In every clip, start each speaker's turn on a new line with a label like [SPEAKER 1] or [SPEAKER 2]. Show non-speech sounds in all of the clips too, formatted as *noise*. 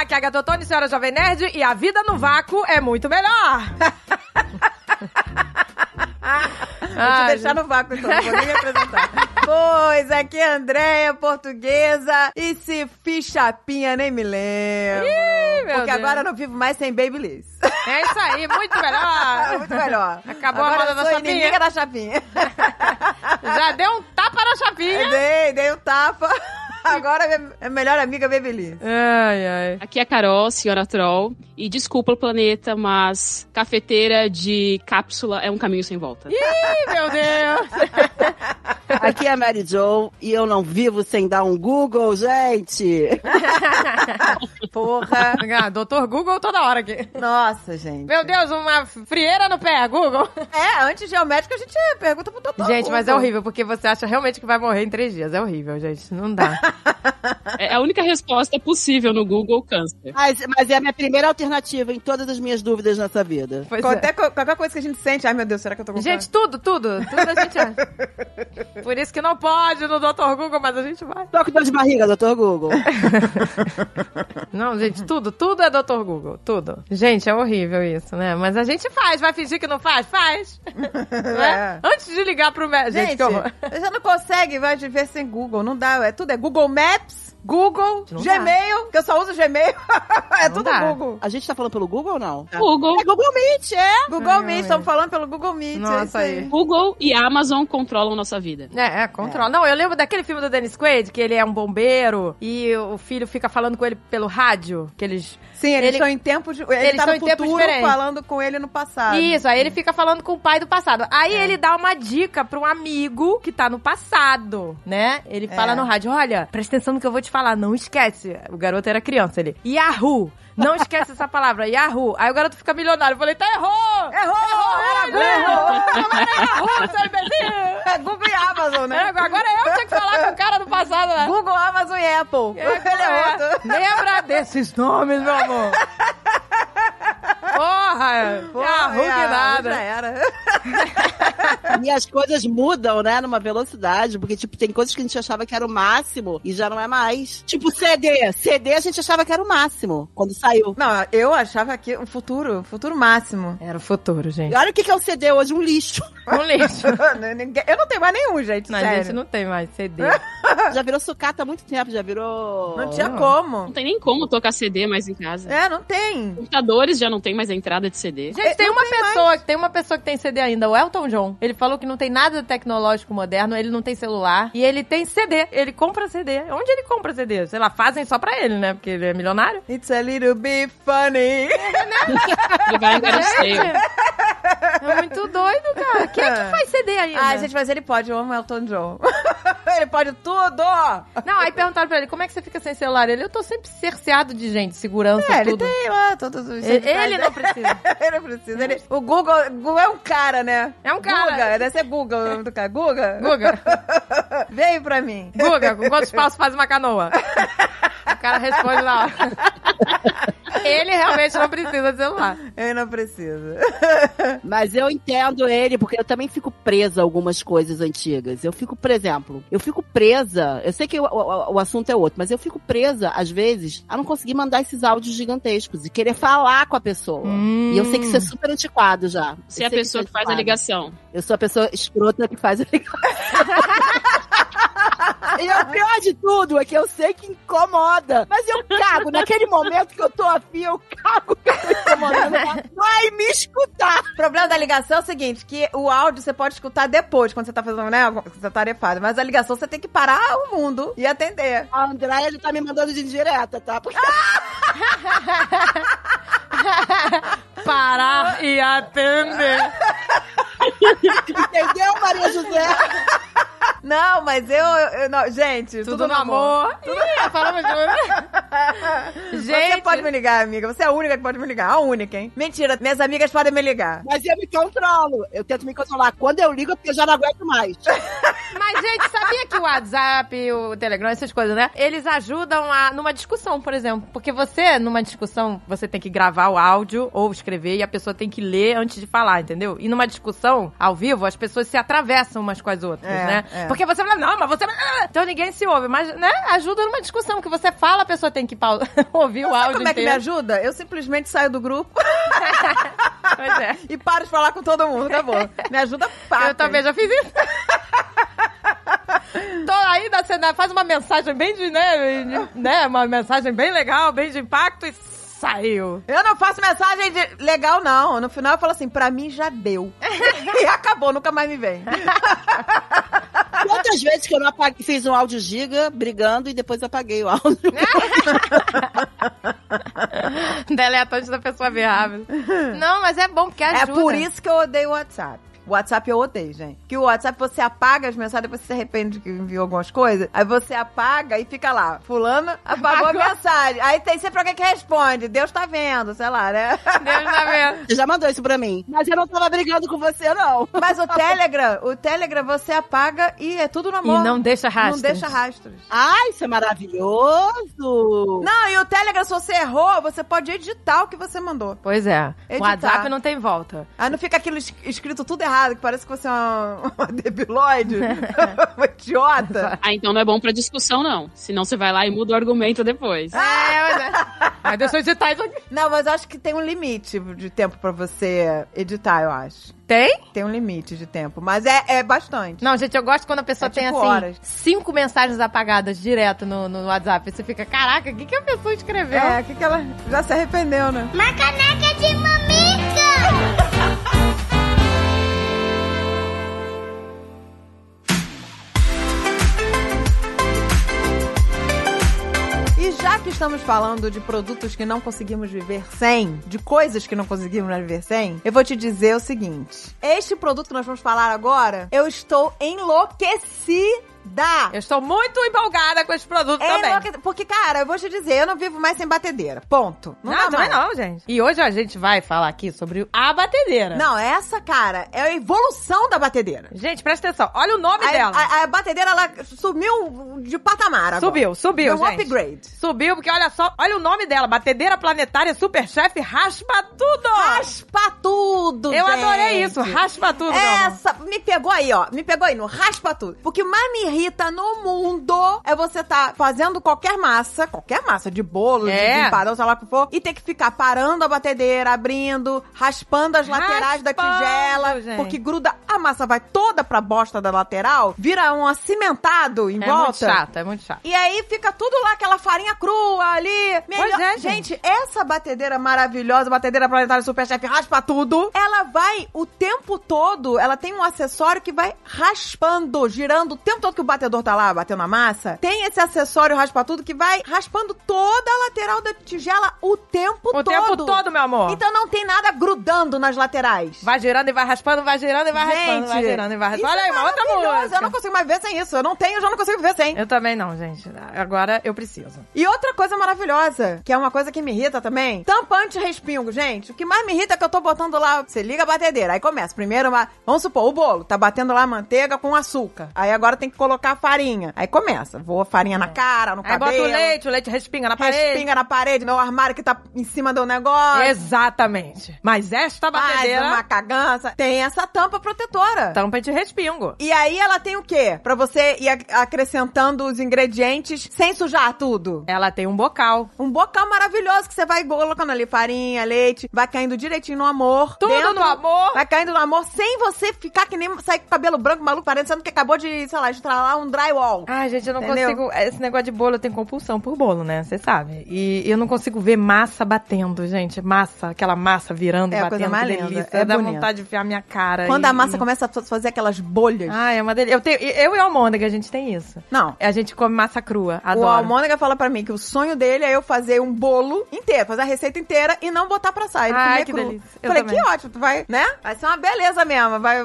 [SPEAKER 1] Aqui é a Gatotone, senhora Jovem Nerd, e a vida no vácuo é muito *laughs* melhor.
[SPEAKER 2] Vou
[SPEAKER 1] Ah,
[SPEAKER 2] te deixar no vácuo, então. Não vou nem me
[SPEAKER 1] *laughs*
[SPEAKER 2] apresentar. pois, aqui é a Andréia, portuguesa. E se fiz chapinha, nem me lembro.
[SPEAKER 1] Ih, meu
[SPEAKER 2] Porque
[SPEAKER 1] Deus.
[SPEAKER 2] agora eu não vivo mais sem Babyliss.
[SPEAKER 1] É isso aí, É muito *laughs* melhor.
[SPEAKER 2] *laughs* Muito melhor.
[SPEAKER 1] Ah. Acabou a
[SPEAKER 2] agora
[SPEAKER 1] moda
[SPEAKER 2] eu
[SPEAKER 1] da
[SPEAKER 2] sou
[SPEAKER 1] chapinha.
[SPEAKER 2] inimiga
[SPEAKER 1] *laughs*
[SPEAKER 2] da chapinha. *laughs*
[SPEAKER 1] Já deu um tapa na chapinha.
[SPEAKER 2] dei, dei o tapa. *laughs* Agora é minha- é a melhor amiga Babyliss.
[SPEAKER 1] Ai, ai.
[SPEAKER 3] Aqui é a Carol, senhora Troll. E desculpa o planeta, mas cafeteira de cápsula é um caminho sem volta.
[SPEAKER 1] Ih, meu Deus.
[SPEAKER 4] Aqui é a Mary Jo e eu não vivo sem dar um Google, gente.
[SPEAKER 2] Porra.
[SPEAKER 1] *laughs* Ah, doutor Google toda hora aqui.
[SPEAKER 2] Nossa, gente.
[SPEAKER 1] Meu Deus, uma frieira no pé, Google.
[SPEAKER 2] É, antes geométrica a gente pergunta pro doutor.
[SPEAKER 1] Gente, mas é
[SPEAKER 2] Google.
[SPEAKER 1] horrível, porque você acha realmente que vai morrer em três dias. É horrível, gente. Não dá. *laughs*
[SPEAKER 3] É a única resposta possível no Google Câncer.
[SPEAKER 4] Mas, mas é a minha primeira alternativa em todas as minhas dúvidas nessa vida.
[SPEAKER 1] Pois é.
[SPEAKER 2] Qualquer, co- qualquer coisa que a gente sente, ai meu Deus, será que eu tô com
[SPEAKER 1] Gente, tudo, tudo. Tudo a gente acha. *laughs* Por isso que não pode no Dr. Google, mas a gente vai.
[SPEAKER 4] Tô com dor de barriga, doutor Google.
[SPEAKER 1] Não, gente, tudo, tudo é Dr. Google, tudo. Gente, é horrível isso, né? Mas a gente faz, vai fingir que não faz? *laughs* Faz. Né? Antes de ligar pro médico. Gente, que horror.
[SPEAKER 2] você já não consegue vai viver sem Google, não dá, é tudo é Google Maps, Google,
[SPEAKER 1] Não dá.
[SPEAKER 2] Gmail, que eu só uso Gmail, é
[SPEAKER 1] Não
[SPEAKER 2] tudo
[SPEAKER 1] dá.
[SPEAKER 2] Google.
[SPEAKER 4] A gente tá falando pelo Google ou não?
[SPEAKER 3] Google.
[SPEAKER 4] É Google Meet, é!
[SPEAKER 2] Google
[SPEAKER 1] Ai,
[SPEAKER 2] Meet,
[SPEAKER 1] ai.
[SPEAKER 2] estamos falando pelo Google Meet, é
[SPEAKER 1] Nossa,
[SPEAKER 2] isso aí.
[SPEAKER 3] Google e Amazon controlam nossa vida.
[SPEAKER 1] É, é, controla. Não, eu lembro daquele filme do Dennis Quaid, que ele é um bombeiro e o filho fica falando com ele pelo rádio, que eles...
[SPEAKER 2] Sim, eles
[SPEAKER 1] Ele-
[SPEAKER 2] estão em tempo de, ele
[SPEAKER 1] Eles
[SPEAKER 2] tá
[SPEAKER 1] estão
[SPEAKER 2] no
[SPEAKER 1] em tempo
[SPEAKER 2] futuro
[SPEAKER 1] diferente.
[SPEAKER 2] falando com ele no passado. É.
[SPEAKER 1] Isso, aí ele fica falando com o pai do passado. Aí ele dá uma dica pra um amigo que tá no passado, né? Ele
[SPEAKER 2] É.
[SPEAKER 1] fala no rádio: olha, presta atenção no que eu vou te falar, não esquece. O garoto era criança, ele. Yahoo! Não esquece essa palavra, Yahoo. Aí o garoto fica milionário. Eu falei, tá errou!
[SPEAKER 2] Errou, era
[SPEAKER 1] Olha, Yahoo, seu imbecil!
[SPEAKER 2] Google, Google e Amazon, né?
[SPEAKER 1] Era- É, Agora eu tinha que falar com o cara do passado, né?
[SPEAKER 2] Google, Amazon e Apple. ele é outro.
[SPEAKER 1] Lembra desses nomes, meu amor? Porra!
[SPEAKER 2] Pô,
[SPEAKER 1] Yahoo
[SPEAKER 2] é,
[SPEAKER 1] que nada.
[SPEAKER 2] Já era.
[SPEAKER 4] E as coisas mudam, né? Numa velocidade, porque, tipo, tem coisas que a gente achava que era o máximo e já não é mais. Tipo, CD. CD a gente achava que era o máximo quando saiu.
[SPEAKER 2] Não, eu achava que o futuro, o futuro máximo.
[SPEAKER 1] Era o futuro, gente.
[SPEAKER 4] E olha o que que é o CD hoje, um lixo.
[SPEAKER 1] Um lixo.
[SPEAKER 2] Ninguém- eu *laughs* não tenho mais nenhum, gente,
[SPEAKER 1] Não, a
[SPEAKER 2] sério.
[SPEAKER 1] gente não tem mais CD.
[SPEAKER 4] Já virou sucata há muito tempo, já virou.
[SPEAKER 2] Não tinha
[SPEAKER 1] Não.
[SPEAKER 2] como.
[SPEAKER 3] Não tem nem como tocar CD mais em casa.
[SPEAKER 2] É, não tem.
[SPEAKER 3] Computadores já não tem mais a entrada de CD.
[SPEAKER 1] Gente, É, tem uma pessoa, tem uma pessoa que tem CD ainda, o Elton John. Ele falou que não tem nada tecnológico moderno, ele não tem celular e ele tem CD. Ele compra CD. Onde ele compra CD? Sei lá, fazem só pra ele, né? Porque ele é milionário.
[SPEAKER 2] It's a little bit funny.
[SPEAKER 3] Ele vai em garage sale.
[SPEAKER 1] É muito doido, cara. Quem é que faz CD ainda?
[SPEAKER 2] Ai, Ah, gente, mas ele pode, eu amo Elton John. *laughs* ele pode tudo!
[SPEAKER 1] Não, aí perguntaram pra ele, como é que você fica sem celular? Ele, eu tô sempre cerceado de gente, segurança,
[SPEAKER 2] É, ele
[SPEAKER 1] tudo.
[SPEAKER 2] tem lá todos os
[SPEAKER 1] Ele,
[SPEAKER 2] serviçais
[SPEAKER 1] ele não precisa.
[SPEAKER 2] dele. *laughs* ele não precisa. Ele- o Google, Google é um cara, né?
[SPEAKER 1] É um cara.
[SPEAKER 2] Guga, deve ser Guga o nome do cara. Guga?
[SPEAKER 1] Guga,
[SPEAKER 2] Veio pra mim.
[SPEAKER 1] Guga, com quantos paus faz uma canoa? O cara responde na hora. Ele realmente não precisa de celular.
[SPEAKER 2] Ele não precisa.
[SPEAKER 4] Mas eu entendo ele, porque eu também fico presa a algumas coisas antigas. Eu fico, por exemplo, eu fico presa. Eu sei que o, o- o assunto é outro, mas eu fico presa, às vezes, a não conseguir mandar esses áudios gigantescos e querer falar com a pessoa. E eu
[SPEAKER 1] Hum.
[SPEAKER 4] sei que isso é super antiquado já.
[SPEAKER 3] Hum. Você
[SPEAKER 4] Eu
[SPEAKER 3] é a
[SPEAKER 4] sei
[SPEAKER 3] pessoa
[SPEAKER 4] isso
[SPEAKER 3] que faz a
[SPEAKER 4] antiquado.
[SPEAKER 3] ligação.
[SPEAKER 4] Eu sou a pessoa escrota que faz a ligação. *laughs* e o pior de tudo é que eu sei que incomoda. Mas eu cago. Naquele momento que eu tô afim, eu cago que eu tô incomodando. Vai me escutar!
[SPEAKER 2] O *laughs* problema da ligação é o seguinte, que o áudio você pode escutar depois, quando você tá fazendo, né, alguma- você tá tarefado. Mas a ligação você tem que parar o mundo e atender.
[SPEAKER 4] A Andréia já tá me mandando de direta, tá? Porque
[SPEAKER 1] Parar *laughs* e atender.
[SPEAKER 4] entendeu, Maria José?
[SPEAKER 2] Não, mas eu. eu- não, gente,
[SPEAKER 1] Tudo, no amor. Ih, falamos junto.
[SPEAKER 2] Você
[SPEAKER 1] *laughs* Gente,
[SPEAKER 2] pode me ligar, amiga. Você é a única que pode me ligar. A única, hein? Mentira, minhas amigas podem me ligar.
[SPEAKER 4] Mas eu me controlo. Eu tento me controlar. Quando eu ligo, é porque eu já não aguento mais.
[SPEAKER 1] mas gente, sabia que o WhatsApp, o Telegram, essas coisas, né? Eles ajudam a, numa discussão, por exemplo. Porque você, numa discussão, você tem que gravar o áudio ou escrever e a pessoa tem que ler antes de falar, entendeu? E numa discussão, ao vivo, as pessoas se atravessam umas com as outras,
[SPEAKER 2] É,
[SPEAKER 1] né?
[SPEAKER 2] é.
[SPEAKER 1] Porque você fala, não, mas você. Então ninguém se ouve. Mas, né? Ajuda numa discussão que você fala, a pessoa tem que pau- *laughs* ouvir o
[SPEAKER 2] Sabe
[SPEAKER 1] áudio.
[SPEAKER 2] como é que me
[SPEAKER 1] inteiro.
[SPEAKER 2] ajuda? Eu simplesmente saio do grupo *laughs*
[SPEAKER 1] Pois é.
[SPEAKER 2] e paro de falar com todo mundo, tá bom? Me ajuda fácil.
[SPEAKER 1] Eu também já fiz isso. Tô aí na cena, faz uma mensagem bem de, né, de- né, uma mensagem bem legal, bem de impacto e saiu.
[SPEAKER 2] Eu não faço mensagem de legal, não. No final eu falo assim, pra mim já deu. *laughs* e acabou, nunca mais me vem.
[SPEAKER 4] Quantas vezes que eu não apaguei, fiz um áudio giga brigando e depois apaguei o áudio?
[SPEAKER 1] Deleta antes é da pessoa ver rápido. Não, mas é bom porque
[SPEAKER 2] É
[SPEAKER 1] ajuda.
[SPEAKER 2] por isso que eu odeio o WhatsApp. O WhatsApp eu odeio, gente. Que o WhatsApp você apaga as mensagens, depois você se arrepende de que enviou algumas coisas, aí você apaga e fica lá. Fulano apagou
[SPEAKER 1] Apagou.
[SPEAKER 2] a mensagem. Aí tem sempre alguém que responde. Deus tá vendo, sei lá,
[SPEAKER 1] *laughs*
[SPEAKER 2] né?
[SPEAKER 1] Deus tá vendo.
[SPEAKER 4] Você já mandou isso pra mim. Mas eu não tava brigando com você, não.
[SPEAKER 2] Mas o Telegram, o Telegram você apaga e é tudo no amor.
[SPEAKER 1] E não deixa rastros.
[SPEAKER 2] Não deixa rastros.
[SPEAKER 4] Ai, isso é maravilhoso!
[SPEAKER 2] Não, e o Telegram, se você errou, você pode editar o que você mandou.
[SPEAKER 1] Pois é. O
[SPEAKER 2] Editar.
[SPEAKER 1] WhatsApp não tem volta.
[SPEAKER 2] Aí não fica aquilo es- escrito tudo errado, que parece que você é uma, *laughs* uma
[SPEAKER 1] *laughs*
[SPEAKER 2] debilóide, uma um idiota.
[SPEAKER 3] Ah, então não é bom pra discussão, não. Senão você vai lá e muda o argumento depois.
[SPEAKER 1] É, mas é. Mas deixa eu editar isso aqui.
[SPEAKER 2] Não, mas eu acho que tem um limite de tempo pra você editar, eu acho.
[SPEAKER 1] Tem?
[SPEAKER 2] Tem um limite de tempo, mas é, é bastante.
[SPEAKER 1] Não, gente, eu gosto quando a pessoa
[SPEAKER 2] É
[SPEAKER 1] tem,
[SPEAKER 2] tipo
[SPEAKER 1] assim,
[SPEAKER 2] horas.
[SPEAKER 1] cinco mensagens apagadas direto no, no WhatsApp. Você fica, caraca, o que, que a pessoa escreveu?
[SPEAKER 2] É, o que, que ela já se arrependeu, né?
[SPEAKER 5] Uma
[SPEAKER 1] É.
[SPEAKER 5] caneca de mamica!
[SPEAKER 2] E já que estamos falando de produtos que não conseguimos viver sem, de coisas que não conseguimos viver sem, eu vou te dizer o seguinte: este produto que nós vamos falar agora, eu estou enlouquecida!
[SPEAKER 1] Eu estou muito empolgada com esse produto
[SPEAKER 2] É,
[SPEAKER 1] também.
[SPEAKER 2] Enlouquecida, porque, cara, eu vou te dizer, eu não vivo mais sem batedeira. Ponto. Não, dá mais.
[SPEAKER 1] não, gente. E hoje a gente vai falar aqui sobre a batedeira.
[SPEAKER 2] Não, essa, cara, é a evolução da batedeira.
[SPEAKER 1] Gente, presta atenção. Olha o nome
[SPEAKER 2] A,
[SPEAKER 1] dela.
[SPEAKER 2] a- a batedeira, ela sumiu de patamar agora.
[SPEAKER 1] subiu, subiu,
[SPEAKER 2] Deu um
[SPEAKER 1] gente.
[SPEAKER 2] upgrade.
[SPEAKER 1] Subiu, porque olha só, olha o nome dela. Batedeira planetária, superchefe, raspa tudo.
[SPEAKER 2] Raspa tudo,
[SPEAKER 1] Eu
[SPEAKER 2] gente. É assim,
[SPEAKER 1] adorei isso, raspa tudo. meu amor.
[SPEAKER 2] Essa, me pegou aí, ó. Me pegou aí no raspa tudo. O que mais me irrita no mundo é você tá fazendo qualquer massa, qualquer massa de bolo,
[SPEAKER 1] É.
[SPEAKER 2] de empadão, sei lá o que for, e ter que ficar parando a batedeira, abrindo, raspando as laterais da
[SPEAKER 1] Raspando,
[SPEAKER 2] tigela,
[SPEAKER 1] gente.
[SPEAKER 2] porque gruda, a massa vai toda pra bosta da lateral, vira um acimentado em
[SPEAKER 1] É
[SPEAKER 2] volta.
[SPEAKER 1] muito chato, é muito chato.
[SPEAKER 2] E aí fica tudo lá, aquela farinha crua ali.
[SPEAKER 1] Pois é, gente.
[SPEAKER 2] essa batedeira maravilhosa, batedeira planetária Superchef raspa tudo. Ela vai o tempo todo, ela tem um acessório que vai raspando, girando o tempo todo que o batedor tá lá batendo a massa. Tem esse acessório raspa tudo que vai raspando toda a lateral da tigela o tempo
[SPEAKER 1] O
[SPEAKER 2] todo.
[SPEAKER 1] tempo todo, meu amor.
[SPEAKER 2] Então não tem nada grudando nas laterais.
[SPEAKER 1] Vai girando e vai raspando, vai girando e vai raspando, vai girando e vai
[SPEAKER 2] isso
[SPEAKER 1] raspando. Olha aí,
[SPEAKER 2] é
[SPEAKER 1] uma outra
[SPEAKER 2] maravilhoso.
[SPEAKER 1] música.
[SPEAKER 2] Eu não consigo mais ver sem isso. Eu não tenho, eu já não consigo ver sem.
[SPEAKER 1] Eu também não, gente. Agora eu preciso.
[SPEAKER 2] E outra coisa maravilhosa, que é uma coisa que me irrita também, tampante respingo, gente. O que mais me irrita é que eu tô botando lá, você liga a batedeira, aí começa. Primeiro, uma, vamos supor, o bolo, tá batendo lá manteiga com açúcar. Aí agora tem que colocar a farinha. Aí começa, voa farinha na cara, no
[SPEAKER 1] Aí
[SPEAKER 2] cabelo.
[SPEAKER 1] bota o leite, o leite respinga na parede.
[SPEAKER 2] Respinga na parede, meu armário que tá em cima do negócio.
[SPEAKER 1] Exatamente. Mas esta
[SPEAKER 2] Faz
[SPEAKER 1] batedeira Tá.
[SPEAKER 2] uma cagança. Tem essa tampa protetora.
[SPEAKER 1] tampa de respingo.
[SPEAKER 2] E aí ela tem o quê? Pra você ir ac- acrescentando os ingredientes sem sujar tudo.
[SPEAKER 1] Ela tem um bocal.
[SPEAKER 2] Um bocal maravilhoso que você vai colocando ali farinha, leite, vai caindo direitinho no amor.
[SPEAKER 1] Tudo
[SPEAKER 2] Dentro,
[SPEAKER 1] no amor.
[SPEAKER 2] Vai caindo no amor sem você ficar que nem sair com o cabelo branco, maluco, parecendo que acabou de, sei lá, estralar um drywall.
[SPEAKER 1] Ai, gente, eu não
[SPEAKER 2] Entendeu?
[SPEAKER 1] consigo. Esse negócio de bolo, eu tenho compulsão por bolo, né? Você sabe. E eu não consigo ver massa batendo, gente. Massa, aquela massa virando,
[SPEAKER 2] É a
[SPEAKER 1] batendo.
[SPEAKER 2] coisa mais
[SPEAKER 1] que
[SPEAKER 2] linda.
[SPEAKER 1] delícia.
[SPEAKER 2] É
[SPEAKER 1] Dá
[SPEAKER 2] bonito.
[SPEAKER 1] vontade de enfiar minha cara.
[SPEAKER 2] Quando
[SPEAKER 1] e-
[SPEAKER 2] a massa
[SPEAKER 1] e-
[SPEAKER 2] começa a fa- fazer aquelas bolhas.
[SPEAKER 1] Ai, é uma delícia. Eu, tenho, eu e o Almôndega, a gente tem isso.
[SPEAKER 2] Não.
[SPEAKER 1] A gente come massa crua.
[SPEAKER 2] O
[SPEAKER 1] Adoro.
[SPEAKER 2] Almôndega fala pra mim que o sonho dele é eu fazer um bolo inteiro, fazer a receita inteira e não botar pra sair.
[SPEAKER 1] Ai,
[SPEAKER 2] comer
[SPEAKER 1] que
[SPEAKER 2] cru.
[SPEAKER 1] delícia. Eu
[SPEAKER 2] Falei,
[SPEAKER 1] também.
[SPEAKER 2] que ótimo, tu vai, né? Vai ser uma beleza mesmo, vai, vai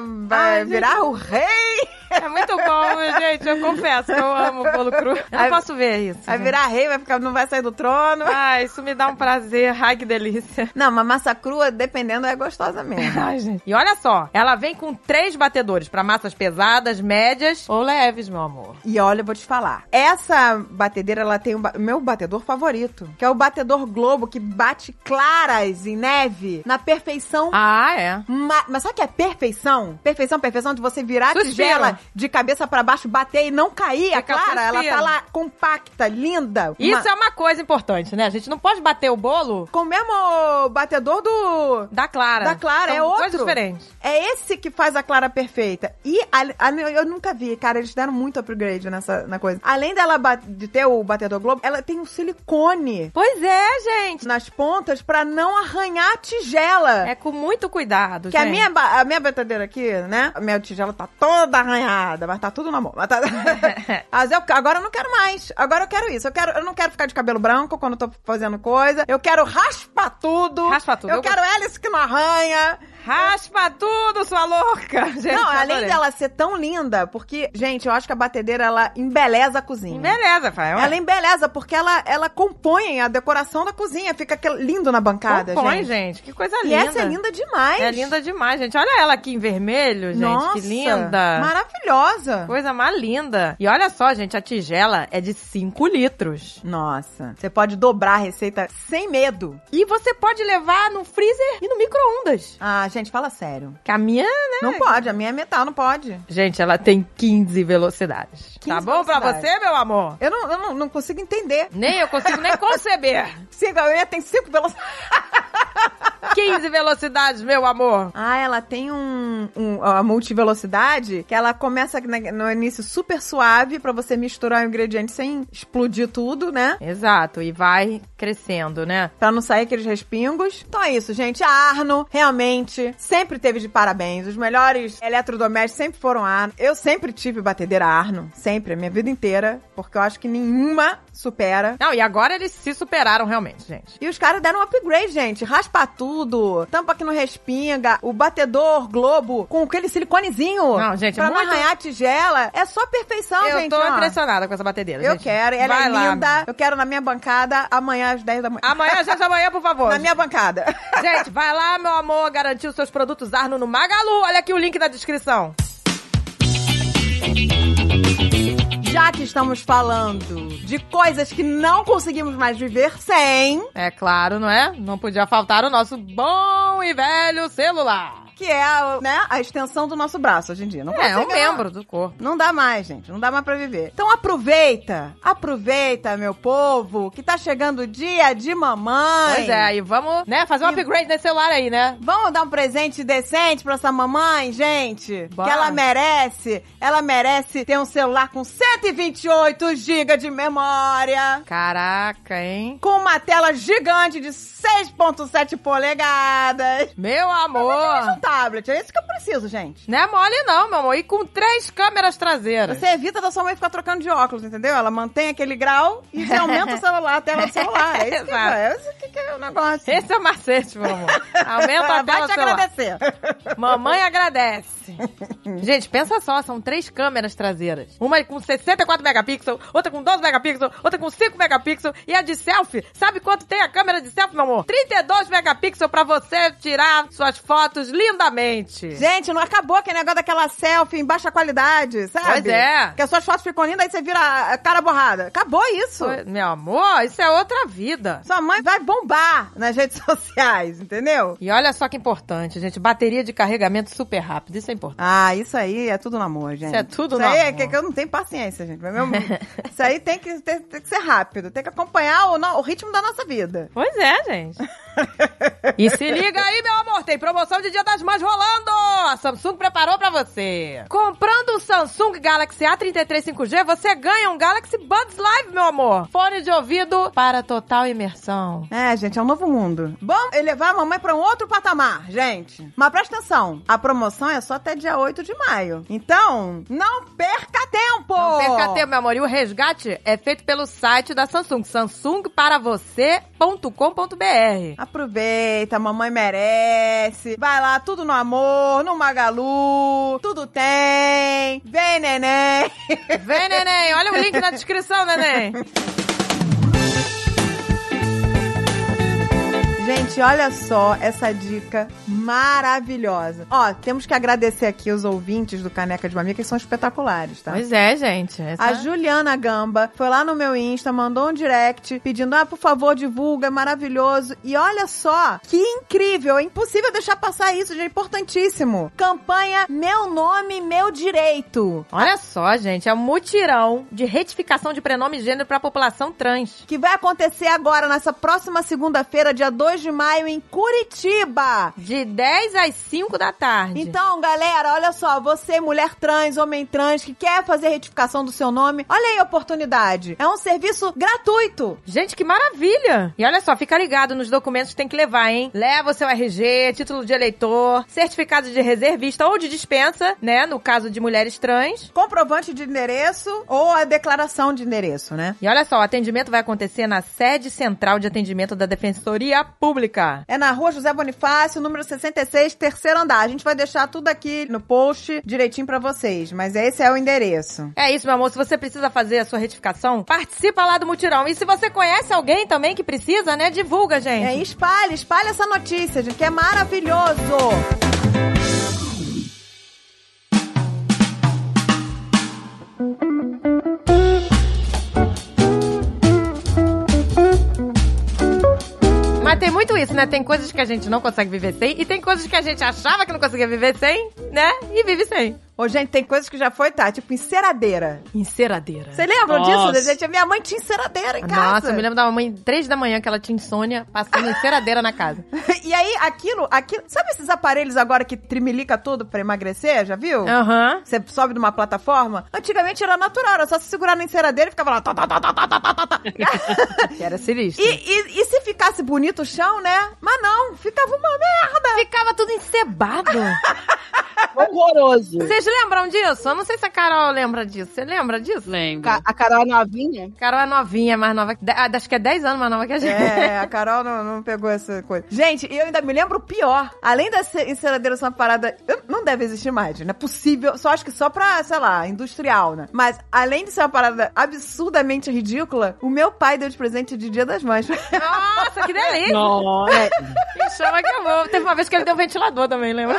[SPEAKER 1] Ai, gente.
[SPEAKER 2] virar o rei
[SPEAKER 1] É muito bom, *laughs* gente. Eu confesso que eu amo bolo cru. Eu não
[SPEAKER 2] Ai,
[SPEAKER 1] posso ver isso.
[SPEAKER 2] Vai
[SPEAKER 1] gente.
[SPEAKER 2] virar rei, vai ficar, não vai sair do trono.
[SPEAKER 1] Ai, isso me dá um prazer. Ai, que delícia.
[SPEAKER 2] Não, mas massa crua, dependendo, é gostosa mesmo.
[SPEAKER 1] Ai, gente. E olha só, ela vem com três batedores pra massas pesadas, médias ou leves, meu amor.
[SPEAKER 2] E olha, eu vou te falar. Essa batedeira, ela tem o ba- meu batedor favorito, que é o batedor Globo, que bate claras em neve na perfeição.
[SPEAKER 1] Ah, é.
[SPEAKER 2] Ma- mas sabe o que é perfeição? Perfeição, perfeição de você virar a
[SPEAKER 1] Suspiro.
[SPEAKER 2] tigela de cabeça pra baixo, bater e não cair. a
[SPEAKER 1] Fica
[SPEAKER 2] clara, ela
[SPEAKER 1] suspiro.
[SPEAKER 2] tá lá compacta, linda.
[SPEAKER 1] Isso
[SPEAKER 2] Uma-
[SPEAKER 1] é uma coisa importante, né? A gente não pode bater o bolo
[SPEAKER 2] com o mesmo batedor do
[SPEAKER 1] da Clara.
[SPEAKER 2] Da Clara,
[SPEAKER 1] São
[SPEAKER 2] é outro.
[SPEAKER 1] Coisas diferentes.
[SPEAKER 2] É esse que faz a Clara perfeita. E a- a- eu nunca vi, cara, eles deram muito upgrade nessa na coisa. Além dela ba- de ter o batedor globo, ela tem um silicone
[SPEAKER 1] Pois é, gente.
[SPEAKER 2] nas pontas pra não arranhar a tigela.
[SPEAKER 1] É com muito cuidado,
[SPEAKER 2] que a
[SPEAKER 1] gente.
[SPEAKER 2] minha, ba- a minha batadeira aqui, né? A minha tigela tá toda arranhada, mas tá tudo na mão. Mas
[SPEAKER 1] *laughs*
[SPEAKER 2] tá- Mas eu- agora eu não quero mais. Agora eu quero isso. Eu, quero, eu não quero ficar de cabelo branco quando eu tô fazendo coisa. Eu quero raspa tudo.
[SPEAKER 1] Raspa tudo.
[SPEAKER 2] Eu,
[SPEAKER 1] Eu
[SPEAKER 2] quero hélice que não arranha.
[SPEAKER 1] Raspa tudo, sua louca! *laughs* Gente,
[SPEAKER 2] Não, além
[SPEAKER 1] adorei.
[SPEAKER 2] dela ser tão linda, porque, gente, eu acho que a batedeira, ela embeleza a cozinha.
[SPEAKER 1] Beleza, É. pai.
[SPEAKER 2] Ela embeleza, porque ela, ela compõe a decoração da cozinha. Fica aquele- lindo na bancada,
[SPEAKER 1] Compõe,
[SPEAKER 2] gente.
[SPEAKER 1] gente. Que coisa
[SPEAKER 2] E
[SPEAKER 1] linda.
[SPEAKER 2] essa é linda demais.
[SPEAKER 1] É linda demais, gente. Olha ela aqui em vermelho, gente.
[SPEAKER 2] Nossa,
[SPEAKER 1] que linda.
[SPEAKER 2] Maravilhosa.
[SPEAKER 1] Coisa mais linda. E olha só, gente, a tigela é de 5 litros.
[SPEAKER 2] Nossa. Você pode dobrar a receita sem medo.
[SPEAKER 1] E você pode levar no freezer e no micro-ondas.
[SPEAKER 2] Ah, gente, fala sério.
[SPEAKER 1] Que a minha, né?
[SPEAKER 2] Não pode, a minha é metal, não pode.
[SPEAKER 1] Gente, ela tem 15 velocidades.
[SPEAKER 2] 15
[SPEAKER 1] tá bom pra
[SPEAKER 2] velocidades.
[SPEAKER 1] você, meu amor?
[SPEAKER 2] Eu não, eu não, não consigo entender.
[SPEAKER 1] Nem eu consigo nem
[SPEAKER 2] *laughs*
[SPEAKER 1] conceber.
[SPEAKER 2] Cinco, a minha tem cinco velocidades.
[SPEAKER 1] 15 velocidades, meu amor.
[SPEAKER 2] Ah, ela tem um, um a multivelocidade que ela começa na- no início super suave pra você misturar o ingrediente sem explodir tudo, né?
[SPEAKER 1] Exato, e vai crescendo, né?
[SPEAKER 2] Pra não sair aqueles respingos. Então é isso, gente. A Arno realmente sempre teve de parabéns. Os melhores eletrodomésticos sempre foram a Arno. Eu sempre tive batedeira Arno, sempre, a minha vida inteira, porque eu acho que nenhuma supera.
[SPEAKER 1] Não, e agora eles se superaram realmente, gente.
[SPEAKER 2] E os caras deram um upgrade, gente. Raspa tudo, tampa que não respinga, o batedor globo com aquele siliconezinho.
[SPEAKER 1] Não, gente, é
[SPEAKER 2] pra
[SPEAKER 1] muito-
[SPEAKER 2] não arranhar a tigela. É só perfeição,
[SPEAKER 1] eu
[SPEAKER 2] gente.
[SPEAKER 1] tô
[SPEAKER 2] ó.
[SPEAKER 1] impressionada com essa batedeira,
[SPEAKER 2] Eu
[SPEAKER 1] gente.
[SPEAKER 2] quero, ela
[SPEAKER 1] Vai
[SPEAKER 2] é
[SPEAKER 1] lá.
[SPEAKER 2] linda. Eu quero na minha bancada amanhã às 10 da manhã.
[SPEAKER 1] Amanhã, gente, amanhã, por favor.
[SPEAKER 2] Na minha bancada. *laughs*
[SPEAKER 1] Gente, vai lá, meu amor, garantir os seus produtos Arno no Magalu. Olha aqui o link na descrição.
[SPEAKER 2] Já que estamos falando de coisas que não conseguimos mais viver sem,
[SPEAKER 1] É claro, não é? Não podia faltar o nosso bom e velho celular.
[SPEAKER 2] que é né, a extensão do nosso braço hoje em dia. Não
[SPEAKER 1] É, um
[SPEAKER 2] consegue, não.
[SPEAKER 1] membro do corpo.
[SPEAKER 2] Não dá mais, gente. Não dá mais pra viver. Então aproveita. Aproveita, meu povo, que tá chegando o dia de mamãe.
[SPEAKER 1] Pois é, e vamos, né, fazer um upgrade nesse celular aí, né?
[SPEAKER 2] Vamos dar um presente decente pra essa mamãe, gente?
[SPEAKER 1] Bora.
[SPEAKER 2] Que ela merece. Ela merece ter um celular com 128 GB de memória.
[SPEAKER 1] Caraca, hein?
[SPEAKER 2] Com uma tela gigante de 6.7 polegadas.
[SPEAKER 1] Meu amor!
[SPEAKER 2] Um tablet, é isso que eu preciso, gente.
[SPEAKER 1] Não é mole não, meu amor. E com três câmeras traseiras.
[SPEAKER 2] Você evita da sua mãe ficar trocando de óculos, entendeu? Ela mantém aquele grau e você aumenta o celular, a tela do celular. É isso que,
[SPEAKER 1] Exato.
[SPEAKER 2] é, isso que que é o negócio.
[SPEAKER 1] Esse é o macete, meu amor. Aumenta
[SPEAKER 2] Ela
[SPEAKER 1] a tela do
[SPEAKER 2] vai te
[SPEAKER 1] celular.
[SPEAKER 2] agradecer.
[SPEAKER 1] Mamãe agradece. Gente, pensa só, são três câmeras traseiras. Uma com 64 megapixels, outra com 12 megapixels, outra com 5 megapixels e a de selfie. Sabe quanto tem a câmera de selfie, meu amor? 32 megapixels pra você tirar suas fotos lindamente.
[SPEAKER 2] Gente, não acabou aquele negócio daquela selfie em baixa qualidade, sabe?
[SPEAKER 1] Pois é.
[SPEAKER 2] Que as suas fotos ficam lindas, aí você vira a cara borrada. Acabou isso.
[SPEAKER 1] Meu amor, isso é outra vida.
[SPEAKER 2] Sua mãe vai bombar nas redes *laughs* sociais, entendeu?
[SPEAKER 1] E olha só que importante, gente. Bateria de carregamento super rápido. Isso é importante.
[SPEAKER 2] Ah, isso aí é tudo no amor, gente.
[SPEAKER 1] Isso é tudo
[SPEAKER 2] isso
[SPEAKER 1] no
[SPEAKER 2] aí é
[SPEAKER 1] amor.
[SPEAKER 2] que que eu não tenho paciência, gente. Mas mesmo- *laughs* isso aí tem que, tem, tem que ser rápido. Tem que acompanhar o, no- o ritmo da nossa vida.
[SPEAKER 1] Pois é, gente. e se liga aí, meu amor, tem promoção de Dia das Mães rolando! A Samsung preparou pra você. Comprando um Samsung Galaxy A33 5G, você ganha um Galaxy Buds Live, meu amor. Fone de ouvido para total imersão.
[SPEAKER 2] É, gente, é um novo mundo. Bom, elevar a mamãe pra um outro patamar, gente. Mas presta atenção, a promoção é só até dia 8 de maio. Então, não perca tempo!
[SPEAKER 1] Não perca tempo, meu amor. E o resgate é feito pelo site da Samsung, samsungparavocê.com.br.
[SPEAKER 2] Aproveita, a mamãe merece. aparece. Vai lá, tudo no amor, no Magalu, tudo tem. Vem, neném. *laughs*
[SPEAKER 1] Vem, neném. Olha o link na descrição, neném.
[SPEAKER 2] Gente, olha só essa dica maravilhosa. Ó, temos que agradecer aqui os ouvintes do Caneca de Mamica, que são espetaculares, tá?
[SPEAKER 1] Pois é, gente.
[SPEAKER 2] A
[SPEAKER 1] Essa...
[SPEAKER 2] Juliana Gamba foi lá no meu Insta, mandou um direct pedindo: ah, por favor, divulga, é maravilhoso. E olha só, que incrível, é impossível deixar passar isso, gente, é importantíssimo. Campanha Meu Nome, Meu Direito.
[SPEAKER 1] Olha só, gente. É um mutirão de retificação de prenome e gênero pra população trans.
[SPEAKER 2] Que vai acontecer agora, nessa próxima segunda-feira, dia 2 de maio, em Curitiba.
[SPEAKER 1] De 10 às 5 da tarde.
[SPEAKER 2] Então, galera, olha só, você, mulher trans, homem trans, que quer fazer retificação do seu nome, olha aí a oportunidade. É um serviço gratuito.
[SPEAKER 1] Gente, que maravilha! E olha só, fica ligado nos documentos que tem que levar, hein? Leva o seu RG, título de eleitor, certificado de reservista ou de dispensa, né? No caso de mulheres trans.
[SPEAKER 2] Comprovante de endereço ou a declaração de endereço, né?
[SPEAKER 1] E olha só, o atendimento vai acontecer na sede central de atendimento da Defensoria Pública.
[SPEAKER 2] É na rua José Bonifácio, número 66, terceiro andar. A gente vai deixar tudo aqui no post direitinho pra vocês, mas esse é o endereço.
[SPEAKER 1] É isso, meu amor. Se você precisa fazer a sua retificação, participa lá do mutirão. E se você conhece alguém também que precisa, né? Divulga, gente.
[SPEAKER 2] É, espalha, espalha essa notícia, gente, que é maravilhoso.
[SPEAKER 1] Mas tem muito isso, né? Tem coisas que a gente não consegue viver sem e tem coisas que a gente achava que não conseguia viver sem, né? E vive sem.
[SPEAKER 2] Ô, gente, tem coisas que já foi, tá? Tipo, enceradeira.
[SPEAKER 1] Enceradeira. Ah,
[SPEAKER 2] Você lembra
[SPEAKER 3] Nossa.
[SPEAKER 2] disso, gente? A minha mãe tinha enceradeira em casa.
[SPEAKER 1] Nossa, eu me lembro da mamãe, três da manhã, que ela tinha insônia, passando enceradeira na casa.
[SPEAKER 2] *laughs* E aí, aquilo, aquilo... Sabe esses aparelhos agora que trimilica tudo pra emagrecer? Já
[SPEAKER 1] *laughs*
[SPEAKER 2] viu?
[SPEAKER 1] Aham.
[SPEAKER 2] Você sobe de uma plataforma? Antigamente era natural, era só se segurar na enceradeira e ficava lá. Tá, tá, tá, tá, tá, tá, tá, tá.
[SPEAKER 1] Era
[SPEAKER 2] E,
[SPEAKER 1] sinistro.
[SPEAKER 2] e, e se ficasse bonito o chão, né? Mas não, ficava uma merda.
[SPEAKER 1] Ficava tudo *laughs* encebado.
[SPEAKER 4] Horroroso.
[SPEAKER 1] Vocês lembram disso? Eu não sei se a Carol lembra disso. Você lembra disso?
[SPEAKER 3] Lembro.
[SPEAKER 4] Ca- A Carol é novinha?
[SPEAKER 1] Carol é novinha, é mais nova. que- de- ah, Acho que é 10 anos mais nova que a gente.
[SPEAKER 2] É, a Carol não, não pegou essa coisa. Gente, e eu ainda me lembro o pior. Além da ce- enceradeira ser uma parada. eu- Não deve existir mais, não é possível. Só acho que só pra, sei lá, industrial, né? Mas além de ser uma parada absurdamente ridícula, o meu pai deu de presente de Dia das
[SPEAKER 1] *laughs*
[SPEAKER 2] Mães.
[SPEAKER 1] Nossa, que delícia!
[SPEAKER 3] Nossa,
[SPEAKER 1] Me chama que eu vou. Teve uma vez que ele deu um ventilador também, *laughs* lembra?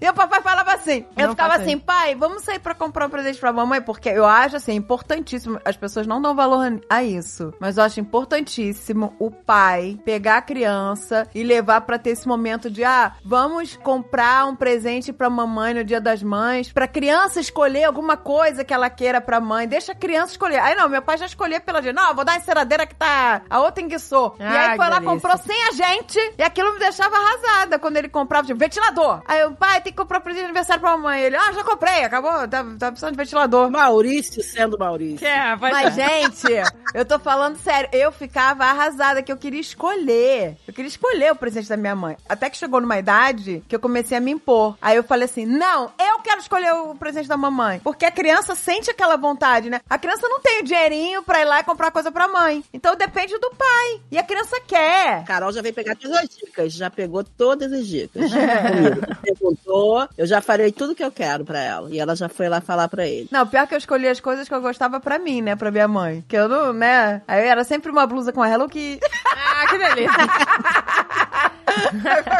[SPEAKER 2] E o papai falava assim. Eu
[SPEAKER 1] Não
[SPEAKER 2] ficava
[SPEAKER 1] faça
[SPEAKER 2] assim, pai, vamos sair pra comprar um presente pra mamãe, porque eu acho assim, importantíssimo. As pessoas não dão valor a isso. Mas eu acho importantíssimo o pai pegar a criança e levar pra ter esse momento de, ah, vamos comprar um presente pra mamãe no dia das mães, pra criança escolher alguma coisa que ela queira pra mãe. Deixa a criança escolher. Aí não, meu pai já escolheu pela dia. Não, vou dar a enceradeira que tá. A outra enguiçou. e
[SPEAKER 1] Ah,
[SPEAKER 2] aí
[SPEAKER 1] que
[SPEAKER 2] foi lá,
[SPEAKER 1] delícia.
[SPEAKER 2] comprou sem a gente. E aquilo me deixava arrasada quando ele comprava, tipo, ventilador. Aí eu, pai, tem que comprar presente de aniversário pra mamãe. Ele, ah, já comprei, acabou, tá, tá precisando de ventilador.
[SPEAKER 4] Maurício sendo Maurício.
[SPEAKER 1] É, vai *laughs*
[SPEAKER 2] Mas, gente, eu tô falando sério, eu ficava arrasada, que eu queria escolher. Eu queria escolher o presente da minha mãe. Até que chegou numa idade que eu comecei a me impor. Aí eu falei assim: não, eu quero escolher o presente da mamãe. Porque a criança sente aquela vontade, né? A criança não tem o dinheirinho pra ir lá e comprar coisa pra mãe. Então depende do pai. E a criança quer.
[SPEAKER 4] A Carol já veio pegar todas as dicas, já pegou todas as dicas. né? Comigo. Perguntou, eu já falei tudo que eu quero pra ela. E ela já foi lá falar pra ele.
[SPEAKER 2] Não, pior que eu escolhi as coisas que eu gostava pra mim, né? Pra minha mãe. Que eu não, né? Aí era sempre uma blusa com a Hello *laughs* Kitty.
[SPEAKER 1] Ah, que delícia.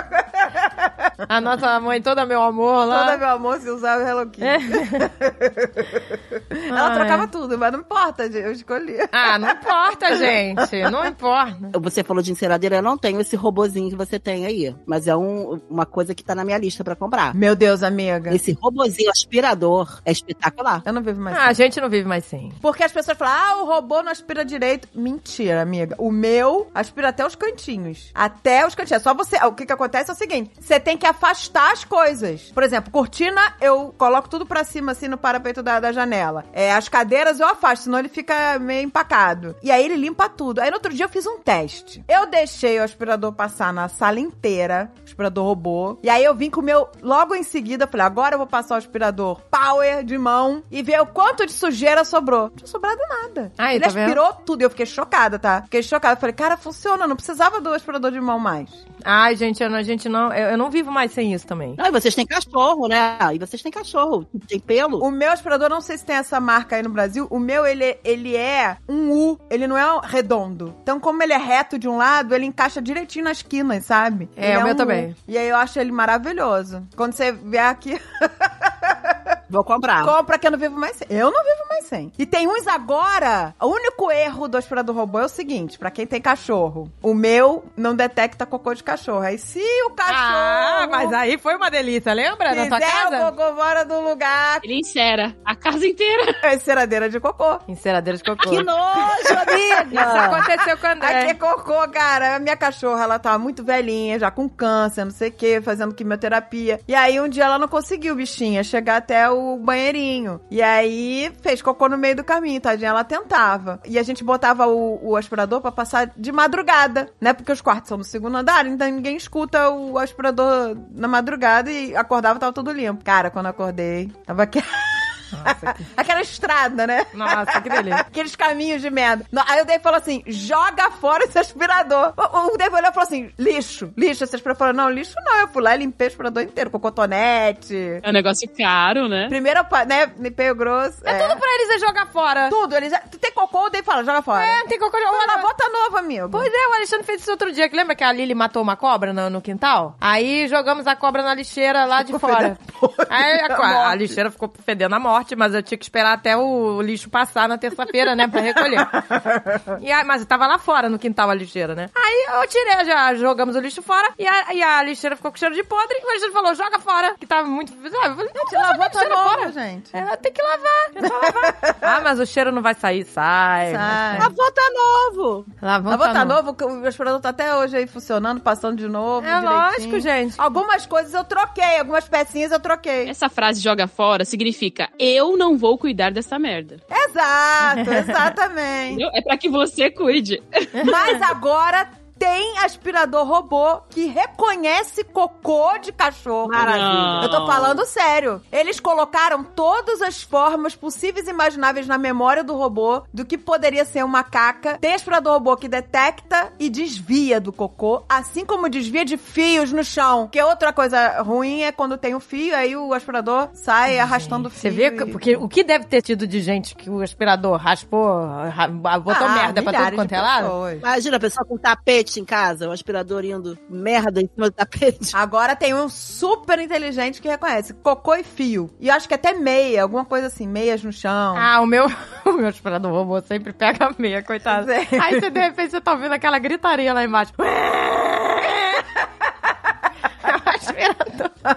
[SPEAKER 1] *laughs* a nossa mãe, toda meu amor lá.
[SPEAKER 2] Toda meu amor se usava Hello Kitty.
[SPEAKER 1] *laughs*
[SPEAKER 2] Ela
[SPEAKER 1] Ai.
[SPEAKER 2] trocava tudo, mas não importa, gente, eu escolhi.
[SPEAKER 1] Ah, não importa, gente. Não importa.
[SPEAKER 4] Você falou de enceradeira, eu não tenho esse robozinho que você tem aí. Mas é um- uma coisa que tá na minha lista pra comprar.
[SPEAKER 2] Meu Deus, amiga.
[SPEAKER 4] Esse robozinho aspirador é espetacular.
[SPEAKER 2] Eu não vivo mais. assim.
[SPEAKER 1] Ah, a gente não vive mais sem.
[SPEAKER 2] Porque as pessoas falam, ah, o robô não aspira direito. Mentira, amiga. O meu aspira até os cantinhos. Até os cantinhos. É só você. O que, que acontece é o seguinte: você tem que afastar as coisas. Por exemplo, cortina, eu coloco tudo pra cima, assim, no parapeito da, da janela. É, as cadeiras eu afasto, senão ele fica meio empacado. E aí ele limpa tudo. Aí no outro dia eu fiz um teste. Eu deixei o aspirador passar na sala inteira, aspirador robô. E aí eu vim com o meu. Logo em seguida, eu falei, agora eu vou passar o aspirador. Pá! power de mão e ver o quanto de sujeira sobrou. Não tinha sobrado nada.
[SPEAKER 1] Aí,
[SPEAKER 2] Ele
[SPEAKER 1] tá vendo?
[SPEAKER 2] aspirou tudo e eu fiquei chocada, tá? Fiquei chocada. Falei, cara, funciona, não precisava do aspirador de mão mais.
[SPEAKER 1] Ai, gente, eu, não- a gente não. Eu, eu não vivo mais sem isso também.
[SPEAKER 4] Não, e vocês têm cachorro, né? E vocês têm cachorro. Tem pelo.
[SPEAKER 2] O meu aspirador, não sei se tem essa marca aí no Brasil, o meu, ele, ele é um U, ele não é redondo. Então, como ele é reto de um lado, ele encaixa direitinho nas quinas, sabe?
[SPEAKER 1] É,
[SPEAKER 2] Ele
[SPEAKER 1] o meu
[SPEAKER 2] um
[SPEAKER 1] também.
[SPEAKER 2] U. E aí eu acho ele maravilhoso. Quando você vier aqui, *laughs*
[SPEAKER 4] Vou comprar.
[SPEAKER 2] compra que eu não vivo mais sem. Eu não vivo mais sem. E tem uns agora, o único erro do aspirador robô é o seguinte, pra quem tem cachorro, o meu não detecta cocô de cachorro. Aí se o cachorro...
[SPEAKER 1] Ah, mas aí foi uma delícia, lembra? Da tua
[SPEAKER 2] fizer
[SPEAKER 1] casa?
[SPEAKER 2] o cocô fora do lugar, *laughs*
[SPEAKER 3] Ele encera a casa inteira.
[SPEAKER 2] é ceradeira de cocô.
[SPEAKER 1] Enceradeira de cocô.
[SPEAKER 4] Que nojo,
[SPEAKER 1] Isso
[SPEAKER 4] amiga!
[SPEAKER 1] aconteceu com o André.
[SPEAKER 2] Aqui é cocô, cara. A minha cachorra, ela tava muito velhinha, já com câncer, não sei o quê, fazendo quimioterapia. E aí um dia ela não conseguiu, bichinha, chegar até o banheirinho. E aí fez cocô no meio do caminho, tadinha. Ela tentava. E a gente botava o, o aspirador pra passar de madrugada, né? Porque os quartos são no segundo andar, então ninguém escuta o aspirador na madrugada e acordava, tava tudo limpo. Cara, quando eu acordei, tava aqui.
[SPEAKER 1] Nossa, que...
[SPEAKER 2] *laughs* Aquela estrada, né?
[SPEAKER 1] Nossa, que delícia.
[SPEAKER 2] *laughs* Aqueles caminhos de merda. No- Aí o Dave falou assim: joga fora esse aspirador. O, o Dave olhou e falou assim: lixo, lixo. Esse aspirador falou: não, lixo não. Eu fui lá e limpei o aspirador inteiro com cotonete.
[SPEAKER 3] É um negócio caro, né?
[SPEAKER 2] Primeiro, pa- né? Limpei o grosso. É,
[SPEAKER 1] Tudo pra eles é jogar fora.
[SPEAKER 2] Tudo. Ele já, tu tem cocô, o Dave fala: joga fora.
[SPEAKER 1] É, não tem cocô de
[SPEAKER 2] Fala, bota novo, amigo.
[SPEAKER 1] Pois é, o Alexandre fez isso outro dia. Que lembra que a Lili matou uma cobra no, no quintal? Aí jogamos a cobra na lixeira lá de
[SPEAKER 2] Ficou
[SPEAKER 1] fora.
[SPEAKER 2] fedendo *laughs* a
[SPEAKER 1] Aí a,
[SPEAKER 2] morte.
[SPEAKER 1] co- a lixeira ficou fedendo a morte, mas eu tinha que esperar até o lixo passar na terça-feira, né? Pra
[SPEAKER 2] *laughs*
[SPEAKER 1] recolher. E aí- mas tava lá fora no quintal a lixeira, né? Aí eu tirei, já jogamos o lixo fora e a, e a lixeira ficou com cheiro de podre. E o Alexandre falou: joga fora, que tava muito. Ah, eu falei, não,
[SPEAKER 2] Te lavou,
[SPEAKER 1] bota
[SPEAKER 2] tá
[SPEAKER 1] fora.
[SPEAKER 2] novo, gente.
[SPEAKER 1] Ela tem que lavar, é só lavar.
[SPEAKER 2] *laughs*
[SPEAKER 1] ah, mas o cheiro não vai sair, sai.
[SPEAKER 2] Sai.
[SPEAKER 1] mas- né?
[SPEAKER 4] Avô tá novo!
[SPEAKER 1] Lavou,
[SPEAKER 2] Mas vou tá
[SPEAKER 1] novo.
[SPEAKER 2] novo, que o aspirador tá até hoje aí funcionando, passando de novo.
[SPEAKER 1] É
[SPEAKER 2] direitinho.
[SPEAKER 1] lógico, gente.
[SPEAKER 2] Algumas coisas eu troquei, algumas pecinhas eu troquei.
[SPEAKER 3] Essa frase joga fora significa eu não vou cuidar dessa merda.
[SPEAKER 2] É.
[SPEAKER 1] É. *laughs*
[SPEAKER 2] Exato, exatamente.
[SPEAKER 3] Entendeu? É pra que você cuide.
[SPEAKER 2] Mas agora tem aspirador robô que reconhece cocô de cachorro.
[SPEAKER 3] Maravilha.
[SPEAKER 2] Eu tô falando sério. Eles colocaram todas as formas possíveis e imagináveis na memória do robô do que poderia ser uma caca. Tem aspirador robô que detecta e desvia do cocô, assim como desvia de fios no chão. Que outra coisa ruim é quando tem um fio, aí o aspirador sai arrastando o fio.
[SPEAKER 1] Você vê que-
[SPEAKER 2] e-
[SPEAKER 1] porque o que deve ter tido de gente que o aspirador raspou, ra- botou
[SPEAKER 2] Ah,
[SPEAKER 1] merda pra tudo
[SPEAKER 2] milhares
[SPEAKER 1] quanto
[SPEAKER 2] de
[SPEAKER 1] é lado?
[SPEAKER 2] pessoas.
[SPEAKER 4] Imagina a pessoa com tapete em casa, um aspirador indo merda em cima do tapete.
[SPEAKER 2] Agora tem um super inteligente que reconhece cocô e fio. E eu acho que até meia, alguma coisa assim, meias no chão. *laughs*
[SPEAKER 1] Ah, o meu, *laughs* o meu aspirador robô sempre pega a meia, coitado.
[SPEAKER 2] Sei.
[SPEAKER 1] Aí você, de repente, você tá ouvindo aquela gritaria lá embaixo. *laughs* É o aspirador.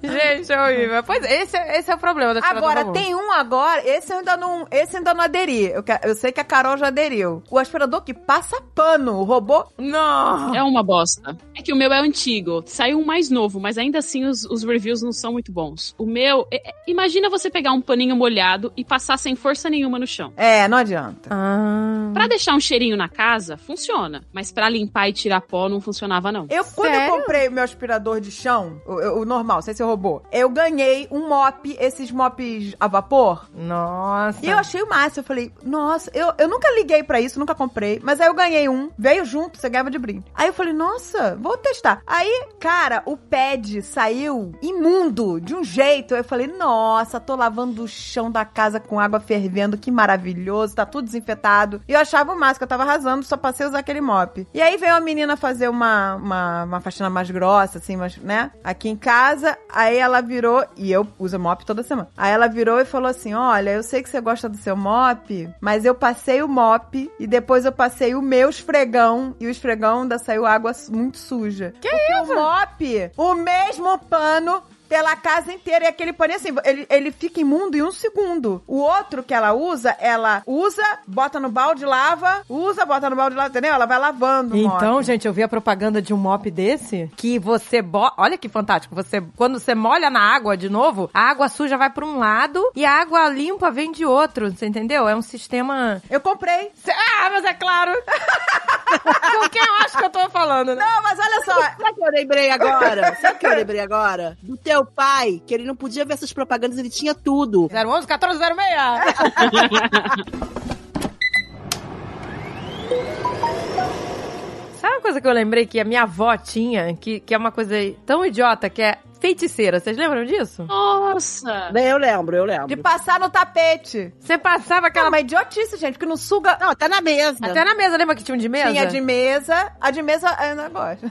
[SPEAKER 1] Gente, é horrível. Pois é, esse, é- esse é o problema do aspirador
[SPEAKER 2] Agora,
[SPEAKER 1] robô.
[SPEAKER 2] tem um agora, esse eu ainda não, esse eu ainda não aderi. Eu, que- eu sei que a Carol já aderiu. O aspirador que passa pano, o robô.
[SPEAKER 1] Não!
[SPEAKER 3] É uma bosta. É que o meu é antigo. Saiu um mais novo, mas ainda assim os, os reviews não são muito bons. O meu, é- é- imagina você pegar um paninho molhado e passar sem força nenhuma no chão.
[SPEAKER 2] É, não adianta.
[SPEAKER 1] Ah.
[SPEAKER 3] Pra deixar um cheirinho na casa, funciona. Mas pra limpar e tirar pó, não funcionava, não.
[SPEAKER 2] Eu, quando
[SPEAKER 1] Sério?
[SPEAKER 2] eu comprei o meu aspirador de chão, o, o- o normal, sem ser robô, eu ganhei um mop, esses mops a vapor.
[SPEAKER 1] Nossa.
[SPEAKER 2] E eu achei o máximo. Eu falei, nossa, eu, eu nunca liguei pra isso, nunca comprei. Mas aí eu ganhei um, veio junto, você ganhava de brinde. Aí eu falei, nossa, vou testar. Aí, cara, o pad saiu imundo, de um jeito. Eu falei, nossa, tô lavando o chão da casa com água fervendo, que maravilhoso, tá tudo desinfetado. E eu achava o máximo, que eu tava arrasando, só passei a usar aquele mop. E aí veio a menina fazer uma, uma, uma faxina mais grossa, assim, mas, né? Aqui em casa, aí ela virou, e eu uso mop toda semana. Aí ela virou e falou assim: Olha, eu sei que você gosta do seu mop, mas eu passei o mop e depois eu passei o meu esfregão, e o esfregão ainda saiu água su- muito suja. Que isso? O mop, o mesmo pano. Pela casa inteira. E aquele paninho assim, ele, ele fica imundo em um segundo. O outro que ela usa, ela usa, bota no balde, lava, usa, bota no balde, lava, entendeu? Ela vai lavando o mop.
[SPEAKER 1] Então, gente, eu vi a propaganda de um mop desse que você bo... olha que fantástico, você quando você molha na água de novo, a água suja vai pra um lado e a água limpa vem de outro, você entendeu? É um sistema
[SPEAKER 2] Eu comprei.
[SPEAKER 1] Ah, mas é claro. *laughs* Com quem eu acho que eu tô falando, né?
[SPEAKER 2] Não, mas olha só.
[SPEAKER 4] Sabe o que eu lembrei agora? Sabe *laughs* o que eu lembrei agora? Do teu pai, que ele não podia ver essas propagandas, ele tinha tudo.
[SPEAKER 1] 011 1406. *laughs* Sabe uma coisa que eu lembrei que a minha avó tinha, que, que é uma coisa tão idiota, que é feiticeira. Vocês lembram disso?
[SPEAKER 3] Nossa!
[SPEAKER 4] Eu lembro, eu
[SPEAKER 2] De
[SPEAKER 4] lembro.
[SPEAKER 2] passar no tapete.
[SPEAKER 1] Você passava
[SPEAKER 2] Cara,
[SPEAKER 1] aquela...
[SPEAKER 2] mas idiotice, gente, porque não suga.
[SPEAKER 4] Não, tá na mesa.
[SPEAKER 1] Até na mesa, lembra que tinha um de mesa?
[SPEAKER 2] Tinha de mesa. A de mesa eu não gosto.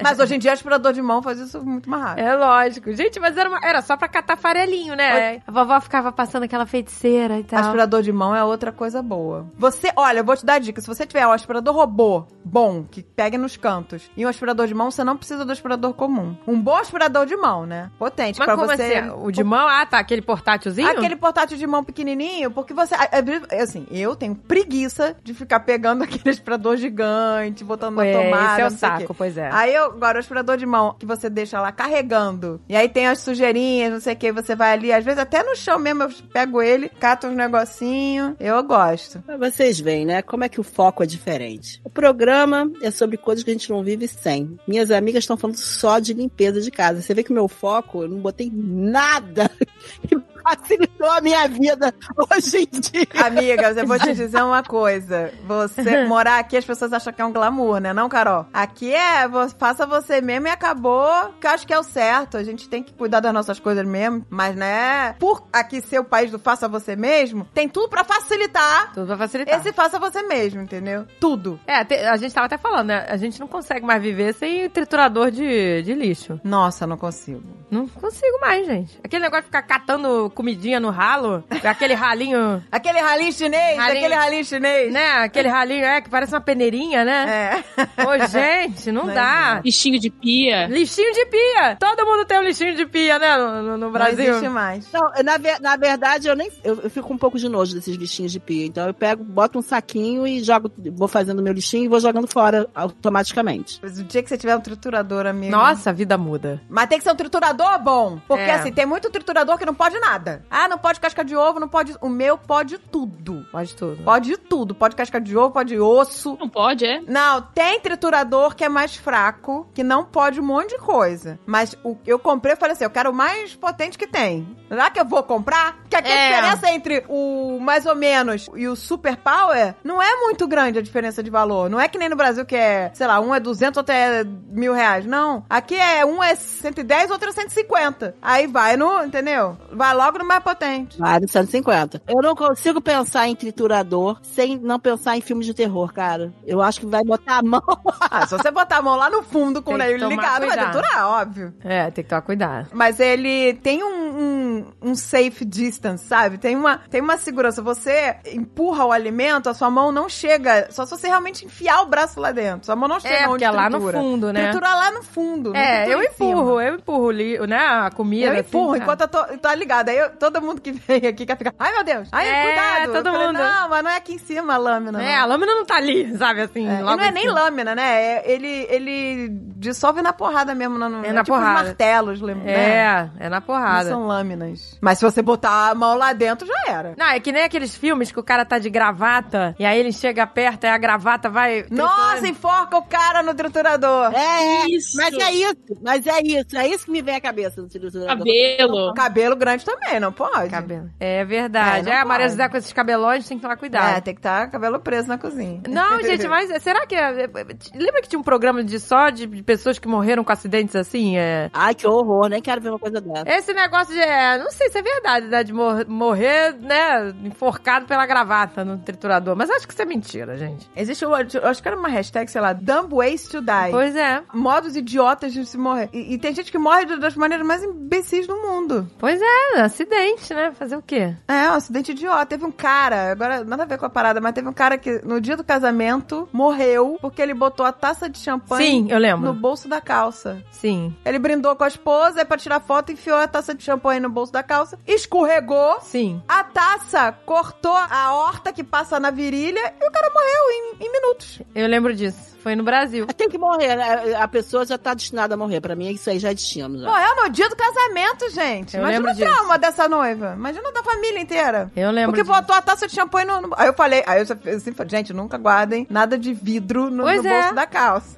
[SPEAKER 2] mas hoje em dia, aspirador de mão faz isso muito mais rápido.
[SPEAKER 1] É lógico. Gente, mas era, uma- era só pra catar farelinho, né? A vovó ficava passando aquela feiticeira e tal.
[SPEAKER 2] Aspirador de mão é outra coisa boa. Você, olha, eu vou te dar a dica. Se você tiver um aspirador robô bom, que pegue nos cantos, e um aspirador de mão, você não precisa do aspirador comum. Um bom aspirador de mão, né? Potente,
[SPEAKER 1] Mas
[SPEAKER 2] pra
[SPEAKER 1] como
[SPEAKER 2] você.
[SPEAKER 1] assim? O de mão? Ah, tá. Aquele portátilzinho?
[SPEAKER 2] Aquele portátil de mão pequenininho, porque você. a- a- Assim, eu tenho preguiça de ficar pegando *laughs* aquele aspirador gigante, botando na
[SPEAKER 1] É,
[SPEAKER 2] tomada.
[SPEAKER 1] esse é o
[SPEAKER 2] não sei quê.
[SPEAKER 1] saco, pois é.
[SPEAKER 2] Aí eu, agora, o aspirador de mão que você deixa lá carregando. E aí tem as sujeirinhas, não sei o que, você vai ali, às vezes até no chão mesmo eu pego ele, cato uns negocinhos. Eu gosto.
[SPEAKER 4] Mas Vocês veem, né? Como é que o foco é diferente. O programa é sobre coisas que a gente não vive sem. Minhas amigas estão falando só de limpeza de casa. Você vê que o meu foco, eu não botei nada *laughs* que facilitou a minha vida hoje em dia.
[SPEAKER 2] Amigas, eu vou te dizer uma coisa. Você morar aqui, as pessoas acham que é um glamour, né? Não, Carol? Aqui é, vo- faça você mesmo e acabou, que eu acho que é o certo. A gente tem que cuidar das nossas coisas mesmo. Mas, né, por aqui ser o país do faça você mesmo, tem tudo pra facilitar
[SPEAKER 1] Tudo pra facilitar.
[SPEAKER 2] esse faça você mesmo, entendeu? Tudo.
[SPEAKER 1] É, te- a gente tava até falando, né? A gente não consegue mais viver sem triturador de, de lixo.
[SPEAKER 2] Nossa, não consigo.
[SPEAKER 1] Não consigo mais, gente. Aquele negócio de ficar catando comidinha no ralo, aquele ralinho, *laughs*
[SPEAKER 2] Aquele ralinho chinês,
[SPEAKER 1] Ralinho.
[SPEAKER 2] aquele ralinho chinês.
[SPEAKER 1] né? Aquele ralinho, é, que parece uma peneirinha, né?
[SPEAKER 2] É.
[SPEAKER 1] Ô, gente, não
[SPEAKER 2] Não é
[SPEAKER 1] dá.
[SPEAKER 3] Bichinho de pia.
[SPEAKER 1] Lixinho de pia. Todo mundo tem um lixinho de pia, né, no, no- no
[SPEAKER 2] Não
[SPEAKER 1] Brasil.
[SPEAKER 2] existe mais.
[SPEAKER 4] Não, na, ver- na verdade, eu nem. Eu, eu fico um pouco de nojo desses lixinhos de pia. Então eu pego, boto um saquinho e jogo. Vou fazendo meu lixinho e vou jogando fora automaticamente.
[SPEAKER 2] Mas O dia que você tiver um triturador, amigo.
[SPEAKER 1] Nossa, a vida muda.
[SPEAKER 2] Mas tem que ser um triturador bom. Porque
[SPEAKER 1] É.
[SPEAKER 2] assim, tem muito triturador que não pode nada. Ah, não pode casca de ovo, não pode. O meu pode tudo.
[SPEAKER 1] Pode tudo.
[SPEAKER 2] Pode tudo. Pode casca de ovo, pode osso.
[SPEAKER 3] Não pode, é?
[SPEAKER 2] Não, tem triturador que é mais fraco, que não pode um monte de coisa. Mas o eu comprei e falei assim: eu quero o mais potente que tem. Será que eu vou comprar? Porque aqui
[SPEAKER 1] É.
[SPEAKER 2] a diferença entre o mais ou menos e o super power não é muito grande a diferença de valor. Não é que nem no Brasil que é, sei lá, um é 200, outro é mil reais. Não. Aqui é um é 110, outro é 150. Aí vai no, entendeu? Vai logo no
[SPEAKER 1] *laughs*
[SPEAKER 2] mais potente.
[SPEAKER 4] Vários 150. Eu não consigo pensar em triturador sem não pensar em filme de terror, cara. Eu acho que vai botar a mão. *laughs*
[SPEAKER 2] ah, se você botar a mão lá no fundo com o
[SPEAKER 1] Tem que
[SPEAKER 2] nariz
[SPEAKER 1] tomar
[SPEAKER 2] ligado, vai
[SPEAKER 1] cuidado.
[SPEAKER 2] triturar, óbvio.
[SPEAKER 1] É, tem que tomar cuidado.
[SPEAKER 2] Mas ele tem um, um, um safe distance, sabe? Tem uma, tem uma segurança. Você empurra o alimento, a sua mão não chega. Só se você realmente enfiar o braço lá dentro. Sua mão não chega
[SPEAKER 1] É,
[SPEAKER 2] onde
[SPEAKER 1] porque é lá no
[SPEAKER 2] tritura.
[SPEAKER 1] fundo, né?
[SPEAKER 2] Tritura lá no fundo. não
[SPEAKER 1] É,
[SPEAKER 2] tritura
[SPEAKER 1] eu
[SPEAKER 2] em cima.
[SPEAKER 1] empurro, eu empurro o li- né, a comida.
[SPEAKER 2] Eu
[SPEAKER 1] assim,
[SPEAKER 2] empurro
[SPEAKER 1] tá?
[SPEAKER 2] enquanto eu tô, eu tô ligada. Aí eu- todo mundo que vem aqui quer ficar. Ai, meu Deus! Ai,
[SPEAKER 1] É,
[SPEAKER 2] cuidado!
[SPEAKER 1] todo
[SPEAKER 2] Eu falei,
[SPEAKER 1] mundo.
[SPEAKER 2] Não, mas não é aqui em cima a lâmina.
[SPEAKER 1] É, a lâmina não tá ali, *laughs* sabe, assim,
[SPEAKER 2] É, e
[SPEAKER 1] logo
[SPEAKER 2] não é
[SPEAKER 1] em
[SPEAKER 2] nem
[SPEAKER 1] cima.
[SPEAKER 2] lâmina, né? É- ele, ele dissolve na porrada mesmo. Na,
[SPEAKER 1] É na
[SPEAKER 2] tipo os
[SPEAKER 1] porrada.
[SPEAKER 2] martelos, lembra? né?
[SPEAKER 1] É, é na porrada.
[SPEAKER 2] Não são lâminas. Mas se você botar a mão lá dentro, já era.
[SPEAKER 1] Não, é que nem aqueles filmes que o cara tá de gravata, e aí ele chega perto, aí a gravata vai...
[SPEAKER 2] Nossa, enforca o cara no triturador.
[SPEAKER 4] É, é.
[SPEAKER 3] Isso.
[SPEAKER 4] Mas é isso, mas é isso, é isso que me vem à cabeça do
[SPEAKER 3] Tá
[SPEAKER 4] triturador.
[SPEAKER 3] Cabelo.
[SPEAKER 2] Cabelo grande também, não pode?
[SPEAKER 1] Cabelo. É verdade.
[SPEAKER 2] É,
[SPEAKER 1] É,
[SPEAKER 2] não
[SPEAKER 1] a Maria
[SPEAKER 2] pode.
[SPEAKER 1] José com esses cabelões tem que tomar
[SPEAKER 2] É,
[SPEAKER 1] cuidado.
[SPEAKER 2] tem que estar cabelo preso na cozinha. *laughs*
[SPEAKER 1] *laughs* Não, gente, mas será que... é- é- é- Lembra que tinha um programa de só de de pessoas que morreram com acidentes assim? É...
[SPEAKER 4] Ai, que horror, nem quero ver uma coisa dessa.
[SPEAKER 1] Esse negócio de. é, não sei se é verdade, né? De mor- morrer, né? Enforcado pela gravata no triturador. Mas acho que isso é mentira, gente.
[SPEAKER 2] Existe, eu acho que era uma hashtag, sei lá, dumb ways to die.
[SPEAKER 1] Pois é.
[SPEAKER 2] Modos idiotas de se morrer. E, e tem gente que morre das maneiras mais imbecis do mundo.
[SPEAKER 1] Pois é, acidente, né? Fazer o quê?
[SPEAKER 2] É, um acidente idiota. Teve um cara, agora nada a ver com a parada, mas teve um cara que no dia do casamento morreu porque ele botou a taça de champanhe
[SPEAKER 1] Sim, eu lembro.
[SPEAKER 2] no bolso da calça.
[SPEAKER 1] Sim.
[SPEAKER 2] Ele brindou com a esposa, aí pra tirar foto, enfiou a taça de champanhe no bolso da calça, escorregou,
[SPEAKER 1] Sim.
[SPEAKER 2] a taça cortou a horta que passa na virilha e o cara morreu em, em minutos.
[SPEAKER 1] Eu lembro disso. Foi no Brasil.
[SPEAKER 4] Mas Tem que morrer, né? A pessoa já tá destinada a morrer. Pra mim, isso aí já é destino. Já.
[SPEAKER 2] Morreu no dia do casamento, gente.
[SPEAKER 1] Eu
[SPEAKER 2] Imagina
[SPEAKER 1] lembro
[SPEAKER 2] o
[SPEAKER 1] disso.
[SPEAKER 2] trauma dessa noiva. Imagina da família inteira.
[SPEAKER 1] Eu lembro
[SPEAKER 2] Porque
[SPEAKER 1] disso.
[SPEAKER 2] botou a taça de champanhe no, no- Aí eu falei, aí eu já eu sempre falei, gente, nunca guardem nada de vidro no,
[SPEAKER 1] Pois
[SPEAKER 2] no
[SPEAKER 1] é.
[SPEAKER 2] bolso da calça.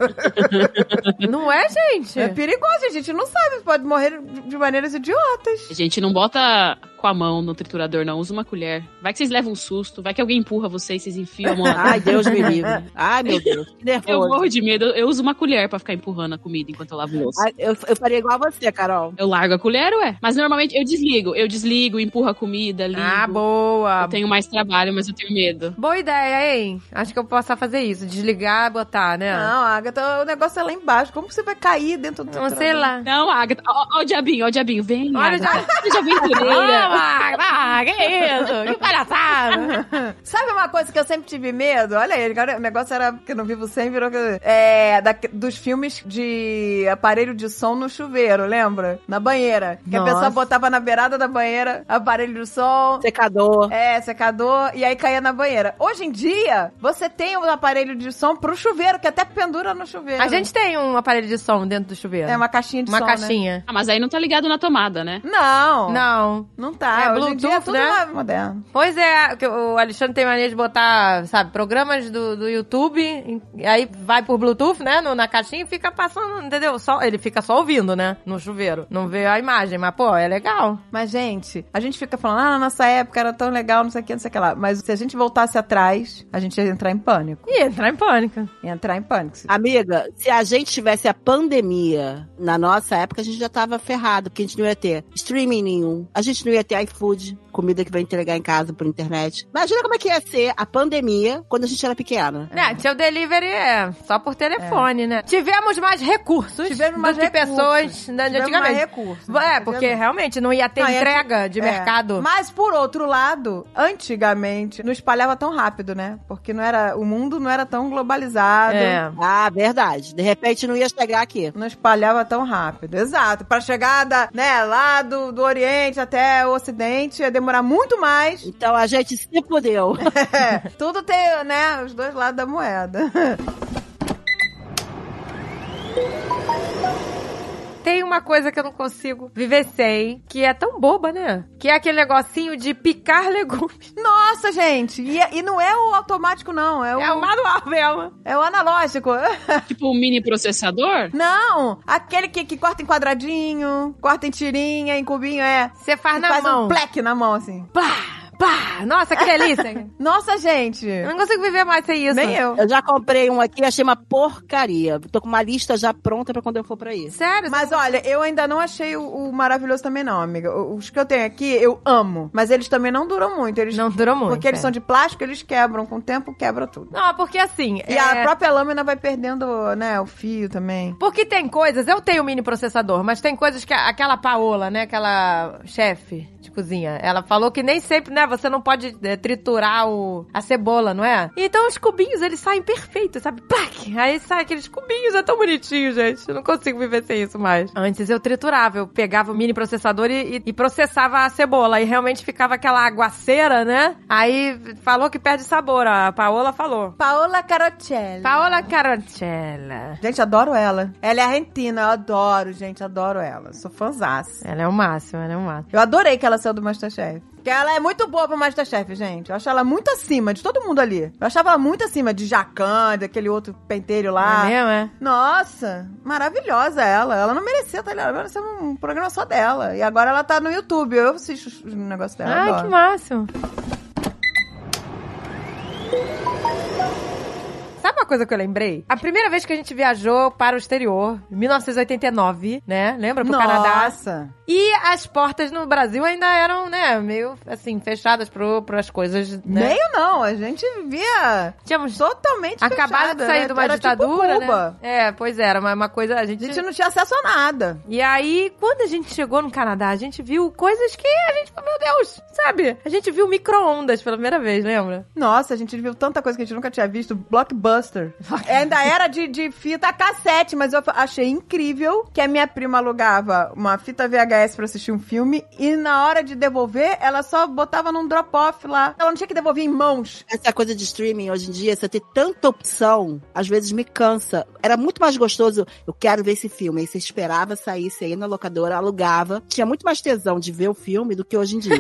[SPEAKER 1] Não é, gente?
[SPEAKER 2] É perigoso, gente. A gente não sabe, pode morrer de de maneiras idiotas.
[SPEAKER 3] A gente não bota com a mão no triturador, não. Usa uma colher. Vai que vocês levam um susto. Vai que alguém empurra vocês, vocês enfiam a mão lá.
[SPEAKER 4] Ai, Deus me livre. Ai, meu Deus. Que nervoso.
[SPEAKER 3] Eu morro de medo. Eu uso uma colher pra ficar empurrando a comida enquanto eu lavo o louça.
[SPEAKER 4] Ai, eu, eu faria igual a você, Carol.
[SPEAKER 3] Eu largo a colher, ué. Mas normalmente eu desligo. Eu desligo, empurro a comida, ligo.
[SPEAKER 1] Ah, boa.
[SPEAKER 3] Eu tenho mais trabalho, mas eu tenho medo.
[SPEAKER 1] Boa ideia, hein? Acho que eu posso fazer isso. Desligar, botar, né?
[SPEAKER 2] Não, Agatha, o negócio é lá embaixo. Como que você vai cair dentro do
[SPEAKER 1] Não, sei lá.
[SPEAKER 3] Não, Agatha. Ó, ó o diabinho, ó o diabinho. Vem,
[SPEAKER 1] Olha o
[SPEAKER 3] Agatha. Olha
[SPEAKER 1] *laughs*
[SPEAKER 3] de aventureira.
[SPEAKER 1] Ah, ah, que isso? Que palhaçada.
[SPEAKER 2] Sabe uma coisa que eu sempre tive medo? Olha aí, agora o negócio era que eu não vivo sem, virou. que- É, da- dos filmes de aparelho de som no chuveiro, lembra? Na banheira. Que
[SPEAKER 1] Nossa.
[SPEAKER 2] a pessoa botava na beirada da banheira aparelho de som.
[SPEAKER 4] Secador.
[SPEAKER 2] É, secador, e aí caía na banheira. Hoje em dia, você tem um aparelho de som pro chuveiro, que até pendura no chuveiro.
[SPEAKER 1] A gente tem um aparelho de som dentro do chuveiro.
[SPEAKER 2] É uma caixinha de
[SPEAKER 1] Uma
[SPEAKER 2] som. né?
[SPEAKER 1] caixinha.
[SPEAKER 3] Ah, mas aí não tá ligado na
[SPEAKER 1] *laughs*
[SPEAKER 3] tomada, né?
[SPEAKER 2] Não.
[SPEAKER 1] Não.
[SPEAKER 2] Não tá.
[SPEAKER 1] É
[SPEAKER 2] Hoje em dia é
[SPEAKER 1] Bluetooth,
[SPEAKER 2] tudo
[SPEAKER 1] né?
[SPEAKER 2] mais moderno.
[SPEAKER 1] Pois é, que o Alexandre tem mania de botar, sabe, programas do, do YouTube, em- aí vai por Bluetooth, né, no- na caixinha e fica passando, entendeu? Só, ele fica só ouvindo, né, no chuveiro. Não vê a imagem, mas, pô, é legal.
[SPEAKER 2] Mas, gente, a gente fica falando, ah, na nossa época era tão legal, não sei o que, não sei o que lá. Mas se a gente voltasse atrás, a gente ia entrar em pânico.
[SPEAKER 1] E entrar em pânico.
[SPEAKER 2] Ia entrar em pânico.
[SPEAKER 1] Ah,
[SPEAKER 4] Amiga, se a gente tivesse a pandemia na nossa época, a gente já tava ferrado, porque a gente não ia ter streaming nenhum, a gente não ia ter iFood, comida que vai entregar em casa por internet. Imagina como é que ia ser a pandemia quando a gente era pequena.
[SPEAKER 1] Né, tinha o delivery, é, só por telefone, né. Tivemos mais recursos
[SPEAKER 2] Tivemos
[SPEAKER 1] do
[SPEAKER 2] mais
[SPEAKER 1] que
[SPEAKER 2] recursos.
[SPEAKER 1] pessoas né, de
[SPEAKER 2] Tivemos mais
[SPEAKER 1] antigamente.
[SPEAKER 2] recursos.
[SPEAKER 1] É, porque realmente não ia ter
[SPEAKER 2] Não, ia ter-
[SPEAKER 1] entrega de
[SPEAKER 2] É.
[SPEAKER 1] mercado.
[SPEAKER 2] Mas, por outro lado, antigamente, não espalhava tão rápido, né? Porque não era, o mundo não era tão globalizado.
[SPEAKER 1] É.
[SPEAKER 4] Ah, verdade. De repente não ia chegar aqui.
[SPEAKER 2] Não espalhava tão rápido. Exato. Pra chegada, né, lá do, do Oriente até o Ocidente, ia demorar muito mais.
[SPEAKER 4] Então a gente se fudeu.
[SPEAKER 2] É, tudo tem, né, os dois lados da moeda. *laughs*
[SPEAKER 1] Tem uma coisa que eu não consigo viver sem, que é tão boba, né? Que é aquele negocinho de picar legumes.
[SPEAKER 2] Nossa, gente! E, e não é o automático, não. É o,
[SPEAKER 1] É o manual mesmo.
[SPEAKER 2] é o analógico. *laughs*
[SPEAKER 3] Tipo um mini processador.
[SPEAKER 2] Não! Aquele que, que corta em quadradinho, corta em tirinha, em cubinho, é.
[SPEAKER 1] Você faz
[SPEAKER 2] E
[SPEAKER 1] Tá na
[SPEAKER 2] faz
[SPEAKER 1] mão.
[SPEAKER 2] um pleque na mão, assim.
[SPEAKER 1] Pá, pá. Nossa, que *laughs* delícia.
[SPEAKER 2] Nossa, gente!
[SPEAKER 1] eu não consigo viver mais sem isso.
[SPEAKER 2] Nem eu.
[SPEAKER 4] Eu já comprei um aqui, achei uma porcaria. Tô com uma lista já pronta pra quando eu for pra isso.
[SPEAKER 1] Sério?
[SPEAKER 2] Mas olha, eu ainda não achei o, o maravilhoso também, não, amiga. O- Os que eu tenho aqui, eu amo. Mas eles também não duram muito. Eles,
[SPEAKER 1] Não durou muito.
[SPEAKER 2] porque eles
[SPEAKER 1] é.
[SPEAKER 2] são de plástico, eles quebram. Com o tempo, quebra tudo.
[SPEAKER 1] Não, porque assim...
[SPEAKER 2] E
[SPEAKER 1] é-
[SPEAKER 2] a própria lâmina vai perdendo, né, o fio também.
[SPEAKER 1] Porque tem coisas, eu tenho mini processador, mas tem coisas que a- aquela Paola, né, aquela chefe de cozinha, ela falou que nem sempre, né, você não pode é, triturar o, a cebola, não é? Então os cubinhos, eles saem perfeitos, sabe? Plac! Aí sai aqueles cubinhos, é tão bonitinho, gente. Eu não consigo viver sem isso mais. Antes eu triturava, eu pegava o mini processador e, e- e processava a cebola, e realmente ficava aquela aguaceira, né? Aí falou que perde sabor, a Paola falou.
[SPEAKER 2] Paola Carocelli.
[SPEAKER 1] Paola Carotella.
[SPEAKER 2] Gente, adoro ela. Ela é argentina, eu adoro, gente, adoro ela. Sou fãzaça.
[SPEAKER 1] Ela é o máximo, ela é o máximo.
[SPEAKER 2] Eu adorei que ela saiu do Masterchef. Porque ela é muito boa pro Masterchef, gente. Eu acho ela muito acima de todo mundo ali. Eu achava ela muito acima de Jacan, daquele outro penteiro lá.
[SPEAKER 1] É mesmo, é?
[SPEAKER 2] Nossa, maravilhosa ela. Ela não merecia, tá ligado? Ela merecia um programa só dela. E agora ela tá no YouTube. Eu assisto os- os negócios dela.
[SPEAKER 1] Ai,
[SPEAKER 2] adoro.
[SPEAKER 1] que máximo. Sabe uma coisa que eu lembrei? A primeira vez que a gente viajou para o exterior, em 1989, né? Lembra? Pro Canadá.
[SPEAKER 2] Nossa.
[SPEAKER 1] E as portas no Brasil ainda eram, né, meio assim, fechadas pro, pras coisas, né?
[SPEAKER 2] Meio não, a gente via
[SPEAKER 1] Tínhamos
[SPEAKER 2] totalmente
[SPEAKER 1] acabado
[SPEAKER 2] fechada,
[SPEAKER 1] de sair
[SPEAKER 2] né?
[SPEAKER 1] de uma
[SPEAKER 2] Era tipo
[SPEAKER 1] ditadura,
[SPEAKER 2] Cuba.
[SPEAKER 1] né? É, pois é, era uma, uma coisa... A gente...
[SPEAKER 2] A gente não tinha acesso a nada.
[SPEAKER 1] E aí, quando a gente chegou no Canadá, a gente viu coisas que a gente falou, meu Deus, sabe? A gente viu micro-ondas pela primeira vez, lembra?
[SPEAKER 2] Nossa, a gente viu tanta coisa que a gente nunca tinha visto. Blockbuster. Caster. É, Ainda era de, de fita cassete, mas eu achei incrível que a minha prima alugava uma fita VHS pra assistir um filme e na hora de devolver, ela só botava num drop-off lá. Ela não tinha que devolver em mãos. *laughs*
[SPEAKER 4] Essa coisa de streaming hoje em dia, você ter tanta opção, às vezes me cansa. Era muito mais gostoso, eu quero ver esse filme. Aí você esperava sair, você ia na locadora, alugava. Tinha muito mais tesão de ver o filme do que hoje em dia.
[SPEAKER 2] um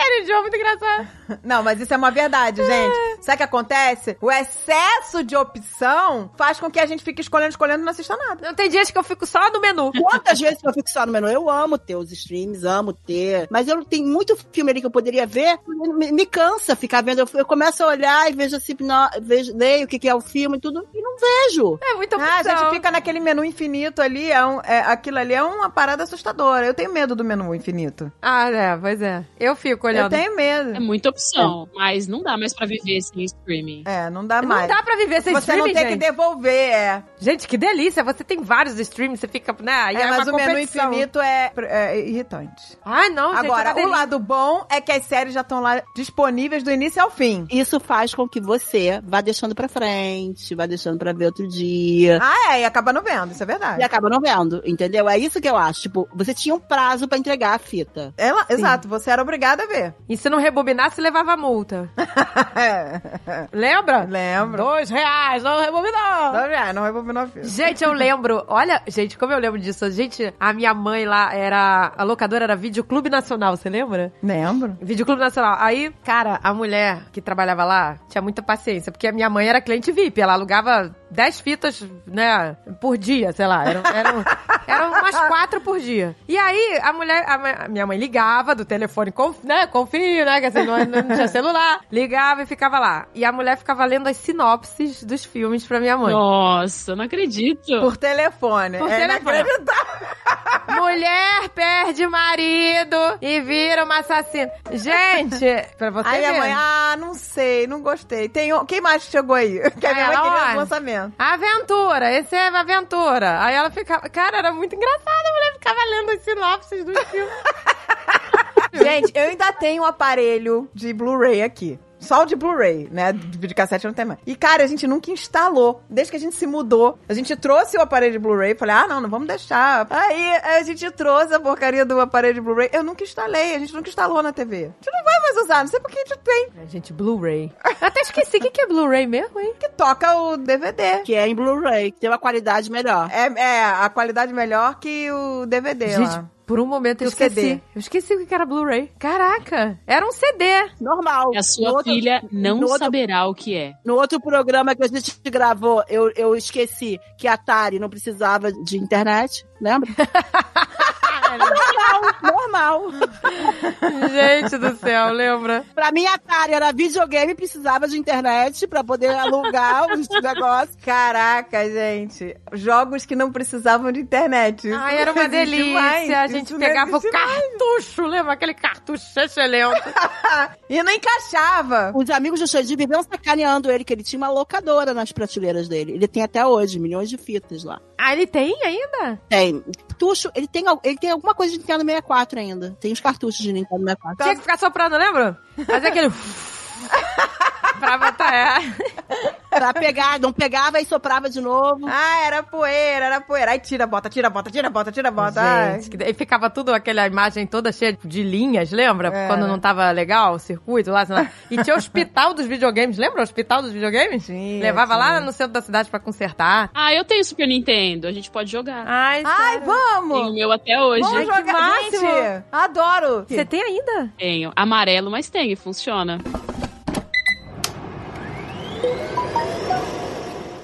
[SPEAKER 1] Ele João, muito engraçado.
[SPEAKER 2] Não, mas isso é uma verdade, gente. Sabe o que acontece? O excesso de opção faz com que a gente fique escolhendo, escolhendo e não assista nada.
[SPEAKER 1] Não tem dias que eu fico só no menu.
[SPEAKER 4] Quantas vezes que eu fico só no menu? Eu amo ter os streams, amo ter. Mas eu não tenho muito filme ali que eu poderia ver. Me, me cansa ficar vendo. Eu, eu começo a olhar e vejo assim, não, vejo, leio o que, que é o filme e tudo, e não vejo.
[SPEAKER 1] É muita opção.
[SPEAKER 2] Ah, a gente fica naquele menu infinito ali, é um- é- aquilo ali é uma parada assustadora. Eu tenho medo do menu infinito.
[SPEAKER 1] Ah, é, pois é. Eu fico
[SPEAKER 2] Eu
[SPEAKER 1] olhando.
[SPEAKER 2] tenho
[SPEAKER 3] É
[SPEAKER 2] medo.
[SPEAKER 3] muita
[SPEAKER 4] É.
[SPEAKER 3] opção, mas não dá mais pra viver sem streaming.
[SPEAKER 2] É, não dá
[SPEAKER 1] Não
[SPEAKER 2] mais.
[SPEAKER 1] dá pra viver sem
[SPEAKER 2] Você não
[SPEAKER 1] streaming,
[SPEAKER 2] tem que
[SPEAKER 1] gente.
[SPEAKER 2] devolver, é.
[SPEAKER 1] Gente, que delícia. Você tem vários streams, você fica, né? Aí
[SPEAKER 2] É,
[SPEAKER 1] é, uma
[SPEAKER 2] mas o menu
[SPEAKER 1] competição.
[SPEAKER 2] infinito é, é irritante.
[SPEAKER 1] Ai, não, gente. é
[SPEAKER 2] Agora,
[SPEAKER 1] uma
[SPEAKER 2] o
[SPEAKER 1] delícia.
[SPEAKER 2] lado bom é que as séries já estão lá disponíveis do início ao fim.
[SPEAKER 4] Isso faz com que você vá deixando pra frente, vá deixando pra ver outro dia.
[SPEAKER 2] Ah, é, e acaba não vendo, isso é
[SPEAKER 4] E
[SPEAKER 2] verdade.
[SPEAKER 4] acaba não vendo, entendeu? É isso que eu acho. Tipo, você tinha um prazo pra entregar a fita.
[SPEAKER 2] Ela, exato, você era obrigada a ver. *laughs*
[SPEAKER 1] E se não rebobinasse, levava multa. Lembra?
[SPEAKER 2] É. Lembro.
[SPEAKER 1] Dois reais, não rebobinou.
[SPEAKER 2] Não, já, não é rebobinou a fita.
[SPEAKER 1] Gente, eu lembro. Olha, gente, como eu lembro disso. Gente, a minha mãe lá era. A locadora era Videoclube Nacional, você lembra?
[SPEAKER 2] Lembro.
[SPEAKER 1] Videoclube Nacional. Aí, cara, a mulher que trabalhava lá tinha muita paciência, porque a minha mãe era cliente VIP. Ela alugava 10 fitas, né, por dia, sei lá. Eram, eram, eram umas quatro por dia. E aí, a mulher, a, ma- a minha mãe ligava do telefone, com, né, confio, né, que assim, não, não tinha celular. Ligava e ficava lá. E a mulher ficava lendo as sinopses dos filmes pra minha mãe.
[SPEAKER 3] Nossa, não acredito.
[SPEAKER 2] Por telefone.
[SPEAKER 1] Por
[SPEAKER 2] é
[SPEAKER 1] telefone.
[SPEAKER 2] inacreditável.
[SPEAKER 1] Mulher perde marido e vira uma assassina. Gente, *laughs* pra você
[SPEAKER 2] Aí
[SPEAKER 1] ver.
[SPEAKER 2] minha mãe, ah, não sei, não gostei. Tem, um- quem mais chegou aí? *laughs* Que a
[SPEAKER 1] Aí
[SPEAKER 2] minha mãe
[SPEAKER 1] ela,
[SPEAKER 2] queria
[SPEAKER 1] olha.
[SPEAKER 2] um lançamento.
[SPEAKER 1] Aventura, esse é aventura. Aí ela ficava. Cara, era muito engraçado, a mulher ficava lendo os sinopses dos filmes.
[SPEAKER 2] Gente, eu ainda tenho um aparelho de Blu-ray aqui. Só o de Blu-ray, né? De videocassete não tem mais. E, cara, a gente nunca instalou. Desde que a gente se mudou, a gente trouxe o aparelho de Blu-ray. Falei, ah, não, não vamos deixar. Aí a gente trouxe a porcaria do aparelho de Blu-ray. Eu nunca instalei, a gente nunca instalou na TV. A gente não vai mais usar, não sei por que a gente tem.
[SPEAKER 1] Gente, Blu-ray. Eu até esqueci o que, que é Blu-ray mesmo, hein?
[SPEAKER 2] Que toca o DVD.
[SPEAKER 4] Que é em Blu-ray, que tem uma qualidade melhor.
[SPEAKER 2] É, é a qualidade melhor que o DVD
[SPEAKER 1] Gente,
[SPEAKER 2] lá.
[SPEAKER 1] por um momento eu
[SPEAKER 2] O CD.
[SPEAKER 1] esqueci. Eu esqueci o que que era Blu-ray. Caraca, era um *laughs* CD.
[SPEAKER 4] Normal.
[SPEAKER 3] E a sua
[SPEAKER 4] No outro-
[SPEAKER 3] filha não
[SPEAKER 4] no outro-
[SPEAKER 3] saberá o que é.
[SPEAKER 4] No outro programa que a gente gravou, eu, eu esqueci que a Atari não precisava de internet, lembra? normal, *laughs* normal.
[SPEAKER 1] Gente do céu, lembra?
[SPEAKER 4] Pra mim, a Atari era videogame e precisava de internet pra poder alugar os *laughs* negócios.
[SPEAKER 2] Caraca, gente. Jogos que não precisavam de internet. Isso
[SPEAKER 1] Ai, era uma
[SPEAKER 2] não existe
[SPEAKER 1] delícia.
[SPEAKER 2] mais.
[SPEAKER 1] a gente
[SPEAKER 2] Isso não
[SPEAKER 1] pegava o
[SPEAKER 2] existe mais.
[SPEAKER 1] cartucho, lembra? Aquele cartucho excelente.
[SPEAKER 2] E não encaixava.
[SPEAKER 4] Os amigos do Xandi viviam sacaneando ele, que ele tinha uma locadora nas prateleiras dele. Ele tem até hoje milhões de fitas lá.
[SPEAKER 1] Ah, ele tem ainda?
[SPEAKER 4] Tem. É, Tuxo, ele tem, al- ele tem alguma coisa de Nintendo 64 ainda. Tem os cartuchos de Nintendo 64.
[SPEAKER 1] Tinha que ficar soprando, lembra? Fazer
[SPEAKER 2] *laughs*
[SPEAKER 1] aquele... pra botar... É.
[SPEAKER 4] Pra pegar, não pegava e soprava de novo.
[SPEAKER 2] Ah, era poeira, era poeira. Aí tira, bota, tira, bota, tira, bota, tira, bota. Ai.
[SPEAKER 1] Gente, que- e ficava tudo aquela imagem toda cheia de linhas, lembra?
[SPEAKER 2] Era.
[SPEAKER 1] Quando não tava legal o circuito lá, sei lá. E tinha o hospital dos videogames, lembra o hospital dos videogames?
[SPEAKER 2] Tinha,
[SPEAKER 1] Levava lá
[SPEAKER 2] tinha.
[SPEAKER 1] no centro da cidade pra consertar.
[SPEAKER 3] Ah, eu tenho Super Nintendo, a gente pode jogar.
[SPEAKER 1] Ai,
[SPEAKER 2] Ai,
[SPEAKER 3] Tenho o
[SPEAKER 2] vamos!
[SPEAKER 3] meu até hoje.
[SPEAKER 2] Vamos
[SPEAKER 1] Ai, que
[SPEAKER 2] jogar,
[SPEAKER 1] máximo.
[SPEAKER 2] gente! Adoro!
[SPEAKER 1] Você tem ainda?
[SPEAKER 3] Tenho. Amarelo, mas tenho, funciona.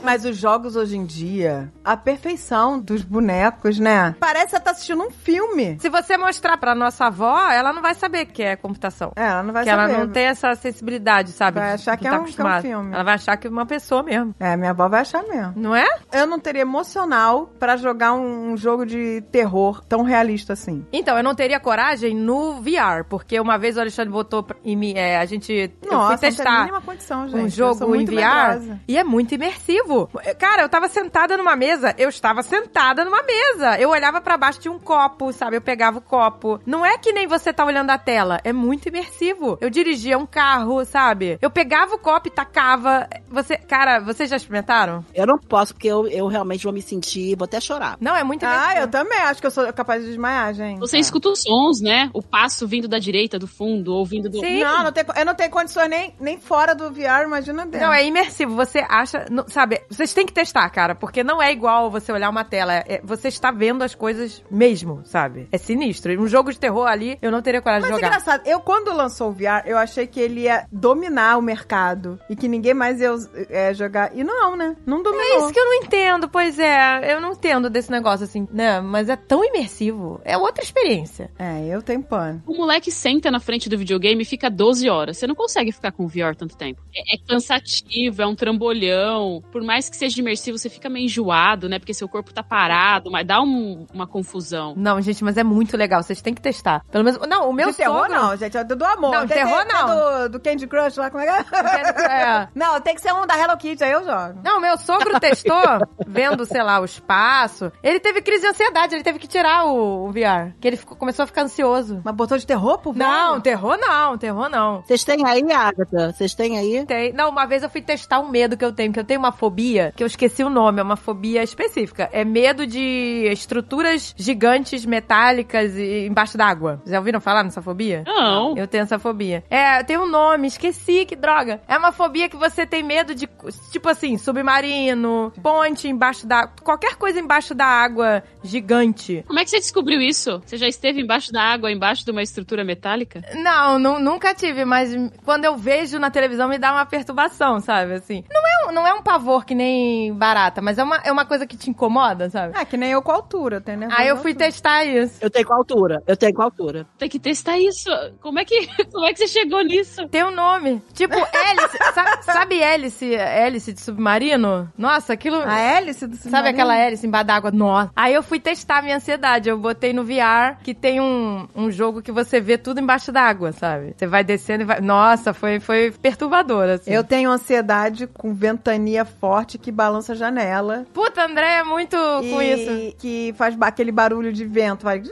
[SPEAKER 2] Mas os jogos hoje em dia, a perfeição dos bonecos, né? Parece que você tá assistindo um filme.
[SPEAKER 1] Se você mostrar pra nossa avó, ela não vai saber que é computação.
[SPEAKER 2] É, ela não vai
[SPEAKER 1] que
[SPEAKER 2] saber.
[SPEAKER 1] ela não tem essa sensibilidade, sabe?
[SPEAKER 2] Vai
[SPEAKER 1] de-
[SPEAKER 2] achar
[SPEAKER 1] de
[SPEAKER 2] que é
[SPEAKER 1] tá
[SPEAKER 2] um- que é um
[SPEAKER 1] acostumada.
[SPEAKER 2] filme.
[SPEAKER 1] Ela vai achar que é uma pessoa mesmo.
[SPEAKER 2] É, minha avó vai achar mesmo.
[SPEAKER 1] Não é?
[SPEAKER 2] Eu não teria emocional pra jogar um jogo de terror tão realista assim.
[SPEAKER 1] Então, eu não teria coragem no VR, porque uma vez o Alexandre botou pra- em mim, é, a gente eu fui
[SPEAKER 2] Nossa, não tem a
[SPEAKER 1] testar
[SPEAKER 2] mínima condição, gente.
[SPEAKER 1] um
[SPEAKER 2] Eu sou
[SPEAKER 1] jogo em
[SPEAKER 2] muito
[SPEAKER 1] VR
[SPEAKER 2] medrosa.
[SPEAKER 1] e é muito imersivo. vivo. Cara, eu tava sentada numa mesa, eu estava sentada numa mesa. Eu olhava pra baixo de um copo, sabe? Eu pegava o copo. Não é que nem você tá olhando a tela, é muito imersivo. Eu dirigia um carro, sabe? Eu pegava o copo e tacava. Você, cara, vocês já experimentaram?
[SPEAKER 4] Eu não posso, porque eu, eu realmente vou me sentir, vou até chorar.
[SPEAKER 1] Não, é muito imersivo.
[SPEAKER 2] Ah, eu também acho que eu sou capaz de desmaiar, gente.
[SPEAKER 3] Você é escuta os sons, né? O passo vindo da direita, do fundo, ou vindo do.
[SPEAKER 1] Sim.
[SPEAKER 2] Não, não tem, eu não tenho condições nem, nem fora do VR, imagina dentro.
[SPEAKER 1] Não, é imersivo. Você acha. não- sabe, vocês têm que testar, cara, porque não é igual você olhar uma tela. É- você está vendo as coisas mesmo, sabe? É sinistro. E Um jogo de terror ali, eu não teria coragem
[SPEAKER 2] Mas
[SPEAKER 1] de
[SPEAKER 2] é
[SPEAKER 1] jogar.
[SPEAKER 2] engraçado, eu quando lançou o VR, eu achei que ele ia dominar o mercado e que ninguém mais ia é, jogar. E não, né? Não
[SPEAKER 1] É
[SPEAKER 2] dominou.
[SPEAKER 1] isso que eu não entendo, pois é. Eu não entendo desse negócio assim, né? Mas é tão imersivo. É outra experiência.
[SPEAKER 2] É, eu tenho pano.
[SPEAKER 3] O moleque senta na frente do videogame e fica 12 horas. Você não consegue ficar com o VR tanto tempo. É, é cansativo, é um trambolhão. Por mais que seja imersivo, você fica meio enjoado, né? Porque seu corpo tá parado, mas dá um- uma confusão.
[SPEAKER 1] Não, gente, mas é muito legal. Vocês têm que testar. Pelo menos. Não, o meu
[SPEAKER 2] de terror
[SPEAKER 1] sogro- *laughs*
[SPEAKER 2] não, gente. É do, do amor.
[SPEAKER 1] Não,
[SPEAKER 2] Tem-
[SPEAKER 1] terror
[SPEAKER 2] tem- tem
[SPEAKER 1] não.
[SPEAKER 2] Do, do Candy Crush lá, como é que é?
[SPEAKER 1] É.
[SPEAKER 2] Não, tem que ser um da Hello Kitty, aí eu jogo.
[SPEAKER 1] Não, meu
[SPEAKER 2] *laughs*
[SPEAKER 1] sogro testou, vendo, sei lá, o espaço. Ele teve crise de ansiedade, ele teve que tirar o, o VR. Que ele ficou- começou a ficar ansioso.
[SPEAKER 2] Mas botou de terror pro velho?
[SPEAKER 1] Não, terror não, terror não.
[SPEAKER 4] Vocês têm aí, Agatha? Vocês têm aí?
[SPEAKER 1] Tem. Não, uma vez eu fui testar um medo que eu tenho, que eu tenho uma fobia, que eu esqueci o nome, é uma fobia específica. É medo de estruturas gigantes metálicas e embaixo d'água. Já ouviram falar nessa fobia?
[SPEAKER 3] Não.
[SPEAKER 1] Eu tenho essa fobia. É, tem um nome, esqueci, que droga. É uma fobia que você tem medo de, tipo assim, submarino, ponte embaixo da... Qualquer coisa embaixo da água gigante.
[SPEAKER 3] Como é que você descobriu isso? Você já esteve embaixo da água, embaixo de uma estrutura metálica?
[SPEAKER 1] Não, nu- nunca tive, mas quando eu vejo na televisão me dá uma perturbação, sabe, assim. Não é, um- não é um pavor que nem barata, mas é uma, é uma coisa que te incomoda, sabe?
[SPEAKER 2] Ah, que nem eu com a altura, tem né?
[SPEAKER 1] Aí eu fui testar isso.
[SPEAKER 4] Eu tenho com altura? Eu tenho com altura.
[SPEAKER 3] Tem que testar isso. Como é que, *laughs* como é que você chegou nisso?
[SPEAKER 1] Tem um nome. Tipo, hélice. *laughs* Sa- sabe hélice, hélice de submarino? Nossa, aquilo...
[SPEAKER 2] A hélice do
[SPEAKER 1] Sabe
[SPEAKER 2] Ah, é submarino?
[SPEAKER 1] aquela hélice embaixo d'água? Nossa. Aí eu fui testar a minha ansiedade. Eu botei no VR, que tem um, um jogo que você vê tudo embaixo d'água, sabe? Você vai descendo e vai... Nossa, foi, foi perturbador, assim.
[SPEAKER 2] Eu tenho ansiedade com ventania forte que balança a janela.
[SPEAKER 1] Puta, André é muito com
[SPEAKER 2] E
[SPEAKER 1] isso.
[SPEAKER 2] Que faz ba- aquele barulho de vento. vai-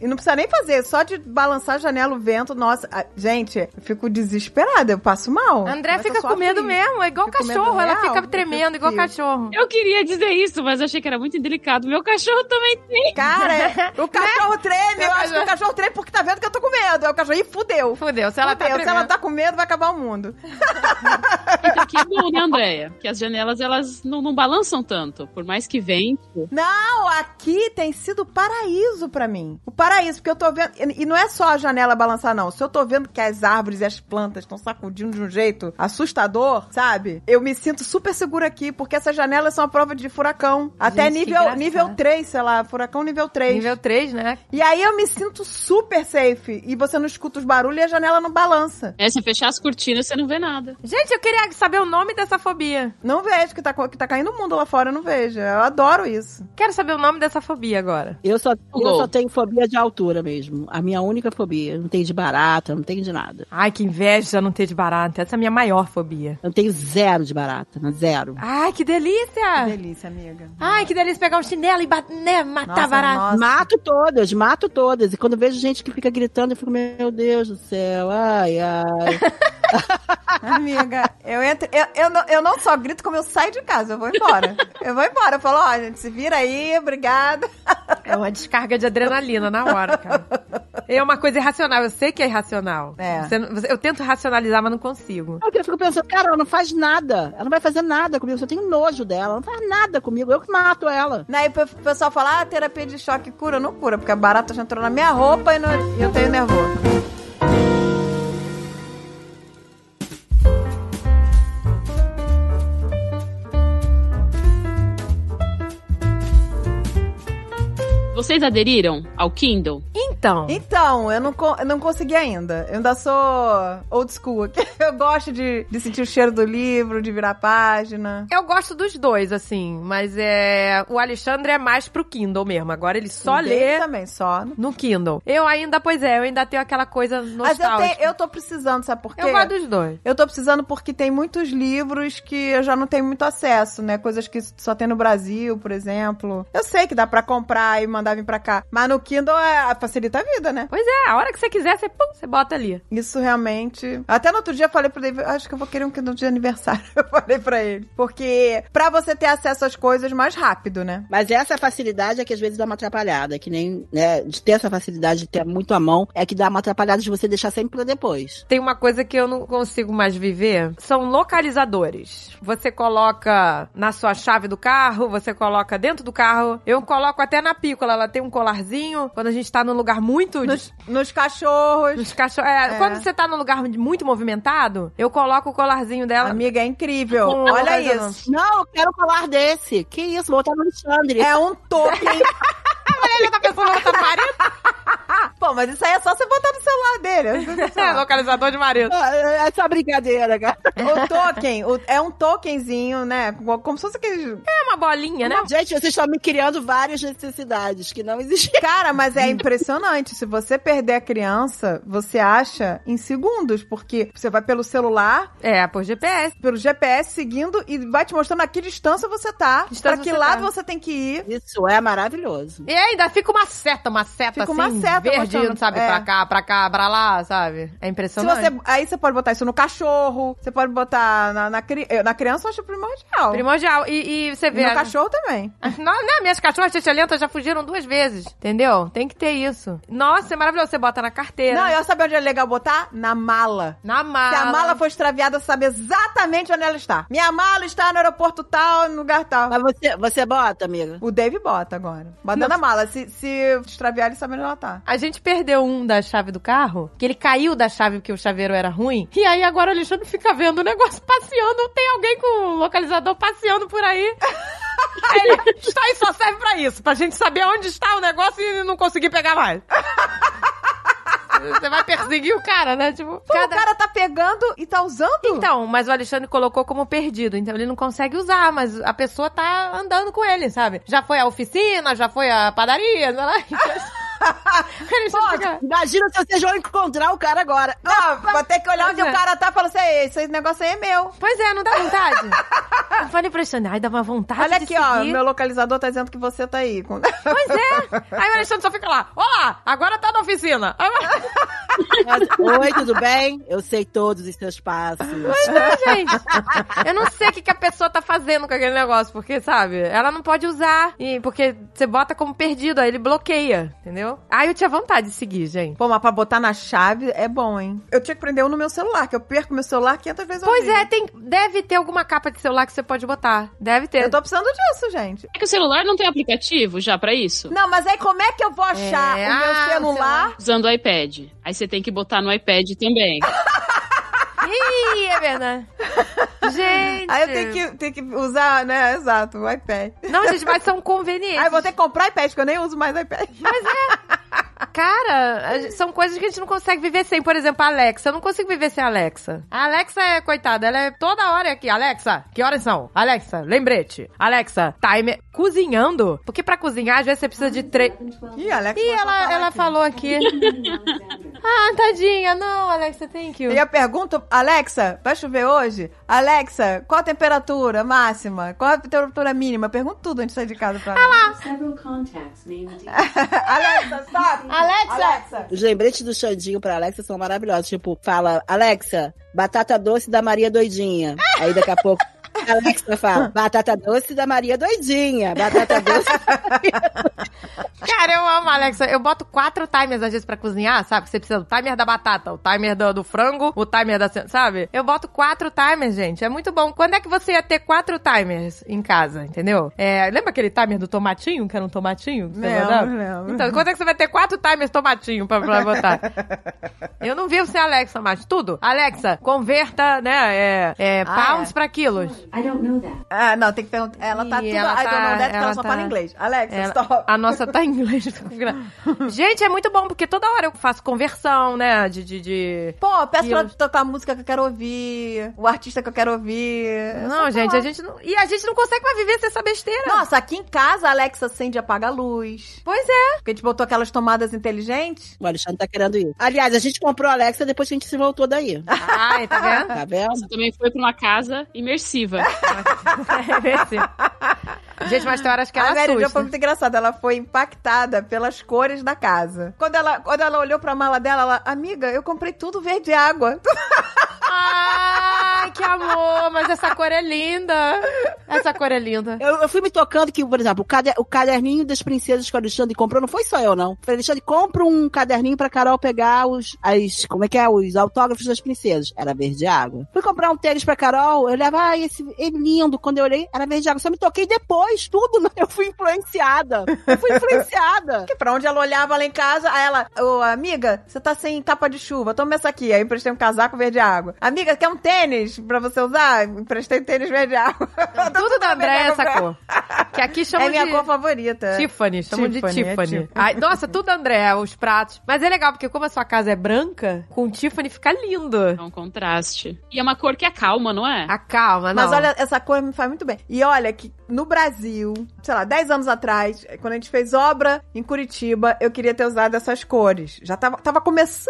[SPEAKER 2] E não precisa nem fazer, só de balançar a janela o vento, nossa. a- Gente, eu fico desesperada, eu passo mal.
[SPEAKER 1] André
[SPEAKER 2] Começa
[SPEAKER 1] fica
[SPEAKER 2] a
[SPEAKER 1] com
[SPEAKER 2] suar
[SPEAKER 1] medo
[SPEAKER 2] frio.
[SPEAKER 1] mesmo, é igual
[SPEAKER 2] Fica com medo
[SPEAKER 1] cachorro, ela
[SPEAKER 2] real,
[SPEAKER 1] fica
[SPEAKER 2] eu
[SPEAKER 1] tremendo igual
[SPEAKER 2] fico.
[SPEAKER 1] cachorro.
[SPEAKER 3] Eu queria dizer isso, mas achei que era muito indelicado. Meu cachorro também tem.
[SPEAKER 2] Cara,
[SPEAKER 1] *laughs*
[SPEAKER 2] é- o cachorro treme, eu
[SPEAKER 1] Né? Eu
[SPEAKER 2] acho que o cachorro treme porque tá vendo que eu tô com medo. Aí o cachorro, ih, fudeu.
[SPEAKER 1] Fudeu, se ela tá
[SPEAKER 2] Fudeu, se ela
[SPEAKER 1] tremendo.
[SPEAKER 2] tá com medo, vai acabar o mundo.
[SPEAKER 3] Então que é bom, né, Andréia? Que as janelas, elas não, não balançam tanto. Por mais que vente.
[SPEAKER 2] Não, aqui tem sido o paraíso pra mim. O paraíso, porque eu tô vendo. E e não é só a janela balançar, não. Se eu tô vendo que as árvores e as plantas estão sacudindo de um jeito assustador, sabe? Eu me sinto super segura aqui, porque essas janelas são a prova de furacão. Até
[SPEAKER 1] que
[SPEAKER 2] nível,
[SPEAKER 1] engraçado.
[SPEAKER 2] nível 3, sei lá, furacão nível 3.
[SPEAKER 1] Nível 3, né?
[SPEAKER 2] E aí eu me sinto super safe. E você não escuta os barulhos e a janela não balança.
[SPEAKER 3] É, se fechar as cortinas, você não vê nada.
[SPEAKER 1] Gente, eu queria saber o nome dessa fobia.
[SPEAKER 2] Não vejo que tá, co- que tá caindo o mundo lá fora, eu não vejo. Eu adoro isso.
[SPEAKER 1] Quero saber o nome dessa fobia agora.
[SPEAKER 4] Eu só, eu
[SPEAKER 3] Google.
[SPEAKER 4] só tenho fobia de altura mesmo. A minha única fobia. Eu Não tenho de barata, eu não tenho de nada.
[SPEAKER 1] Ai, que inveja não ter de barata. Essa é a minha maior fobia.
[SPEAKER 4] Eu tenho zero de barata, né? zero.
[SPEAKER 1] Ai, que
[SPEAKER 2] Que
[SPEAKER 1] delícia!
[SPEAKER 2] delícia, amiga.
[SPEAKER 1] Ai, que delícia pegar um chinelo e ba- né, matar
[SPEAKER 2] Nossa,
[SPEAKER 1] barata.
[SPEAKER 2] nossa.
[SPEAKER 4] Mato todas, mato todas. E quando eu vejo gente que fica gritando, eu fico, meu Deus do céu, ai, ai.
[SPEAKER 2] Amiga, eu entro. Eu, eu, não, eu não só grito, como eu saio de casa. Eu vou embora. Eu vou embora. Eu falo, ó, gente, se vira aí, obrigada.
[SPEAKER 1] É uma descarga de adrenalina na hora, cara. É uma coisa irracional, eu sei que é irracional.
[SPEAKER 2] É.
[SPEAKER 1] Você não- você- eu tento racionalizar, mas não consigo.
[SPEAKER 4] Porque eu fico pensando, cara, ela não faz nada. Ela não vai fazer nada comigo. Eu só tenho nojo dela. Ela não faz nada comigo. Eu que mato ela.
[SPEAKER 2] Daí o pessoal fala, ah, terapia de choque cura. Não cura, porque a barata já entrou na minha roupa e, não- e eu tenho nervoso.
[SPEAKER 3] Vocês aderiram ao Kindle?
[SPEAKER 1] Então.
[SPEAKER 2] Então, eu não, co- eu não consegui ainda. Eu ainda sou old school. aqui. *laughs* Eu gosto de, de sentir o cheiro do livro, de virar a página.
[SPEAKER 1] Eu gosto dos dois, assim, mas é. O Alexandre é mais pro Kindle mesmo. Agora ele só
[SPEAKER 2] O dele
[SPEAKER 1] lê
[SPEAKER 2] também, só.
[SPEAKER 1] no Kindle. Eu ainda, pois é, eu ainda tenho aquela coisa
[SPEAKER 2] Mas eu,
[SPEAKER 1] nostálgica.
[SPEAKER 2] tenho, eu tô precisando, sabe por quê?
[SPEAKER 1] Eu gosto dos dois.
[SPEAKER 2] Eu tô precisando porque tem muitos livros que eu já não tenho muito acesso, né? Coisas que só tem no Brasil, por exemplo. Eu sei que dá pra comprar e mandar vir pra cá, mas no Kindle é, facilita a vida, né?
[SPEAKER 1] Pois é, a hora que você quiser, você, pum, você bota ali.
[SPEAKER 2] Isso realmente. Até no outro dia eu falei pro David, acho que eu vou querer um Kindle de aniversário. *laughs* Eu falei pra ele. Porque pra você ter acesso às coisas mais rápido, né?
[SPEAKER 4] Mas essa facilidade é que às vezes dá uma atrapalhada, que nem, né, de ter essa facilidade de ter muito à mão, é que dá uma atrapalhada de você deixar sempre pra depois.
[SPEAKER 1] Tem uma coisa que eu não consigo mais viver, são localizadores. Você coloca na sua chave do carro, você coloca dentro do carro. Eu coloco até na pícola, ela tem um colarzinho. Quando a gente tá num lugar muito
[SPEAKER 2] Nos, nos cachorros.
[SPEAKER 1] Os cachorros. é,
[SPEAKER 2] É.
[SPEAKER 1] Quando você tá num lugar muito movimentado, eu coloco o colarzinho dela.
[SPEAKER 2] Amiga, é incrível.
[SPEAKER 1] Com-
[SPEAKER 2] Olha
[SPEAKER 1] com-
[SPEAKER 2] *laughs* isso.
[SPEAKER 4] Não, eu quero falar desse. Que isso, vou botar no Alexandre.
[SPEAKER 2] É um token. *laughs*
[SPEAKER 1] Ele tá pensando que tá no marido?
[SPEAKER 2] Pô, mas isso aí é só você botar no celular dele.
[SPEAKER 1] É, localizador de marido.
[SPEAKER 4] Ah, É só brincadeira, cara.
[SPEAKER 2] O token, o- é um tokenzinho, né? Como se fosse aquele.
[SPEAKER 1] É uma bolinha, né?
[SPEAKER 4] Gente, vocês estão me criando várias necessidades que não existiam.
[SPEAKER 2] Cara, mas é impressionante. Se você perder a criança, você acha em segundos, porque você vai pelo celular,
[SPEAKER 1] É, por GPS.
[SPEAKER 2] pelo GPS seguindo e vai te mostrando a que distância você tá,
[SPEAKER 1] Distância
[SPEAKER 2] pra que
[SPEAKER 1] você
[SPEAKER 2] lado
[SPEAKER 1] tá.
[SPEAKER 2] você tem que ir.
[SPEAKER 4] Isso é maravilhoso.
[SPEAKER 1] E ainda fica uma seta, uma seta
[SPEAKER 2] Fica
[SPEAKER 1] assim,
[SPEAKER 2] uma seta
[SPEAKER 1] verde,
[SPEAKER 2] mostrando.
[SPEAKER 1] não sabe,
[SPEAKER 2] É.
[SPEAKER 1] pra cá, pra cá, pra lá, sabe? É
[SPEAKER 2] Se
[SPEAKER 1] impressionante.
[SPEAKER 2] você, aí você pode botar isso no cachorro, você pode botar na, na, cri- eu- na criança, eu acho primordial.
[SPEAKER 1] Primordial. E, e você
[SPEAKER 2] E
[SPEAKER 1] vê...
[SPEAKER 2] no cachorro também.
[SPEAKER 1] Não, não, né, minhas cachorras lentas já fugiram duas vezes, entendeu? Tem que ter isso. Nossa, é maravilhoso. Você bota na carteira,
[SPEAKER 2] Não, eu sabe onde é legal botar? Na mala.
[SPEAKER 1] na mala.
[SPEAKER 2] Se a mala for extraviada, eu sabe exatamente onde ela está. Minha mala está no aeroporto tal, no lugar tal.
[SPEAKER 4] Mas você, você bota, amiga?
[SPEAKER 2] O Dave bota agora. Bota na mala. Se, se extraviar, ele sabe onde ela tá.
[SPEAKER 1] A gente perdeu um da chave do carro, que ele caiu da chave porque o chaveiro era ruim. E aí agora o Alexandre fica vendo o negócio *laughs* passeando. Tem alguém com um localizador passeando por *laughs* aí. Aí ele, isso aí só serve pra isso, pra gente saber onde está o negócio e não conseguir pegar mais. Você vai perseguir o cara, né? Tipo,
[SPEAKER 2] Pô,
[SPEAKER 1] cada-
[SPEAKER 2] o cara tá pegando e tá usando?
[SPEAKER 1] Então, mas o Alexandre colocou como perdido, então ele não consegue usar, mas a pessoa tá andando com ele, sabe? Já foi à oficina, já foi à padaria, sei lá. *laughs* Alexandre fica-
[SPEAKER 4] Imagina se vocês vão encontrar o cara agora.
[SPEAKER 2] Ah, vou ter que olhar onde
[SPEAKER 1] Pois é.
[SPEAKER 2] o cara tá e falar assim, "Ei, esse negócio aí é meu.
[SPEAKER 1] Pois é, não dá
[SPEAKER 2] *laughs*
[SPEAKER 1] vontade? eu falei pra Alexandre, ai, dá uma vontade
[SPEAKER 2] Olha
[SPEAKER 1] de
[SPEAKER 2] aqui, ó,
[SPEAKER 1] seguir.
[SPEAKER 2] meu localizador tá dizendo que você tá aí. *laughs* com-
[SPEAKER 1] Pois é. Aí o Alexandre só fica lá, olá, agora tá na oficina. Agora...
[SPEAKER 4] Mas, Oi, tudo bem? Eu sei todos os seus
[SPEAKER 1] *laughs*
[SPEAKER 4] passos.
[SPEAKER 1] Não, gente, eu não sei o que, que a pessoa tá fazendo com aquele negócio, porque, sabe, ela não pode usar, e porque você bota como perdido, aí ele bloqueia, entendeu? Aí eu tinha vontade de seguir, gente.
[SPEAKER 2] Pô, mas pra botar na chave é bom, hein? Eu tinha que prender um no meu celular, que eu perco meu celular 500 vezes ao
[SPEAKER 1] Pois
[SPEAKER 2] dia.
[SPEAKER 1] é, tem, deve ter alguma capa de celular que você pode botar. Deve ter.
[SPEAKER 2] Eu tô precisando disso, gente.
[SPEAKER 3] É que o celular não tem aplicativo já pra isso?
[SPEAKER 2] Não, mas aí como é que eu vou achar
[SPEAKER 1] É,
[SPEAKER 2] o meu
[SPEAKER 1] ah, o
[SPEAKER 2] celular?
[SPEAKER 3] Usando o iPad. Aí você tem que botar no iPad também.
[SPEAKER 1] Ih, é verdade. Gente.
[SPEAKER 2] *laughs* Aí eu tenho que, tenho que usar, né? Exato, o iPad.
[SPEAKER 1] Não, gente, mas são convenientes.
[SPEAKER 2] Aí eu vou ter que comprar iPad, porque eu nem uso mais iPad.
[SPEAKER 1] Cara, a gente- são coisas que a gente não consegue viver sem. Por exemplo, a Alexa. Eu não consigo viver sem a Alexa. A Alexa é, coitada, ela é toda hora aqui. Alexa, que horas são? Alexa, lembrete. Alexa, timer. Cozinhando? Porque pra cozinhar, às vezes você precisa de três.
[SPEAKER 2] Ih, Alex,
[SPEAKER 1] Ih,
[SPEAKER 2] começou
[SPEAKER 1] ela,
[SPEAKER 2] a falar
[SPEAKER 1] ela
[SPEAKER 2] aqui.
[SPEAKER 1] falou aqui. ah, tadinha. Não, Alexa, thank you.
[SPEAKER 2] E eu pergunto, Alexa, vai chover hoje? Alexa, qual a temperatura máxima? Qual a temperatura mínima? Eu pergunto tudo antes de sair de casa pra ela. *laughs*
[SPEAKER 6] Several contacts named.
[SPEAKER 2] Alexa, stop!
[SPEAKER 1] Alexa!
[SPEAKER 2] Alexa!
[SPEAKER 4] Os lembretes do Xandinho pra Alexa são maravilhosos. Tipo, fala, Alexa, batata doce da Maria Doidinha. Aí daqui a pouco. a Alexa fala, batata doce da Maria Doidinha, batata doce. *laughs*
[SPEAKER 1] Cara, eu amo, Alexa. Eu boto quatro timers às vezes pra cozinhar, sabe? Que você precisa do timer da batata, o timer do, do frango, o timer da. ce- Sabe? Eu boto quatro timers, gente. É muito bom. Quando é que você ia ter quatro timers em casa, entendeu? É, lembra aquele timer do tomatinho, que era um tomatinho? Que você
[SPEAKER 2] Lembro,
[SPEAKER 1] mandava?
[SPEAKER 2] lembro.
[SPEAKER 1] Então, quando é que você vai ter quatro timers tomatinho pra, pra
[SPEAKER 2] *laughs*
[SPEAKER 1] botar? eu não vivo sem Alexa mais. Tudo. Alexa, converta, né? É, é,
[SPEAKER 2] Ah,
[SPEAKER 1] pounds
[SPEAKER 2] é.
[SPEAKER 1] pra quilos.
[SPEAKER 6] I don't know that.
[SPEAKER 2] Ah, não, tem que perguntar. Ela tá
[SPEAKER 1] Ih,
[SPEAKER 2] tudo.
[SPEAKER 1] ela
[SPEAKER 2] I don't
[SPEAKER 1] tá-
[SPEAKER 2] know that, porque ela
[SPEAKER 1] ela
[SPEAKER 2] só
[SPEAKER 1] tá-
[SPEAKER 2] fala inglês. Alexa,
[SPEAKER 1] Ela-
[SPEAKER 2] stop.
[SPEAKER 1] A nossa tá em inglês.
[SPEAKER 2] *laughs*
[SPEAKER 1] Gente, é muito bom, porque toda hora eu faço conversão, né? De. de, de-
[SPEAKER 2] Pô, peço
[SPEAKER 1] E
[SPEAKER 2] pra
[SPEAKER 1] eu-
[SPEAKER 2] tocar a música que eu quero ouvir, o artista que eu quero ouvir.
[SPEAKER 1] Não, gente, a gente não. E a gente não consegue mais viver sem essa besteira.
[SPEAKER 2] Nossa, aqui em casa a Alexa acende e apaga a luz.
[SPEAKER 1] Pois é.
[SPEAKER 2] Porque a gente botou aquelas tomadas inteligentes.
[SPEAKER 4] O Alexandre tá querendo ir. Aliás, a gente comprou a Alexa depois que a gente se voltou daí.
[SPEAKER 1] Ai, tá
[SPEAKER 2] *laughs*
[SPEAKER 1] vendo?
[SPEAKER 4] Tá vendo?
[SPEAKER 3] Você também foi pra uma casa imersiva.
[SPEAKER 1] É, vê se- gente, mas tem horas que ela
[SPEAKER 2] a Mary Jo
[SPEAKER 1] assusta.
[SPEAKER 2] foi muito engraçada. Ela foi impactada pelas cores da casa. Quando ela, quando ela olhou pra mala dela, ela... Amiga, eu comprei tudo verde água. *laughs*
[SPEAKER 1] Ai, que amor! Mas essa cor é linda! Essa cor é linda.
[SPEAKER 4] Eu, eu fui me tocando que, por exemplo, o, cade- o caderninho das princesas que o Alexandre comprou não foi só eu, não. Falei, Alexandre, compra um caderninho pra Carol pegar os, as, como é que é, os autógrafos das princesas. Era verde água. Fui comprar um tênis pra Carol, eu olhava, ah, esse é lindo. Quando eu olhei, era verde água. Só me toquei depois, tudo, *laughs* né? eu fui influenciada. Eu fui influenciada.
[SPEAKER 2] Porque pra onde ela olhava lá em casa, aí ela... Ô, amiga, você tá sem capa de chuva. Toma essa aqui. Aí eu emprestei um casaco verde água. Amiga, quer um tênis pra você usar? Emprestei um tênis verde água. Tá
[SPEAKER 1] Tudo da André é
[SPEAKER 2] verde água pra
[SPEAKER 1] essa
[SPEAKER 2] ela.
[SPEAKER 1] cor. Que aqui chama
[SPEAKER 2] É minha
[SPEAKER 1] de...
[SPEAKER 2] cor favorita.
[SPEAKER 1] Tiffany, chamam
[SPEAKER 2] Tiffany,
[SPEAKER 1] de
[SPEAKER 2] é
[SPEAKER 1] Tiffany.
[SPEAKER 2] Tiffany.
[SPEAKER 1] Ai, nossa, tudo André, os pratos. Mas é legal, porque como a sua casa é branca, com Tiffany fica lindo.
[SPEAKER 3] É um contraste. E é uma cor que acalma, não é?
[SPEAKER 1] Acalma, Ah, não.
[SPEAKER 2] Mas olha, essa cor me faz muito bem. E olha que no Brasil, sei lá, 10 anos atrás, quando a gente fez obra em Curitiba, eu queria ter usado essas cores. Já tava, tava começando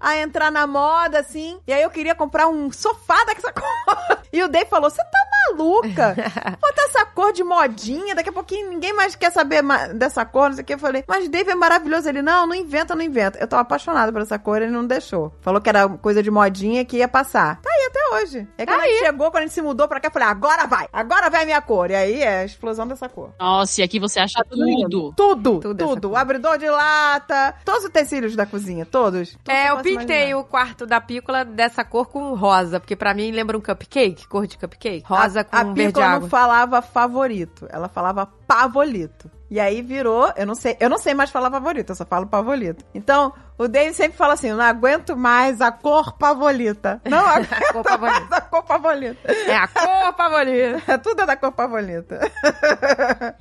[SPEAKER 2] a entrar na moda, assim. E aí eu queria comprar um sofá dessa *laughs* cor. E o Dave falou: Você tá maluca? Bota essa cor de modinha, daqui a pouquinho ninguém mais quer saber ma- dessa cor, não sei o que. Eu falei, mas Dave é maravilhoso. Ele, não, não inventa, não inventa. Eu tava apaixonada por essa cor, ele não deixou. Falou que era coisa de modinha que ia passar. Tá aí até hoje. É que quando a gente chegou, quando a gente se mudou pra cá, eu falei, agora vai, agora vai a minha cor. E aí é a explosão dessa cor.
[SPEAKER 3] Nossa, e aqui você acha tudo.
[SPEAKER 1] Tudo
[SPEAKER 2] Tudo, tudo.
[SPEAKER 1] essa
[SPEAKER 2] O abridor de lata, todos os utensílios da cozinha, todos. Tudo que
[SPEAKER 1] É, eu
[SPEAKER 2] posso
[SPEAKER 1] pintei
[SPEAKER 2] imaginar.
[SPEAKER 1] o quarto da pícola dessa cor com rosa, porque pra mim lembra um cupcake, cor de cupcake. Rosa
[SPEAKER 2] a,
[SPEAKER 1] com um
[SPEAKER 2] a
[SPEAKER 1] verde
[SPEAKER 2] Piccola
[SPEAKER 1] água.
[SPEAKER 2] não falava favorito, ela falava pavolito. E aí virou, eu não sei, eu não sei mais falar favorito, eu só falo pavolito. Então, o Dave sempre fala assim: eu não aguento mais a cor pavolita. Não
[SPEAKER 1] *laughs*
[SPEAKER 2] *laughs* aguento
[SPEAKER 1] cor pavolita.
[SPEAKER 2] mais a cor pavolita.
[SPEAKER 1] É a cor favorita.
[SPEAKER 2] Tudo é da cor pavolita.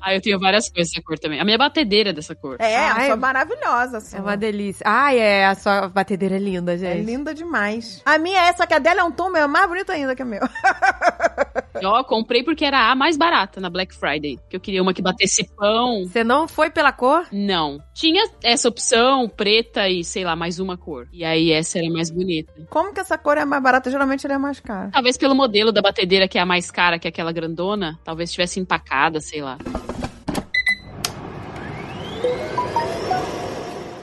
[SPEAKER 3] Ah, eu tenho várias coisas dessa cor também. A minha batedeira é dessa cor.
[SPEAKER 2] É,
[SPEAKER 1] Ai,
[SPEAKER 2] eu sou maravilhosa. Assim.
[SPEAKER 1] É uma delícia. Ai, é, a sua batedeira é linda,
[SPEAKER 2] É
[SPEAKER 1] gente.
[SPEAKER 2] linda demais. A minha é essa, que a dela é um tom meio mais bonito ainda que o meu. *laughs*
[SPEAKER 3] E, Ó, comprei porque era a mais barata na Black Friday. Que eu queria uma que batesse pão.
[SPEAKER 1] Você não foi pela cor?
[SPEAKER 3] Não. Tinha essa opção preta e, sei lá, mais uma cor. E aí essa era mais bonita.
[SPEAKER 2] Como que essa cor é mais barata? Geralmente ela é mais cara.
[SPEAKER 3] Talvez pelo modelo da batedeira, que é a mais cara, que é aquela grandona, talvez tivesse empacada, sei lá.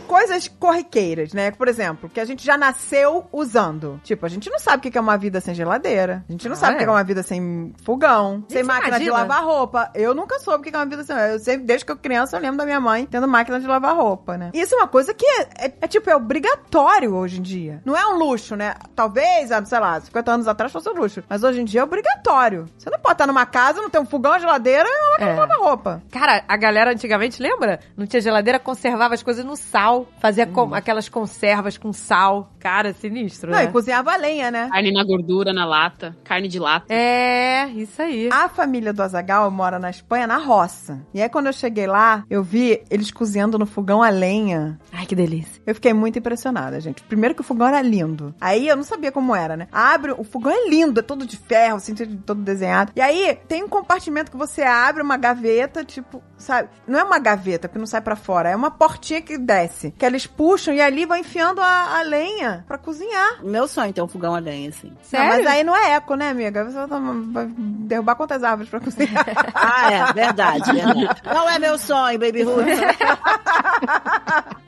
[SPEAKER 2] coisas corriqueiras, né? Por exemplo, que a gente já nasceu usando. Tipo, a gente não sabe o que que é uma vida sem geladeira. A gente não
[SPEAKER 1] Ah,
[SPEAKER 2] sabe o que
[SPEAKER 1] é?
[SPEAKER 2] que é uma vida sem fogão, sem
[SPEAKER 1] você
[SPEAKER 2] máquina de
[SPEAKER 1] imagina?
[SPEAKER 2] lavar roupa. Eu nunca soube o que que é uma vida sem. Eu sempre, desde que eu criança, eu lembro da minha mãe tendo máquina de lavar roupa, né? Isso é uma coisa que é, é- é, tipo, é obrigatório hoje em dia. Não é um luxo, né? Talvez, ah, sei lá, 50 anos atrás fosse um luxo. Mas hoje em dia é obrigatório. Você não pode estar numa casa, não ter um fogão, uma geladeira e uma máquina
[SPEAKER 1] É.
[SPEAKER 2] de lavar roupa.
[SPEAKER 1] Cara, a galera antigamente, lembra? Não tinha geladeira, conservava as coisas no sal. Fazia com- aquelas conservas com sal. Cara, sinistro,
[SPEAKER 2] Hum. Não, e
[SPEAKER 1] né?
[SPEAKER 2] cozinhava a lenha, né?
[SPEAKER 3] Carne na gordura, na lata. Carne de lata.
[SPEAKER 1] É, isso aí.
[SPEAKER 2] A família do Azagal mora na Espanha, na roça. E aí, quando eu cheguei lá, eu vi eles cozinhando no fogão a lenha.
[SPEAKER 1] Ai, que delícia.
[SPEAKER 2] Eu fiquei muito impressionada, gente. Primeiro que o fogão era lindo. Aí eu não sabia como era, né? Abre, o fogão é lindo, é todo de ferro, assim, todo desenhado. E aí tem um compartimento que você abre uma gaveta, tipo, sabe? Não é uma gaveta que não sai pra fora, é uma portinha que desce. Que eles puxam e ali vão enfiando a, a lenha pra cozinhar.
[SPEAKER 4] Meu sonho é ter um fogão a lenha, assim.
[SPEAKER 2] Não,
[SPEAKER 1] Sério?
[SPEAKER 2] mas aí não é eco, né, amiga? Você vai derrubar quantas árvores pra cozinhar?
[SPEAKER 4] Ah, é, verdade, verdade. Não é meu sonho, Baby Ruth.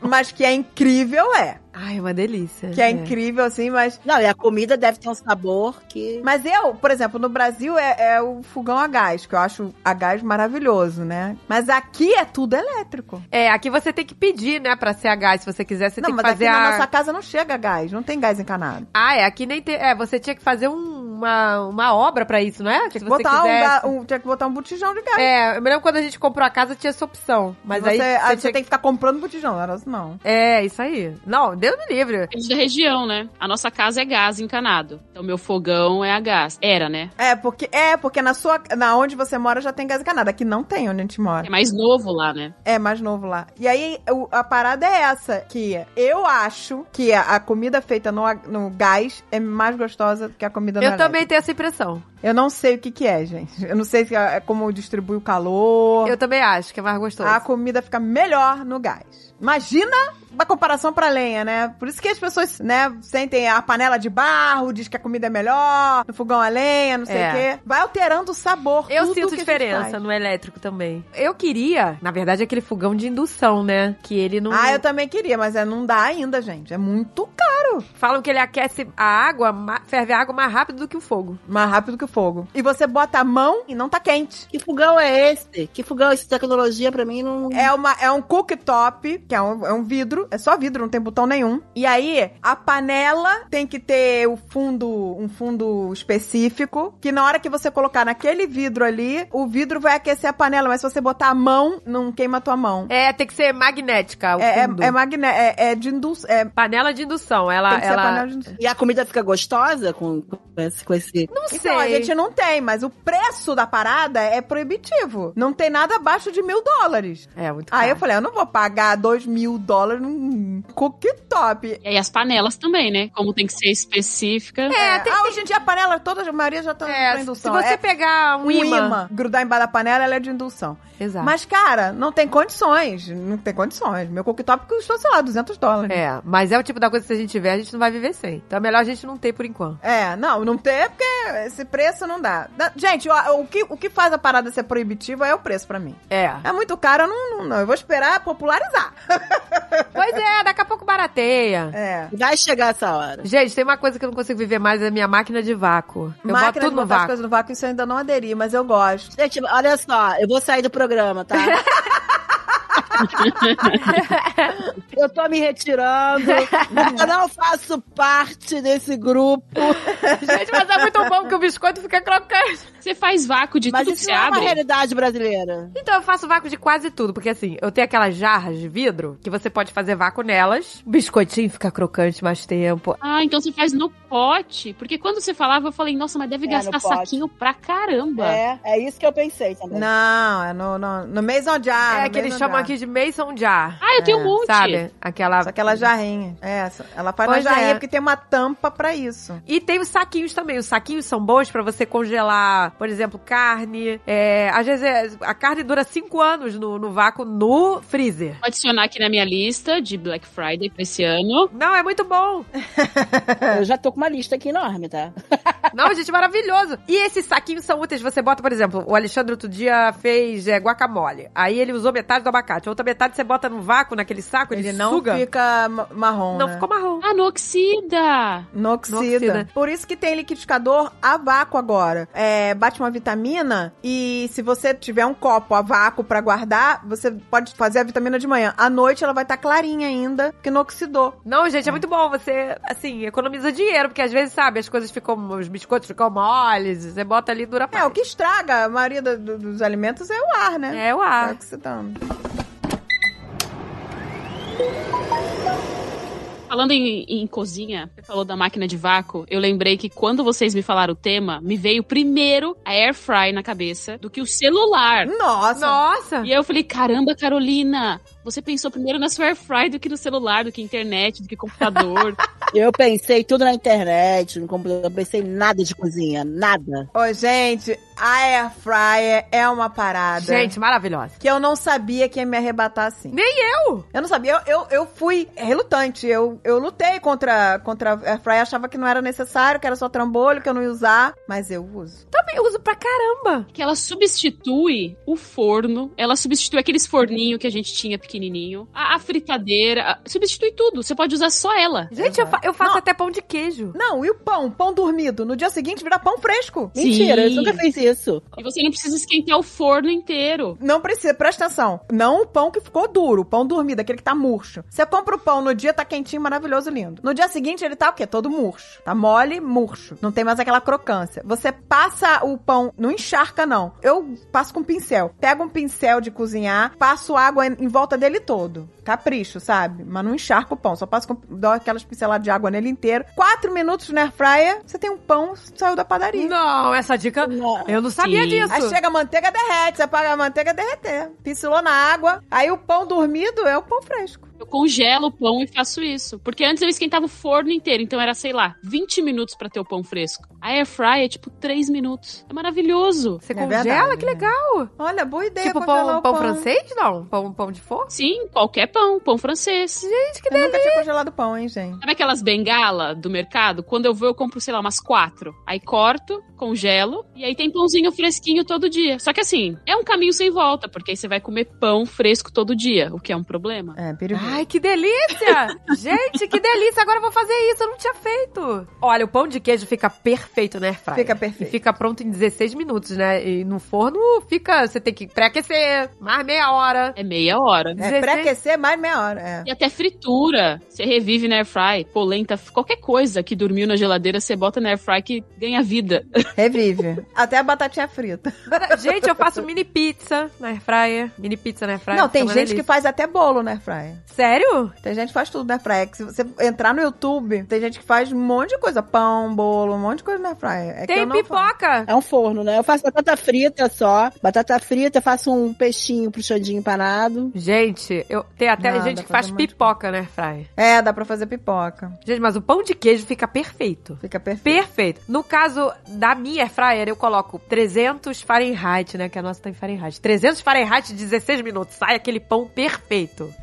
[SPEAKER 2] mas que é incrível, é.
[SPEAKER 1] Ai, uma delícia.
[SPEAKER 2] Que é, incrível, assim, mas.
[SPEAKER 4] Não, e a comida deve ter um sabor que...
[SPEAKER 2] Mas eu, por exemplo, no Brasil é, é o fogão a gás, que eu acho a gás maravilhoso, né? Mas aqui é tudo elétrico.
[SPEAKER 1] É, aqui você tem que pedir, né, pra ser a gás. Se você quiser, você
[SPEAKER 2] não,
[SPEAKER 1] tem que
[SPEAKER 2] mas
[SPEAKER 1] fazer
[SPEAKER 2] aqui
[SPEAKER 1] a...
[SPEAKER 2] na nossa casa não chega gás, não tem gás encanado.
[SPEAKER 1] Ah, é, aqui nem tem... É, você tinha que fazer um- uma, uma obra pra isso, não é? Se você
[SPEAKER 2] botar um
[SPEAKER 1] quiser-
[SPEAKER 2] ga- um- tinha que botar um botijão de gás.
[SPEAKER 1] É, eu me lembro quando a gente comprou a casa tinha essa opção. Mas
[SPEAKER 2] você,
[SPEAKER 1] aí.
[SPEAKER 2] aí
[SPEAKER 1] você
[SPEAKER 2] você
[SPEAKER 1] tinha
[SPEAKER 2] tem que ficar comprando botijão, não era assim, não.
[SPEAKER 1] É, isso aí. Não, Deus me livre.
[SPEAKER 3] Depende da região, né? A nossa casa é gás encanado. Então, meu fogão é a gás. Era, né?
[SPEAKER 2] É, porque, é, porque na sua. Na onde você mora já tem gás encanado. Aqui não tem onde a gente mora.
[SPEAKER 3] É mais novo lá, né?
[SPEAKER 2] É mais novo lá. E aí, o- a parada é essa: que eu acho que a, a comida feita no, a- no gás é mais gostosa do que a comida no
[SPEAKER 1] Eu
[SPEAKER 2] elétrico.
[SPEAKER 1] também tenho essa impressão.
[SPEAKER 2] Eu não sei o que, que é, gente. Eu não sei se é como distribui o calor.
[SPEAKER 1] Eu também acho que é mais gostoso.
[SPEAKER 2] A comida fica melhor no gás. Imagina uma comparação pra lenha, né? Por isso que as pessoas, né, sentem a panela de barro, diz que a comida é melhor, no fogão a lenha, não sei
[SPEAKER 1] É.
[SPEAKER 2] o quê. Vai alterando o sabor.
[SPEAKER 1] Eu sinto
[SPEAKER 2] tudo que a gente
[SPEAKER 1] diferença
[SPEAKER 2] faz.
[SPEAKER 1] no elétrico também. Eu queria, na verdade, aquele fogão de indução, né? Que ele não.
[SPEAKER 2] Ah, eu também queria, mas é, não dá ainda, gente. É muito caro.
[SPEAKER 1] Falam que ele aquece a água, ma- ferve a água mais rápido do que o fogo.
[SPEAKER 2] Mais rápido que o fogo. E você bota a mão e não tá quente.
[SPEAKER 4] Que fogão é esse? Que fogão é esse? Tecnologia pra mim não.
[SPEAKER 2] É, uma, é um cooktop, que é um, é um vidro, é só vidro, não tem botão nenhum. E aí, a panela tem que ter o fundo, um fundo específico, que na hora que você colocar naquele vidro ali, o vidro vai aquecer a panela, mas se você botar a mão, não queima a tua mão.
[SPEAKER 1] É, tem que ser magnética. O
[SPEAKER 2] É, é,
[SPEAKER 1] fundo.
[SPEAKER 2] é, magne- é, é de indus, é,
[SPEAKER 1] Panela de indução. Ela.
[SPEAKER 2] tem que ser
[SPEAKER 1] Ah, ela...
[SPEAKER 2] panela de indus.
[SPEAKER 4] E a comida fica gostosa com, com esse. Com esse...
[SPEAKER 1] Não sei.
[SPEAKER 2] Então, a gente não tem, mas o preço da parada é proibitivo. Não tem nada abaixo de mil dólares.
[SPEAKER 1] É, muito caro.
[SPEAKER 2] Aí Ah, eu falei, eu não vou pagar dois mil dólares num cooktop.
[SPEAKER 3] E aí as panelas também, né? Como tem que ser específica.
[SPEAKER 1] É,
[SPEAKER 2] É,
[SPEAKER 1] tem-
[SPEAKER 2] ah, hoje em dia a panela toda, a maioria já tá
[SPEAKER 1] É,
[SPEAKER 2] pra
[SPEAKER 1] se
[SPEAKER 2] indução.
[SPEAKER 1] você
[SPEAKER 2] é,
[SPEAKER 1] pegar um, imã.
[SPEAKER 2] Grudar embaixo da panela, ela é de indução.
[SPEAKER 1] Exato.
[SPEAKER 2] Mas, cara, não tem condições. Não tem condições. Meu cooktop custou, sei lá, 200 dólares.
[SPEAKER 1] É, mas é o tipo da coisa que se a gente tiver, a gente não vai viver sem. Então é melhor a gente não ter por enquanto.
[SPEAKER 2] É, não, não tem, porque esse preço não dá. Da- Gente, ó, o, que, o que faz a parada ser proibitiva é o preço pra mim.
[SPEAKER 1] É.
[SPEAKER 2] É muito caro, eu não, não, não. Eu vou esperar popularizar.
[SPEAKER 1] Pois é, daqui a pouco barateia.
[SPEAKER 2] É.
[SPEAKER 4] Vai chegar essa hora.
[SPEAKER 1] Gente, tem uma coisa que eu não consigo viver mais, é a minha máquina de vácuo. Eu boto
[SPEAKER 2] Máquina de
[SPEAKER 1] tudo no
[SPEAKER 2] botar as
[SPEAKER 1] vácuo.
[SPEAKER 2] coisas no vácuo, isso eu ainda não aderi, mas eu gosto.
[SPEAKER 4] Gente, olha só, eu vou sair do programa, tá? eu tô me retirando. eu não faço parte desse grupo.
[SPEAKER 1] Gente, mas é muito bom que o biscoito fica crocante.
[SPEAKER 3] Você faz vácuo de
[SPEAKER 4] Mas
[SPEAKER 3] tudo que
[SPEAKER 4] isso
[SPEAKER 3] você
[SPEAKER 4] não é uma
[SPEAKER 3] abre.
[SPEAKER 4] realidade brasileira.
[SPEAKER 1] Então eu faço vácuo de quase tudo, porque assim, eu tenho aquelas jarras de vidro que você pode fazer vácuo nelas. O biscoitinho fica crocante mais tempo.
[SPEAKER 3] Ah, então você faz no pote. Porque quando você falava, eu falei, nossa, mas deve
[SPEAKER 4] É,
[SPEAKER 3] gastar
[SPEAKER 4] no pote.
[SPEAKER 3] saquinho pra caramba.
[SPEAKER 4] É, é isso que eu pensei também.
[SPEAKER 2] Não, é no, no, no Maison Jar.
[SPEAKER 1] é
[SPEAKER 2] Ah, no
[SPEAKER 1] que eles
[SPEAKER 2] Maison
[SPEAKER 1] chamam
[SPEAKER 2] Jar.
[SPEAKER 1] aqui de Mason Jar.
[SPEAKER 3] Ah, eu tenho um monte.
[SPEAKER 1] Sabe? Aquela.
[SPEAKER 2] Só aquela jarrinha. É, só- ela faz
[SPEAKER 1] Pois
[SPEAKER 2] na jarrinha
[SPEAKER 1] é.
[SPEAKER 2] porque tem uma tampa pra isso.
[SPEAKER 1] E tem os saquinhos também. Os saquinhos são bons pra você congelar, por exemplo, carne. É, às vezes é- a carne dura cinco anos no, no vácuo no freezer.
[SPEAKER 3] Vou adicionar aqui na minha lista de Black Friday pra esse ano.
[SPEAKER 1] Não, é muito bom.
[SPEAKER 4] Eu já tô com uma lista aqui enorme, tá?
[SPEAKER 1] Não, *laughs* gente, maravilhoso. E esses saquinhos são úteis. Você bota, por exemplo, o Alexandre outro dia fez é, guacamole. Aí ele usou metade do abacate. A outra metade você bota no vácuo, naquele saco, ele,
[SPEAKER 2] Ele não
[SPEAKER 1] suga.
[SPEAKER 2] fica ma- marrom.
[SPEAKER 1] Não
[SPEAKER 2] né?
[SPEAKER 1] ficou marrom.
[SPEAKER 3] Ah, não oxida!
[SPEAKER 2] Não oxida.
[SPEAKER 1] Não oxida.
[SPEAKER 2] Por isso que tem liquidificador a vácuo agora. É, bate uma vitamina e se você tiver um copo a vácuo pra guardar, você pode fazer a vitamina de manhã. À noite ela vai estar clarinha ainda, porque não oxidou.
[SPEAKER 1] Não, gente, é muito bom. Você, assim, economiza dinheiro, porque às vezes, sabe, as coisas ficam. Os biscoitos ficam moles, você bota ali e dura
[SPEAKER 2] É,
[SPEAKER 1] mais.
[SPEAKER 2] o que estraga a maioria do- do- dos alimentos é o ar, né?
[SPEAKER 1] É o ar.
[SPEAKER 2] Tá oxidando.
[SPEAKER 3] Falando em, em cozinha, você falou da máquina de vácuo. Eu lembrei que quando vocês me falaram o tema, me veio primeiro a air fry na cabeça do que o celular.
[SPEAKER 2] Nossa.
[SPEAKER 1] Nossa!
[SPEAKER 3] E aí eu falei, caramba, Carolina, você pensou primeiro na sua air fry do que no celular, do que internet, do que computador.
[SPEAKER 4] Eu pensei tudo na internet, no computador, eu pensei nada de cozinha, nada.
[SPEAKER 2] Ô, gente, a air fryer é uma parada.
[SPEAKER 1] Gente, maravilhosa.
[SPEAKER 2] que eu não sabia que ia me arrebatar assim.
[SPEAKER 1] Nem eu!
[SPEAKER 2] Eu não sabia, eu, eu, eu fui relutante, eu, eu lutei contra, contra a Airfryer, achava que não era necessário, que era só trambolho, que eu não ia usar, mas eu uso.
[SPEAKER 1] Também uso pra caramba.
[SPEAKER 3] que ela substitui o forno, ela substitui aqueles forninho que a gente tinha pequenininho, a, a fritadeira, a- substitui tudo. Você pode usar só ela.
[SPEAKER 1] Gente, eu, fa- eu faço
[SPEAKER 2] Não.
[SPEAKER 1] até pão de queijo.
[SPEAKER 2] Não, e o pão? Pão dormido. No dia seguinte vira pão fresco.
[SPEAKER 3] Sim.
[SPEAKER 4] Mentira, eu nunca fiz isso.
[SPEAKER 3] E você não precisa esquentar o forno inteiro.
[SPEAKER 2] Não precisa, presta atenção. Não o pão que ficou duro, o pão dormido, aquele que tá murcho. Você compra o pão no dia, tá quentinho, maravilhoso, lindo. No dia seguinte, ele tá o quê? Todo murcho. Tá mole, murcho. Não tem mais aquela crocância. Você passa o pão, não encharca, não. Eu passo com pincel. Pego um pincel de cozinhar, passo água em em volta dele todo. Capricho, sabe? Mas não encharca o pão. Só passo com, dou aquelas pinceladas de água nele inteiro. Quatro minutos no air fryer, você tem um pão, saiu da padaria.
[SPEAKER 1] Não, essa dica. Eu não sabia
[SPEAKER 3] Sim.
[SPEAKER 1] disso.
[SPEAKER 2] Aí chega a manteiga, derrete. Você apaga a manteiga, derreter. Pincelou na água. Aí o pão dormido é o pão fresco.
[SPEAKER 3] Eu congelo o pão e faço isso. Porque antes eu esquentava o forno inteiro, então era, sei lá, 20 minutos pra ter o pão fresco. A air fry é tipo 3 minutos. É maravilhoso.
[SPEAKER 1] Você
[SPEAKER 2] É
[SPEAKER 1] congela?
[SPEAKER 2] verdade,
[SPEAKER 1] que
[SPEAKER 2] né?
[SPEAKER 1] legal.
[SPEAKER 2] Olha, boa ideia
[SPEAKER 1] tipo
[SPEAKER 2] congelar
[SPEAKER 1] pão,
[SPEAKER 2] o
[SPEAKER 1] pão francês, não? Pão, pão de forno?
[SPEAKER 3] Sim, qualquer pão, pão francês.
[SPEAKER 1] Gente, que
[SPEAKER 2] Eu
[SPEAKER 1] delícia.
[SPEAKER 2] nunca tinha congelado pão, hein, gente?
[SPEAKER 3] Sabe aquelas bengala do mercado? Quando eu vou, eu compro, sei lá, umas quatro. Aí corto, congelo, e aí tem pãozinho fresquinho todo dia. Só que assim, é um caminho sem volta, porque aí você vai comer pão fresco todo dia, o que é um problema.
[SPEAKER 2] É, perigoso.
[SPEAKER 1] Ai, que *laughs* delícia! Gente, que delícia! Agora eu vou fazer isso, eu não tinha feito. Olha, o pão de queijo fica perfeito na airfryer.
[SPEAKER 2] Fica
[SPEAKER 1] E
[SPEAKER 2] perfeito.
[SPEAKER 1] fica pronto em 16 minutos, né? E no forno fica, você tem que pré-aquecer, mais meia hora.
[SPEAKER 3] É meia hora.
[SPEAKER 2] É,
[SPEAKER 1] 16
[SPEAKER 2] pré-aquecer mais meia hora. É.
[SPEAKER 3] E até fritura. Você revive na airfry, polenta, qualquer coisa que dormiu na geladeira, você bota na airfry que ganha vida.
[SPEAKER 1] *laughs*
[SPEAKER 2] Revive. Até a batatinha frita.
[SPEAKER 1] Gente, eu faço mini pizza na airfryer. Mini pizza na airfryer.
[SPEAKER 2] Não, tem
[SPEAKER 1] fica uma
[SPEAKER 2] gente que
[SPEAKER 1] delícia.
[SPEAKER 2] faz até bolo na air fryer.
[SPEAKER 1] Sério?
[SPEAKER 2] Tem gente que faz tudo na praia. Que se você entrar no YouTube, tem gente que faz um monte de coisa. Pão, bolo, um monte de coisa na praia. É que eu
[SPEAKER 1] tem
[SPEAKER 2] não faço.
[SPEAKER 1] pipoca.
[SPEAKER 4] É um forno, né? Eu faço batata frita só. Batata frita, faço um peixinho pro Xandinho empanado.
[SPEAKER 1] Gente, eu tem até
[SPEAKER 2] Nada, um
[SPEAKER 1] gente que
[SPEAKER 2] coisa
[SPEAKER 1] faz
[SPEAKER 2] mais-
[SPEAKER 1] pipoca na airfryer.
[SPEAKER 2] É, dá pra fazer pipoca.
[SPEAKER 1] Gente, mas o pão de queijo fica perfeito.
[SPEAKER 2] Fica perfeito.
[SPEAKER 1] Perfeito. No caso da minha fryer, eu coloco 300 Fahrenheit, né? Que a nossa tá em Fahrenheit. 300 Fahrenheit, 16 minutos. Sai aquele pão
[SPEAKER 2] *laughs*
[SPEAKER 1] perfeito.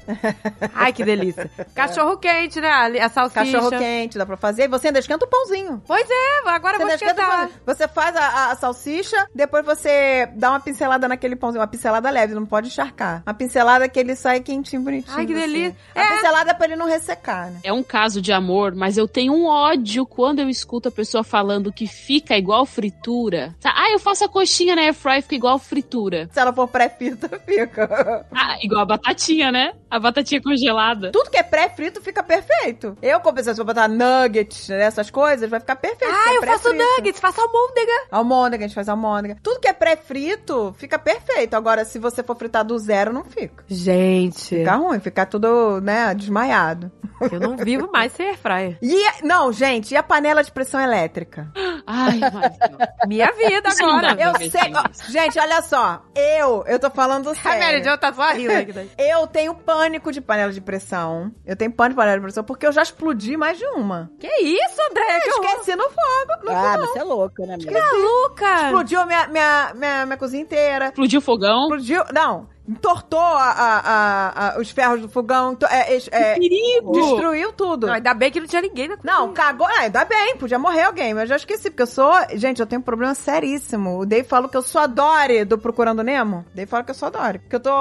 [SPEAKER 1] Ai, que delícia. Cachorro quente, né? Ali- A salsicha.
[SPEAKER 2] Cachorro quente, dá pra fazer. E você ainda esquenta o pãozinho.
[SPEAKER 1] É, agora eu
[SPEAKER 2] Você
[SPEAKER 1] vou
[SPEAKER 2] ainda esquenta o
[SPEAKER 1] esquentar.
[SPEAKER 2] pãozinho. Você faz a, a- a salsicha, depois você dá uma pincelada naquele pãozinho. Uma pincelada leve, não pode encharcar. Uma pincelada que ele sai quentinho, bonitinho.
[SPEAKER 1] Ai, que
[SPEAKER 2] assim.
[SPEAKER 1] delícia.
[SPEAKER 2] A pincelada é pra ele não ressecar, né?
[SPEAKER 3] É um caso de amor, mas eu tenho um ódio quando eu escuto a pessoa falando que fica igual fritura. Tá, Ah, eu faço a coxinha na airfry, fica igual fritura.
[SPEAKER 2] Se ela for pré-frita, *laughs* fica.
[SPEAKER 3] Ah, igual a batatinha, né? A batatinha congelada.
[SPEAKER 2] Tudo que é pré-frito fica perfeito. Eu, compensação, se eu botar nuggets, né, essas coisas, vai ficar perfeito.
[SPEAKER 1] Ah,
[SPEAKER 2] porque é
[SPEAKER 1] eu faço
[SPEAKER 2] pré-frito.
[SPEAKER 1] nuggets, faço almôndega.
[SPEAKER 2] Almôndega, a gente faz almôndega. Tudo que é pré-frito fica perfeito. Agora, se você for fritar do zero, não fica.
[SPEAKER 1] Gente,
[SPEAKER 2] Fica ruim, fica tudo, né, desmaiado.
[SPEAKER 1] eu não vivo mais sem airfryer.
[SPEAKER 2] E, a- não, gente, e a panela de pressão elétrica?
[SPEAKER 3] Ai, Marina.
[SPEAKER 1] Minha vida
[SPEAKER 3] Isso não
[SPEAKER 1] agora.
[SPEAKER 3] dá.
[SPEAKER 2] Eu
[SPEAKER 3] Talvez
[SPEAKER 2] sei.
[SPEAKER 3] tenha
[SPEAKER 2] ó, gente, olha só. Eu, eu tô falando
[SPEAKER 1] A Mary
[SPEAKER 2] sério.
[SPEAKER 1] Jo tá só rindo aqui. daí.
[SPEAKER 2] Eu tenho pânico de panela de pressão. Eu tenho pânico de panela de pressão porque eu já explodi mais de uma.
[SPEAKER 1] Que isso,
[SPEAKER 2] É,
[SPEAKER 1] André? Que horror.
[SPEAKER 2] Esqueci no fogo. No
[SPEAKER 4] ah, você é louca, né, amiga?
[SPEAKER 1] Maluca.
[SPEAKER 2] Explodiu minha, minha, minha, minha cozinha inteira.
[SPEAKER 3] Explodiu o fogão.
[SPEAKER 2] Explodiu. Não, entortou a- a- a- a- os ferros do fogão. ento- é, é,
[SPEAKER 3] *laughs*
[SPEAKER 2] é,
[SPEAKER 3] Perigo!
[SPEAKER 2] destruiu tudo.
[SPEAKER 1] Não, ainda bem que não *laughs* tinha ninguém na
[SPEAKER 2] Não, cagou. Ah, ainda bem, podia morrer alguém, mas eu já esqueci, porque eu sou. Gente, eu tenho um problema seríssimo. O Dave falou que eu sou a Dory do Procurando Nemo. O Dave fala que eu sou a Dory. Que eu tô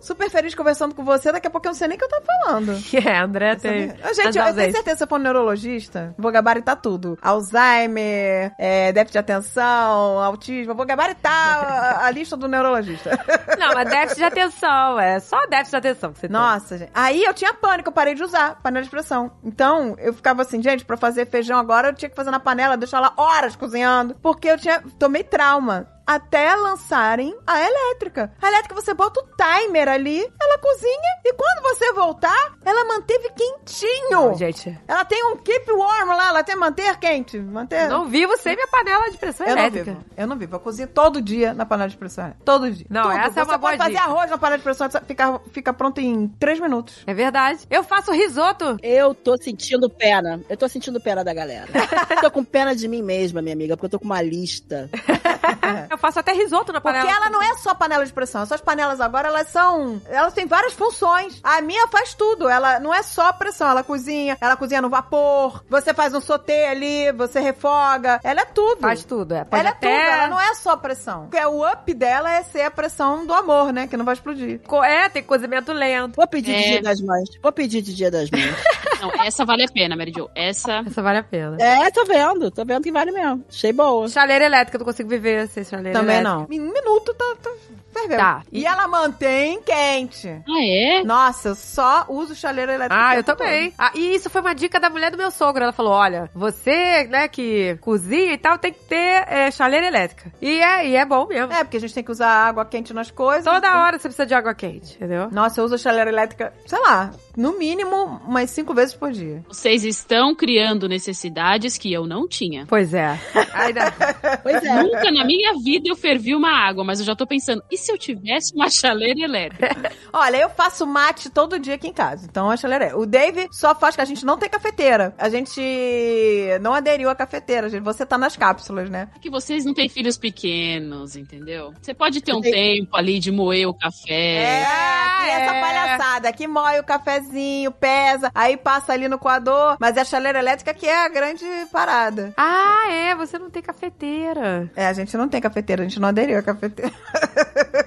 [SPEAKER 2] super feliz conversando com você, daqui a pouco eu não sei nem o que eu tô falando.
[SPEAKER 1] É, André tem.
[SPEAKER 2] Ah, Gente, eu, eu tenho
[SPEAKER 1] André
[SPEAKER 2] certeza que se eu for neurologista, vou gabaritar tudo. Alzheimer, é, déficit de atenção, autismo, eu vou gabaritar a- a lista do neurologista.
[SPEAKER 1] Não, mas déficit de atenção, é só déficit de atenção que você tá-
[SPEAKER 2] Nossa, gente. Aí eu tinha pânico, eu parei de usar panela de pressão. Então, eu ficava assim, gente, pra fazer feijão agora, eu tinha que fazer na panela, deixar ela horas cozinhando. Porque eu tinha. Tomei trauma. Até lançarem a elétrica. A elétrica, você bota o timer ali, ela cozinha, e quando você voltar, ela manteve
[SPEAKER 1] tem.
[SPEAKER 2] quentinho.
[SPEAKER 1] Não, gente,
[SPEAKER 2] ela tem um keep warm lá, ela tem manter quente. Manter.
[SPEAKER 1] não vivo sem minha panela de pressão
[SPEAKER 2] É. Eu não
[SPEAKER 1] elétrica.
[SPEAKER 2] vivo. Eu não vivo. Eu cozinho todo dia na panela de pressão. elétrica. Todo dia.
[SPEAKER 1] Não,
[SPEAKER 2] Tudo.
[SPEAKER 1] essa é
[SPEAKER 2] Você
[SPEAKER 1] uma boa
[SPEAKER 2] pode fazer
[SPEAKER 1] dica.
[SPEAKER 2] arroz na panela de pressão, fica, fica pronto em três minutos.
[SPEAKER 1] É verdade. Eu faço risoto.
[SPEAKER 4] Eu tô sentindo pena. Eu tô sentindo pena da galera. tô com pena de mim mesma, minha amiga, porque eu tô com uma lista.
[SPEAKER 1] Eu faço até risoto na panela.
[SPEAKER 2] É. Porque ela não é só panela de pressão. Essas panelas agora, elas são. Elas têm várias funções. A minha faz tudo. Ela não é só pressão. Ela cozinha, ela cozinha no vapor. Você faz um sauté ali, você refoga. Ela é tudo.
[SPEAKER 1] Faz tudo, é. Pode
[SPEAKER 2] ela é
[SPEAKER 1] até...
[SPEAKER 2] tudo, ela não é só pressão. Porque o up dela é ser a pressão do amor, né? Que não vai explodir.
[SPEAKER 1] Co- É, tem cozimento lento.
[SPEAKER 4] Vou pedir de
[SPEAKER 3] É.
[SPEAKER 4] Dia das Mães. *laughs* Vou pedir de Dia das Mães.
[SPEAKER 3] Não, essa vale a pena, Mary Jo. Essa.
[SPEAKER 1] Essa vale a pena.
[SPEAKER 4] É, tô vendo, tô vendo que vale mesmo. Achei boa.
[SPEAKER 1] Chaleira elétrica, eu não consigo viver sem chaleira
[SPEAKER 2] Também
[SPEAKER 1] elétrica.
[SPEAKER 2] não. Em um minuto tá, tá fervendo.
[SPEAKER 1] É Tá.
[SPEAKER 2] E ela mantém quente.
[SPEAKER 3] Ah, é?
[SPEAKER 2] Nossa, eu só uso chaleira elétrica.
[SPEAKER 1] Ah, eu também. Ah, e isso foi uma dica da mulher do meu sogro. Ela falou: olha, você, né, que cozinha e tal, tem que ter é, chaleira elétrica. E é, e é bom mesmo.
[SPEAKER 2] É, porque a gente tem que usar água quente nas coisas.
[SPEAKER 1] Toda hora você precisa de água quente, entendeu?
[SPEAKER 2] Nossa, eu uso chaleira elétrica, sei lá, no mínimo umas cinco vezes por dia.
[SPEAKER 3] Vocês estão criando necessidades que eu não tinha.
[SPEAKER 1] Pois
[SPEAKER 2] *laughs*
[SPEAKER 1] é. Ainda...
[SPEAKER 4] Pois é.
[SPEAKER 3] Nunca na minha vida eu fervi uma água, mas eu já tô pensando, e se eu tivesse uma chaleira elétrica?
[SPEAKER 2] Olha, eu faço mate todo dia aqui em casa, então a chaleira é. O Dave só faz que a gente não tem cafeteira. A gente não aderiu à cafeteira, gente. Você tá nas cápsulas, né?
[SPEAKER 3] É que vocês não têm filhos pequenos, entendeu? Você pode ter um tempo ali de moer o café.
[SPEAKER 2] aqui é essa
[SPEAKER 1] é.
[SPEAKER 2] palhaçada. Aqui moe o cafezinho, pesa, aí passa ali no coador. Mas é a chaleira elétrica que é a grande parada.
[SPEAKER 1] ah, é, você não tem cafeteira.
[SPEAKER 2] É, a gente não tem cafeteira, a gente não aderiu à cafeteira.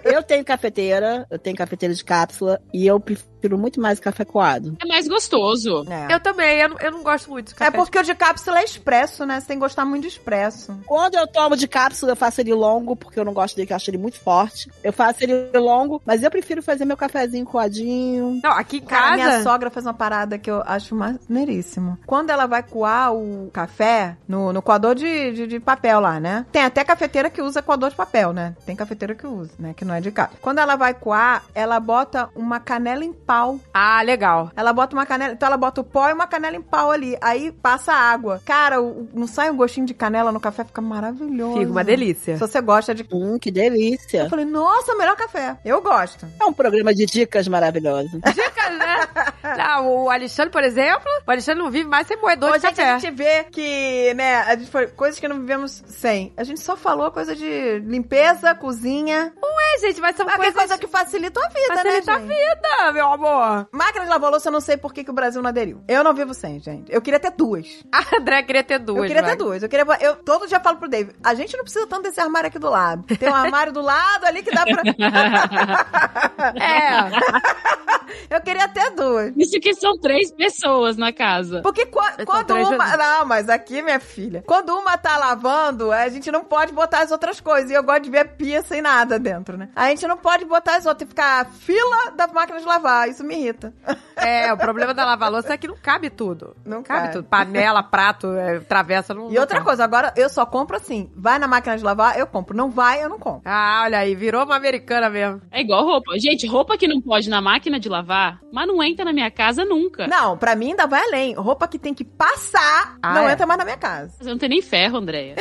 [SPEAKER 4] Eu tenho cafeteira, eu tenho cafeteira de cápsula e eu prefiro muito mais café coado.
[SPEAKER 3] É mais gostoso. *laughs*
[SPEAKER 2] É.
[SPEAKER 1] Eu também, eu, não- eu não gosto muito de café.
[SPEAKER 2] É porque o de cápsula é expresso, né? Você tem que gostar muito de expresso.
[SPEAKER 4] Quando eu tomo de cápsula, eu faço ele longo, porque eu não gosto dele, que eu acho ele muito forte. Eu faço ele longo, mas eu prefiro fazer meu cafezinho coadinho.
[SPEAKER 1] Não, aqui em
[SPEAKER 2] Cara,
[SPEAKER 1] casa.
[SPEAKER 2] minha sogra faz uma parada que eu acho maneiríssima. Quando ela vai coar o café no, no coador de, de, de papel lá, né? Tem até cafeteira que usa coador de papel, né? Tem cafeteira que usa, né? Que não é de cá. Quando ela vai coar, ela bota uma canela em pau.
[SPEAKER 1] Ah, legal.
[SPEAKER 2] Ela bota uma canela. Então ela bota o pó e uma canela em pau ali. Aí passa água. Cara, o- o- não sai um gostinho de canela no café, fica maravilhoso.
[SPEAKER 1] Fica uma delícia.
[SPEAKER 2] Se você gosta de.
[SPEAKER 4] Hum, que
[SPEAKER 2] Eu
[SPEAKER 4] delícia.
[SPEAKER 2] falei, nossa, melhor café. Eu gosto.
[SPEAKER 4] É um programa de dicas maravilhoso. *laughs*
[SPEAKER 1] Dica, né? *laughs* Não, o Alexandre, por exemplo, o Alexandre não vive mais sem moedor de
[SPEAKER 2] Hoje
[SPEAKER 1] café.
[SPEAKER 2] a gente vê que, né, a gente foi coisas que não vivemos sem. A gente só falou coisa de limpeza, cozinha.
[SPEAKER 1] É, gente, mas são
[SPEAKER 2] Qualquer
[SPEAKER 1] coisas...
[SPEAKER 2] coisa que facilita a vida,
[SPEAKER 1] Facilita a
[SPEAKER 2] né? gente?
[SPEAKER 1] vida, meu amor.
[SPEAKER 2] Máquina de lavar louça, eu não sei por que, que o Brasil não aderiu. Eu não vivo sem, gente. Eu queria ter duas.
[SPEAKER 1] *laughs* A André queria ter duas. né?
[SPEAKER 2] eu queria
[SPEAKER 1] vai.
[SPEAKER 2] ter duas. Eu queria. Eu todo dia falo pro David, a gente não precisa tanto desse armário aqui do lado. Tem um armário do lado ali que dá
[SPEAKER 1] *laughs*
[SPEAKER 2] pra. *laughs*
[SPEAKER 1] É.
[SPEAKER 2] eu queria ter duas.
[SPEAKER 3] Isso que são três pessoas na casa.
[SPEAKER 2] Porque co-
[SPEAKER 1] São
[SPEAKER 2] quando
[SPEAKER 1] três
[SPEAKER 2] uma.
[SPEAKER 1] vezes.
[SPEAKER 2] Não, mas aqui, minha filha. Quando uma tá lavando, a gente não pode botar as outras coisas. E eu gosto de ver a pia sem nada dentro, né? A gente não pode botar as outras. E ficar a fila da máquina de lavar. Isso me irrita.
[SPEAKER 1] é, o problema da lava-louça é que não cabe tudo.
[SPEAKER 2] Não
[SPEAKER 1] cabe
[SPEAKER 2] cabe.
[SPEAKER 1] tudo. Panela, prato, é, travessa, não
[SPEAKER 2] É. E
[SPEAKER 1] não
[SPEAKER 2] outra
[SPEAKER 1] cabe.
[SPEAKER 2] coisa, agora eu só compro assim. Vai na máquina de lavar, eu compro. Não vai, eu não compro.
[SPEAKER 1] Ah, olha aí, virou uma americana mesmo.
[SPEAKER 3] É igual roupa. Gente, roupa que não pode na máquina de lavar, mas não entra na minha casa
[SPEAKER 1] É.
[SPEAKER 3] nunca.
[SPEAKER 2] Não, pra mim ainda vai além. Roupa que tem que passar
[SPEAKER 1] Ah,
[SPEAKER 2] não
[SPEAKER 1] é?
[SPEAKER 2] entra mais na minha casa.
[SPEAKER 3] Você não tem nem ferro, Andréia.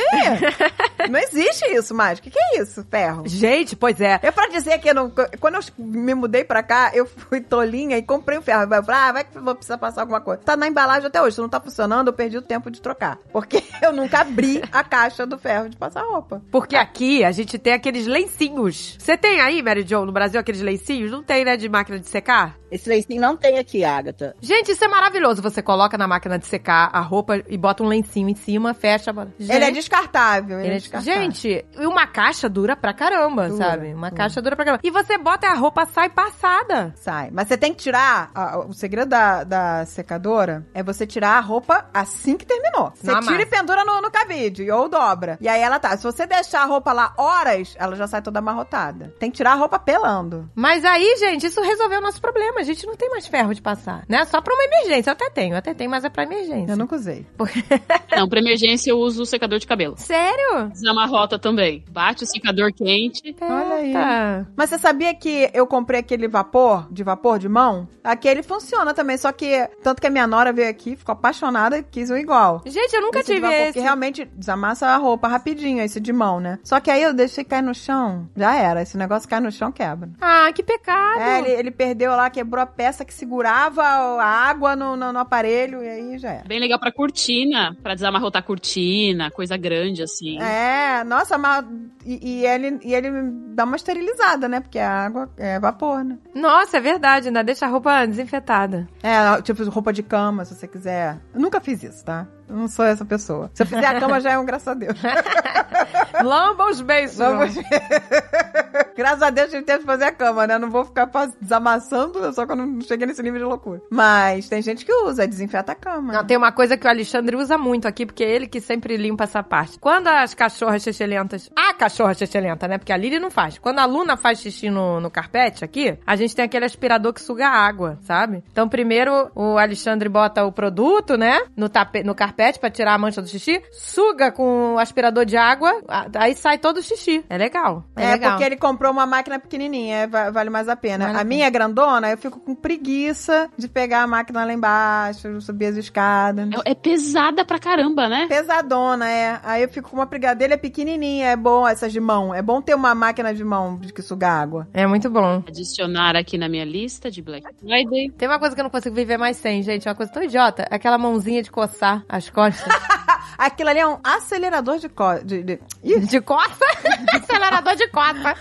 [SPEAKER 2] É. não existe isso mais. O que, que é isso, ferro?
[SPEAKER 1] Gente, pois é.
[SPEAKER 2] Eu pra dizer que eu não, quando eu me mudei pra cá, eu fui tolinha e comprei o ferro. Eu falei, ah, vai que eu vou precisar passar alguma coisa. Tá na embalagem até hoje, se não tá funcionando, eu perdi o tempo de trocar. Porque *laughs* eu nunca abri a caixa do ferro de passar roupa.
[SPEAKER 1] Porque aqui a gente tem aqueles lencinhos. Você tem aí, Mary Jo, no Brasil, aqueles lencinhos? Não tem, né, de máquina de secar?
[SPEAKER 4] Esse lencinho não tem aqui, Agatha.
[SPEAKER 1] Gente, isso é maravilhoso. Você coloca na máquina de secar a roupa e bota um lencinho em cima, fecha. bota- Gente,
[SPEAKER 2] Ele é descartável, ele,
[SPEAKER 1] ele
[SPEAKER 2] é
[SPEAKER 1] é-
[SPEAKER 2] descartável.
[SPEAKER 1] Gente, e uma caixa dura pra caramba,
[SPEAKER 2] Dura,
[SPEAKER 1] sabe? Uma
[SPEAKER 2] dura.
[SPEAKER 1] caixa dura pra caramba. E você bota e a roupa sai passada.
[SPEAKER 2] Sai. Mas você tem que tirar. a- o segredo da, da secadora é você tirar a roupa assim que terminou. Você
[SPEAKER 1] Na
[SPEAKER 2] tira e
[SPEAKER 1] massa.
[SPEAKER 2] pendura no, no cabide, ou dobra. E aí ela tá. Se você deixar a roupa lá horas, ela já sai toda amarrotada. Tem que tirar a roupa pelando.
[SPEAKER 1] Mas aí, gente, isso resolveu o nosso problema. A gente não tem mais ferro de passar, né? Só pra uma emergência. Eu até tenho, eu até tenho, mas é pra emergência.
[SPEAKER 2] Eu nunca usei.
[SPEAKER 3] Não, pra emergência eu uso o secador de cabelo.
[SPEAKER 1] Sério?
[SPEAKER 3] Desamarrota também. Bate o secador quente.
[SPEAKER 2] Olha aí.
[SPEAKER 1] Eita.
[SPEAKER 2] Mas você sabia que eu comprei aquele vapor, de vapor de mão? Aquele funciona também, só que tanto que a minha nora veio aqui, ficou apaixonada e quis um igual.
[SPEAKER 1] Gente, eu nunca
[SPEAKER 2] Esse de
[SPEAKER 1] tive
[SPEAKER 2] vapor
[SPEAKER 1] esse.
[SPEAKER 2] Que realmente desamassa a roupa rapidinho, esse de mão, né? Só que aí eu deixei cair no chão, já era. Esse negócio cai no chão, quebra.
[SPEAKER 1] Ah, que pecado.
[SPEAKER 2] É, ele, ele perdeu lá, quebrou a peça que segurava a água no, no- no aparelho e aí já era.
[SPEAKER 3] Bem legal pra cortina, pra desamarrotar cortina, coisa grande assim.
[SPEAKER 2] É, nossa, mas. E, e ele, e ele dá uma esterilizada, né? Porque a água é vapor, né?
[SPEAKER 1] Nossa, é verdade, ainda deixa a roupa
[SPEAKER 2] *laughs*
[SPEAKER 1] desinfetada.
[SPEAKER 2] É, tipo roupa de cama, se você quiser. Eu nunca fiz isso, tá? Eu não sou essa pessoa. Se
[SPEAKER 1] *laughs*
[SPEAKER 2] eu fizer a cama, já é um graças a Deus.
[SPEAKER 1] Lamba os beiços.
[SPEAKER 2] Vamos
[SPEAKER 1] João.
[SPEAKER 2] ver. *laughs* Graças a Deus tive tempo de fazer a cama, né? Não vou ficar pas- desamassando, só que eu não cheguei nesse nível de loucura. Mas tem gente que usa, desinfeta a cama.
[SPEAKER 1] Não, tem uma coisa que o Alexandre usa muito aqui, porque é ele que sempre limpa essa parte. Quando as cachorras xixelentas. A cachorra xixelenta, né? Porque a Lili não faz. Quando a Luna faz xixi no, no carpete aqui, a gente tem aquele aspirador que suga água, sabe? Então, primeiro o Alexandre bota o produto, né? No, tape, no carpete pra tirar a mancha do xixi, suga com o aspirador de água, a- aí sai todo o xixi. É legal. É,
[SPEAKER 2] É,
[SPEAKER 1] legal.
[SPEAKER 2] porque ele comprou uma máquina pequenininha, é, va- vale mais a pena.
[SPEAKER 1] Vale a pena.
[SPEAKER 2] a minha é grandona, eu fico com preguiça de pegar a máquina lá embaixo, subir as escadas.
[SPEAKER 3] É, é pesada pra caramba, né?
[SPEAKER 2] Pesadona, é. Aí eu fico com uma brigadeira pequenininha, é bom essas de mão. É bom ter uma máquina de mão de que suga água.
[SPEAKER 1] É muito bom.
[SPEAKER 3] Adicionar aqui na minha lista de Black Friday.
[SPEAKER 1] Tem uma coisa que eu não consigo viver mais sem, gente. É uma coisa tão idiota. Aquela mãozinha de coçar as costas.
[SPEAKER 2] Aquilo ali é um acelerador de, co de, de- Ih,
[SPEAKER 1] De
[SPEAKER 2] *laughs*
[SPEAKER 1] costa? Acelerador de costa.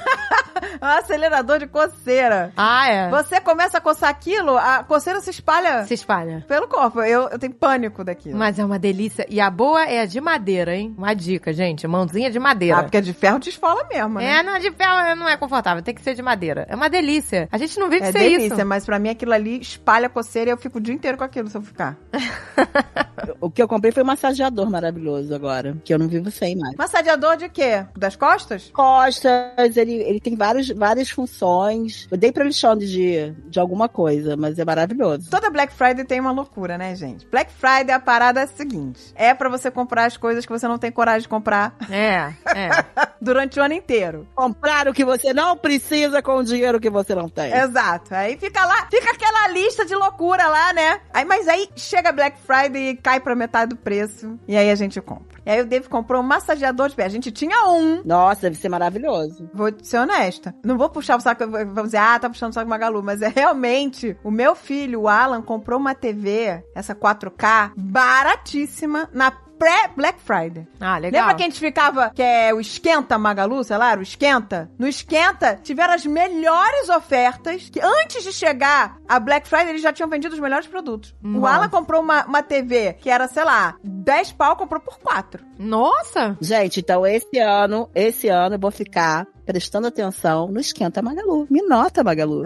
[SPEAKER 2] um acelerador de coceira.
[SPEAKER 1] Ah, é.
[SPEAKER 2] Você começa a coçar aquilo, a coceira se espalha
[SPEAKER 1] Se espalha.
[SPEAKER 2] pelo corpo. Eu, eu tenho pânico daquilo.
[SPEAKER 1] Mas é uma delícia. E a boa é a de madeira, hein? Uma dica, gente. Mãozinha de madeira.
[SPEAKER 2] Ah, porque de ferro desfola mesmo, né?
[SPEAKER 1] É, não, de ferro não é confortável. Tem que ser de madeira. É uma delícia. A gente não vive
[SPEAKER 2] É
[SPEAKER 1] sem
[SPEAKER 2] delícia,
[SPEAKER 1] isso.
[SPEAKER 2] mas pra mim aquilo ali espalha coceira e eu fico o dia inteiro com aquilo se eu ficar.
[SPEAKER 4] O que eu comprei foi um massageador maravilhoso agora, que eu não vivo sem mais.
[SPEAKER 2] Massageador de quê? Das costas?
[SPEAKER 4] Costas, ele, ele tem vários, várias funções. Eu dei pra Alexandre de, de alguma coisa, mas é maravilhoso.
[SPEAKER 2] Toda Black Friday tem uma loucura, né, gente? Black Friday, a parada é a seguinte: é pra você comprar as coisas que você não tem coragem de comprar *laughs*
[SPEAKER 1] É, é.
[SPEAKER 2] durante o ano inteiro.
[SPEAKER 4] Comprar o que você não precisa com o dinheiro que você não tem.
[SPEAKER 2] É. Exato. Aí fica lá, fica aquela lista de loucura lá, né? Aí, mas aí chega Black Friday e cai pra metade do preço. E aí a gente compra. E aí o Dave comprou um massageador de pé. A gente tinha um,
[SPEAKER 4] Nossa, deve ser maravilhoso.
[SPEAKER 2] Vou ser honesta. Não vou puxar o saco, vamos dizer, ah, tá puxando o saco Magalu, mas é realmente, o meu filho, o Alan, comprou uma TV, essa 4K, baratíssima, na pré-Black Friday.
[SPEAKER 1] Ah, legal.
[SPEAKER 2] Lembra que a gente ficava, que é o Esquenta Magalu, sei lá, era o Esquenta? No Esquenta, tiveram as melhores ofertas, que antes de chegar a Black Friday, eles já tinham vendido os melhores produtos. O
[SPEAKER 1] Nossa.
[SPEAKER 2] Alan comprou uma, uma TV, que era, sei lá, 10 pau, comprou por
[SPEAKER 1] *laughs*
[SPEAKER 2] 4.
[SPEAKER 1] Nossa!
[SPEAKER 4] Gente, então esse ano, esse ano eu vou ficar prestando atenção no Esquenta Magalu. Me nota, Magalu.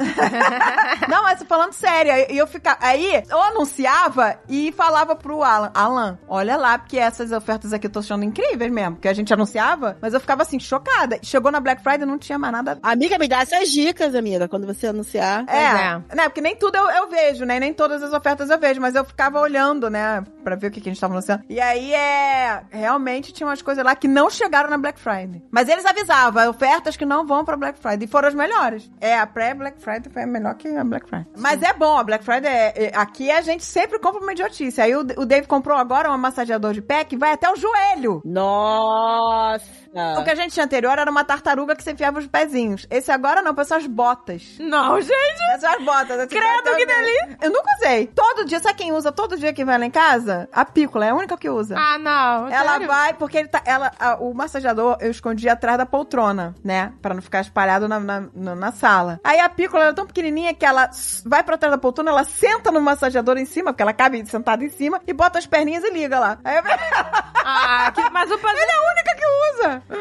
[SPEAKER 2] Não, mas tô falando sério. Aí eu ficava. Aí eu anunciava e falava pro Alan: Alan, olha lá, porque essas ofertas aqui eu tô achando incríveis mesmo. Porque a gente anunciava, mas eu ficava assim, chocada. Chegou na Black Friday não tinha mais nada.
[SPEAKER 4] *laughs* Amiga, me dá essas dicas, amiga, quando você anunciar.
[SPEAKER 2] É,
[SPEAKER 1] é.
[SPEAKER 2] né? Porque nem tudo eu, eu vejo, né? Nem todas as ofertas eu vejo, mas eu ficava olhando, né? Pra ver o que, que a gente tava anunciando. E aí é. Realmente tinha umas coisas lá que não chegaram na Black Friday. Mas eles avisavam, ofertas que não vão pra Black Friday. E foram as melhores. É, a pré-Black Friday foi melhor que a Black Friday. Mas é bom, a Black Friday é. é- Aqui a gente sempre compra uma idiotice. Aí o, o Dave comprou agora um massageador de pé que vai até o joelho. O
[SPEAKER 4] Nossa!
[SPEAKER 2] que a gente tinha anterior era uma tartaruga que você enfiava os pezinhos. Esse agora não, são as botas.
[SPEAKER 1] Não, gente!
[SPEAKER 2] Essas as botas. assim,
[SPEAKER 1] Credo,
[SPEAKER 2] pra-
[SPEAKER 1] que
[SPEAKER 2] delícia! Eu nunca usei. Todo dia, sabe quem usa todo dia que vai lá em casa? A pícola, é a única que usa.
[SPEAKER 1] Ah, não.
[SPEAKER 2] Ela
[SPEAKER 1] sério?
[SPEAKER 2] vai, porque ele tá. Ela, a- o massageador eu escondi atrás da poltrona, né? Pra não ficar espalhado na, na, na- na sala. Aí a pícola ela é tão pequenininha que ela s- vai pra trás da poltrona, ela senta no massageador em cima, porque ela cabe sentada em cima, e bota as perninhas e liga lá. Aí eu- *laughs*
[SPEAKER 1] Ah, que, mas o
[SPEAKER 2] ela é a única que usa!
[SPEAKER 1] Que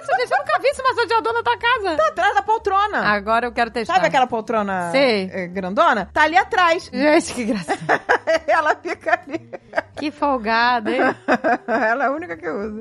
[SPEAKER 1] isso, gente? Eu nunca vi esse massageador na tua casa.
[SPEAKER 2] Tá atrás da poltrona.
[SPEAKER 1] Agora eu quero testar.
[SPEAKER 2] Sabe aquela poltrona
[SPEAKER 1] Ah, tá. Sei. Hum.
[SPEAKER 2] eh, grandona? Tá ali atrás.
[SPEAKER 1] Gente, que graça.
[SPEAKER 2] *laughs* ela fica ali.
[SPEAKER 1] que folgada, hein?
[SPEAKER 2] *laughs* Ela é a única que usa.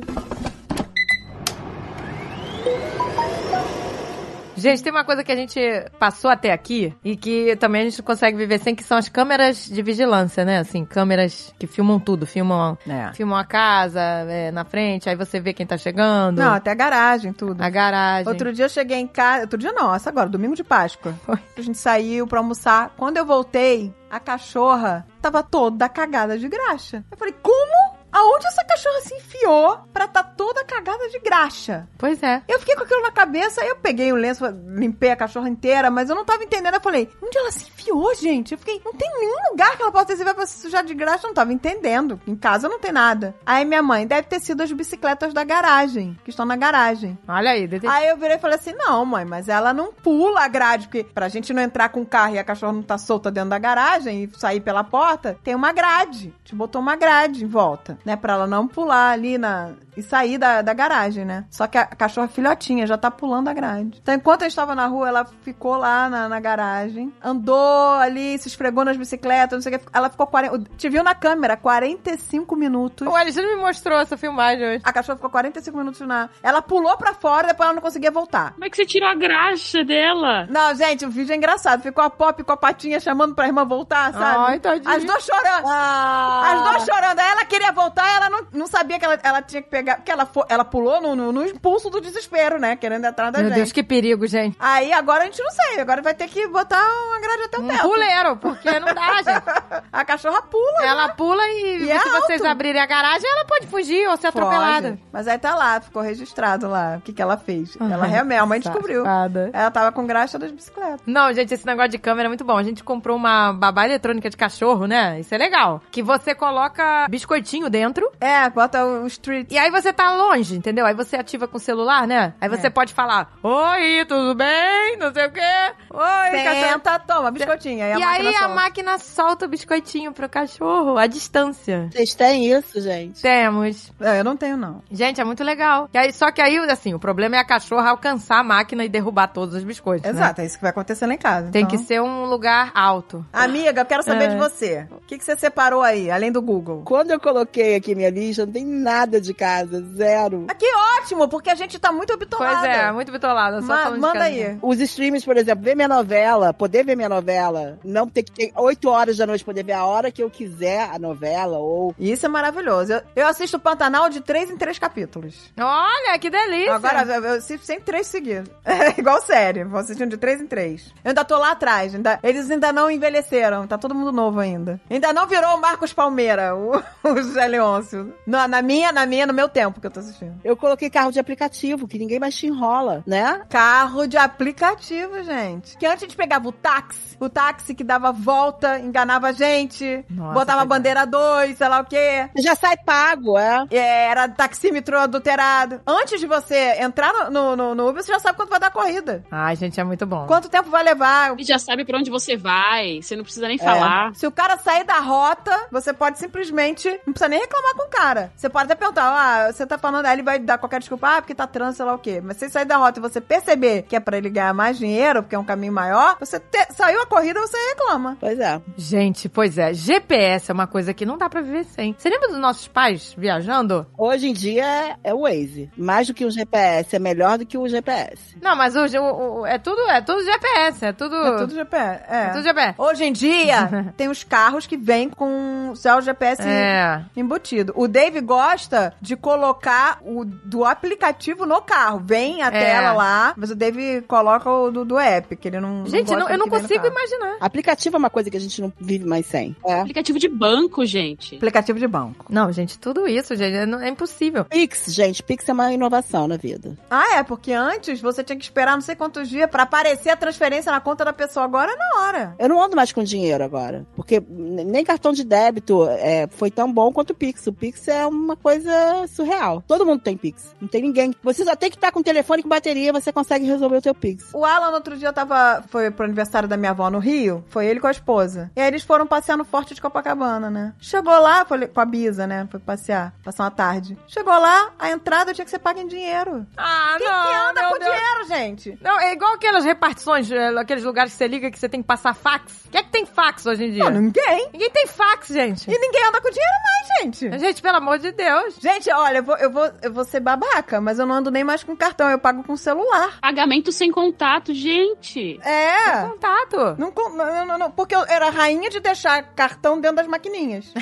[SPEAKER 1] Gente, tem uma coisa que a gente passou até aqui e que também a gente não consegue viver sem, que são as câmeras de vigilância, né? Assim, câmeras que filmam tudo, filmam,
[SPEAKER 2] É.
[SPEAKER 1] filmam a casa é, na frente, aí você vê quem tá chegando,
[SPEAKER 2] Não, até a garagem, tudo.
[SPEAKER 1] a garagem.
[SPEAKER 2] Outro dia eu cheguei em casa. Outro dia não, essa agora, domingo de Páscoa. *laughs*
[SPEAKER 1] Foi.
[SPEAKER 2] A gente saiu pra almoçar. Quando eu voltei, a cachorra tava toda cagada de graxa. Eu falei, como? Aonde essa cachorra se enfiou pra tá toda cagada de graxa?
[SPEAKER 1] Pois é.
[SPEAKER 2] Eu fiquei com aquilo na cabeça, aí eu peguei o lenço, limpei a cachorra inteira, mas eu não tava entendendo. Eu falei, onde ela se enfiou, gente? Eu fiquei, não tem nenhum lugar que ela possa ter se enfiado pra se sujar de graxa, eu não tava entendendo. Em casa não tem nada. Aí minha mãe, deve ter sido as bicicletas da garagem, que estão na garagem.
[SPEAKER 1] Olha aí, detetive.
[SPEAKER 2] Aí eu virei e falei assim: não, mãe, mas ela não pula a grade, porque pra gente não entrar com o carro e a cachorra não tá solta dentro da garagem e sair pela porta, tem uma grade. Te botou uma grade em volta. né? Pra ela não pular ali na e sair da, da garagem, né? Só que a cachorra filhotinha já tá pulando a grade. Então, enquanto a gente tava na rua, ela ficou lá na, na garagem, andou ali, se esfregou nas bicicletas, não sei o que. Ela ficou 40. Te viu na câmera 45 minutos.
[SPEAKER 1] O Alexandre me mostrou essa filmagem hoje.
[SPEAKER 2] A cachorra ficou 45 minutos na. Ela pulou pra fora, depois ela não conseguia voltar.
[SPEAKER 3] Como é que você tirou a graxa dela?
[SPEAKER 2] Não, gente, o vídeo é engraçado. Ficou a Pop com a patinha chamando pra irmã voltar, sabe?
[SPEAKER 1] Ai, tadinha.
[SPEAKER 2] As duas chorando.
[SPEAKER 4] Ah!
[SPEAKER 2] As duas chorando. Aí ela queria voltar, ela não, não sabia que ela, ela tinha que pegar. Porque ela, fo- ela pulou no, no- no impulso do desespero, né? Querendo ir atrás da
[SPEAKER 1] Meu
[SPEAKER 2] gente.
[SPEAKER 1] Deus, que perigo, gente.
[SPEAKER 2] Aí agora a gente não sei. Agora vai ter que botar uma grade até o
[SPEAKER 1] Um
[SPEAKER 2] teto.
[SPEAKER 1] puleiro, porque não dá, gente.
[SPEAKER 2] A cachorra *laughs* pula.
[SPEAKER 1] Ela pula e,
[SPEAKER 2] E é
[SPEAKER 1] se vocês
[SPEAKER 2] alto.
[SPEAKER 1] abrirem a garagem, ela pode fugir ou ser atropelada.
[SPEAKER 2] Foge. Mas aí tá lá, ficou registrado lá o que, que ela fez. ela
[SPEAKER 1] Ai,
[SPEAKER 2] realmente, a mãe descobriu.
[SPEAKER 1] safada.
[SPEAKER 2] Ela tava com graxa das bicicletas.
[SPEAKER 1] Não, gente, esse negócio de câmera é muito bom. A gente comprou uma babá eletrônica de cachorro, né? Isso é legal. Que você coloca biscoitinho dentro
[SPEAKER 2] É, bota o o street.
[SPEAKER 1] e aí você tá longe, entendeu? Aí você ativa com o celular, né? Aí
[SPEAKER 2] É.
[SPEAKER 1] você pode falar: Oi, tudo bem? Não sei o quê. Oi, cachorro.
[SPEAKER 2] Senta, toma, biscoitinho. Aí É a
[SPEAKER 1] E aí
[SPEAKER 2] máquina
[SPEAKER 1] a
[SPEAKER 2] solta.
[SPEAKER 1] máquina solta o biscoitinho pro cachorro à distância.
[SPEAKER 4] Vocês têm isso, gente?
[SPEAKER 1] Temos.
[SPEAKER 2] Não, eu não tenho, não.
[SPEAKER 1] Gente, é muito legal. E aí- só que aí, assim, o problema é a cachorra alcançar a máquina e derrubar todos os biscoitos. né?
[SPEAKER 2] Exato, é isso que vai acontecer lá em casa.
[SPEAKER 1] Tem
[SPEAKER 2] então.
[SPEAKER 1] que ser um lugar alto.
[SPEAKER 2] Amiga, eu quero saber
[SPEAKER 1] É.
[SPEAKER 2] de você. O que, que você separou aí, além do Google?
[SPEAKER 4] Quando eu coloquei aqui minha lista, não tem nada de casa, zero.
[SPEAKER 2] Ah, que ótimo, porque a gente tá muito obitolada.
[SPEAKER 1] Pois é, muito bitolada. Só
[SPEAKER 2] Ma-
[SPEAKER 1] falando de
[SPEAKER 2] manda
[SPEAKER 1] casa.
[SPEAKER 2] aí.
[SPEAKER 4] Os streams, por exemplo, ver minha novela, poder ver minha novela, não ter que ter 8 horas da noite, poder ver a hora que eu quiser a novela, ou
[SPEAKER 2] Isso é maravilhoso. Eu, eu assisto Pantanal de três em três capítulos.
[SPEAKER 1] Olha, que delícia.
[SPEAKER 2] Agora, eu, eu assisto sempre três seguidos. *laughs* igual série. Vou assistindo de três em três. Eu ainda tô lá atrás. ainda- eles ainda não envelheceram. Tá todo mundo novo ainda. Ainda não virou o Marcos Palmeira, o, *laughs* o José Leôncio. Na, na minha, na minha, no meu tempo que eu tô assistindo.
[SPEAKER 4] eu coloquei carro de aplicativo, que ninguém mais te enrola, né?
[SPEAKER 2] Carro de aplicativo, gente. Que antes a gente pegava o táxi, o táxi que dava volta, enganava a gente,
[SPEAKER 1] Nossa, tá-
[SPEAKER 2] botava
[SPEAKER 1] coitado.
[SPEAKER 2] bandeira 2, sei lá o quê.
[SPEAKER 4] Já sai pago, é?
[SPEAKER 2] É, Era taxímetro adulterado. Antes de você entrar no, no, no- no Uber, você já sabe quanto vai dar a corrida.
[SPEAKER 1] Ai, gente, é muito bom.
[SPEAKER 2] Quanto tempo vai levar?
[SPEAKER 3] E já sabe pra onde você vai, você não precisa nem falar.
[SPEAKER 2] Se o cara sair da rota, você pode simplesmente. Não precisa nem reclamar com o cara. Você pode até perguntar, ah, você tá falando, aí ele vai dar qualquer desculpa, ah, porque tá trânsito, sei lá o quê. Mas se ele sair da rota e você perceber que é pra ele ganhar mais dinheiro, porque é um caminho maior, você te- saiu a corrida, você reclama.
[SPEAKER 4] Pois é.
[SPEAKER 1] Gente, pois é. GPS é uma coisa que não dá pra viver sem. Você lembra dos nossos pais viajando?
[SPEAKER 4] Hoje em dia é o Waze. Mais do que um GPS, é melhor do que um GPS.
[SPEAKER 1] Não, mas hoje o- o- é tudo é tudo GPS, é tudo...
[SPEAKER 2] É tudo GPS. É.
[SPEAKER 1] é tudo GPS.
[SPEAKER 2] Hoje
[SPEAKER 1] *laughs*
[SPEAKER 2] em dia, tem os carros que vêm com já o GPS
[SPEAKER 1] É.
[SPEAKER 2] embutido. O Dave gosta de colocar o do aplicativo no carro. Vem a
[SPEAKER 1] É.
[SPEAKER 2] tela lá, mas o Dave coloca o do, do app, que ele não.
[SPEAKER 1] Gente,
[SPEAKER 2] gosta
[SPEAKER 1] não- eu
[SPEAKER 2] do
[SPEAKER 1] não
[SPEAKER 2] que vem no
[SPEAKER 1] consigo
[SPEAKER 2] carro.
[SPEAKER 1] imaginar.
[SPEAKER 4] Aplicativo é uma coisa que a gente não vive mais sem. É.
[SPEAKER 3] Aplicativo de banco, gente.
[SPEAKER 2] Aplicativo de banco.
[SPEAKER 1] Não, gente, tudo isso, gente, é, não- é impossível.
[SPEAKER 4] Pix, gente, Pix é uma inovação na vida.
[SPEAKER 2] Ah, é, porque antes você tinha que esperar não sei quantos dias pra aparecer a transferência na conta da pessoa. Agora é na hora.
[SPEAKER 4] Eu não ando mais com dinheiro agora, porque n- nem cartão de débito é, foi tão bom quanto o Pix. O Pix é uma coisa surreal. Todo mundo tem Pix, não tem ninguém. Você só tem que estar com telefone com bateria, você consegue resolver o teu Pix.
[SPEAKER 2] O Alan, outro dia, tava. Foi pro aniversário da minha avó no Rio. Foi ele com a esposa. E aí eles foram passear no Forte de Copacabana, né? Chegou lá, foi com a Bisa, né? Foi passear, passar uma tarde. Chegou lá, a entrada tinha que ser paga em dinheiro.
[SPEAKER 1] Ah,
[SPEAKER 2] Quem que anda com dinheiro, gente?
[SPEAKER 1] Não, é igual aquelas repartições, é, aqueles lugares que você liga que você tem que passar fax. Quem é que tem fax hoje em dia?
[SPEAKER 2] Não, ninguém.
[SPEAKER 1] Ninguém tem fax, gente.
[SPEAKER 2] E ninguém anda com dinheiro mais, gente.
[SPEAKER 1] Gente, pelo amor de Deus.
[SPEAKER 2] Gente, olha, eu vou, eu, vou, eu vou ser babaca, mas eu não ando nem mais com cartão, eu pago com celular.
[SPEAKER 3] Pagamento sem contato, gente.
[SPEAKER 2] É.
[SPEAKER 1] Contato.
[SPEAKER 2] Não, con- não, não, não, porque eu era a rainha de deixar cartão dentro das maquininhas.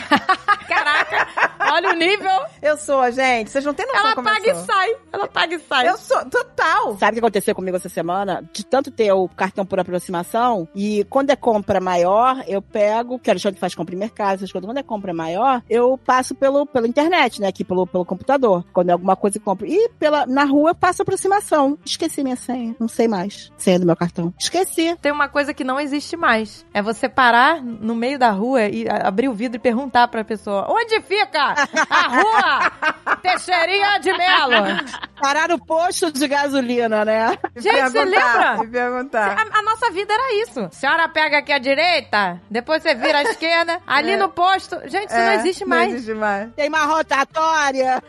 [SPEAKER 1] Caraca, olha o nível.
[SPEAKER 2] Eu sou, gente. Vocês não têm noção
[SPEAKER 1] Ela
[SPEAKER 2] como
[SPEAKER 1] paga
[SPEAKER 2] eu
[SPEAKER 1] e
[SPEAKER 2] sou.
[SPEAKER 1] sai. Ela paga e sai.
[SPEAKER 2] Eu sou, total.
[SPEAKER 4] Sabe o que aconteceu comigo essa semana? De tanto ter o cartão por aproximação, e quando é compra maior, eu pego, que a Alexandre faz compra em mercado, essas coisas. Quando é compra maior, eu passo pelo, pela internet, né? Aqui pelo, pelo computador. Quando é alguma coisa eu compro. E pela, na rua eu passo aproximação. Esqueci minha senha. Não sei mais. Senha do meu cartão. Esqueci.
[SPEAKER 1] Tem uma coisa que não existe mais. É você parar no meio da rua e a- abrir o vidro e perguntar pra pessoa: onde fica a rua Teixeirinha de Melo?
[SPEAKER 4] Parar no posto de gasolina, né?
[SPEAKER 2] Me
[SPEAKER 1] Gente, você
[SPEAKER 2] perguntar,
[SPEAKER 1] lembra?
[SPEAKER 2] Me perguntar.
[SPEAKER 1] *laughs* A, a nossa vida era isso. A senhora pega aqui a direita, depois você vira a esquerda, ali no posto. Gente, isso É. não
[SPEAKER 2] É,
[SPEAKER 1] existe mais.
[SPEAKER 2] Não existe mais. *laughs*
[SPEAKER 4] Tem uma rotatória.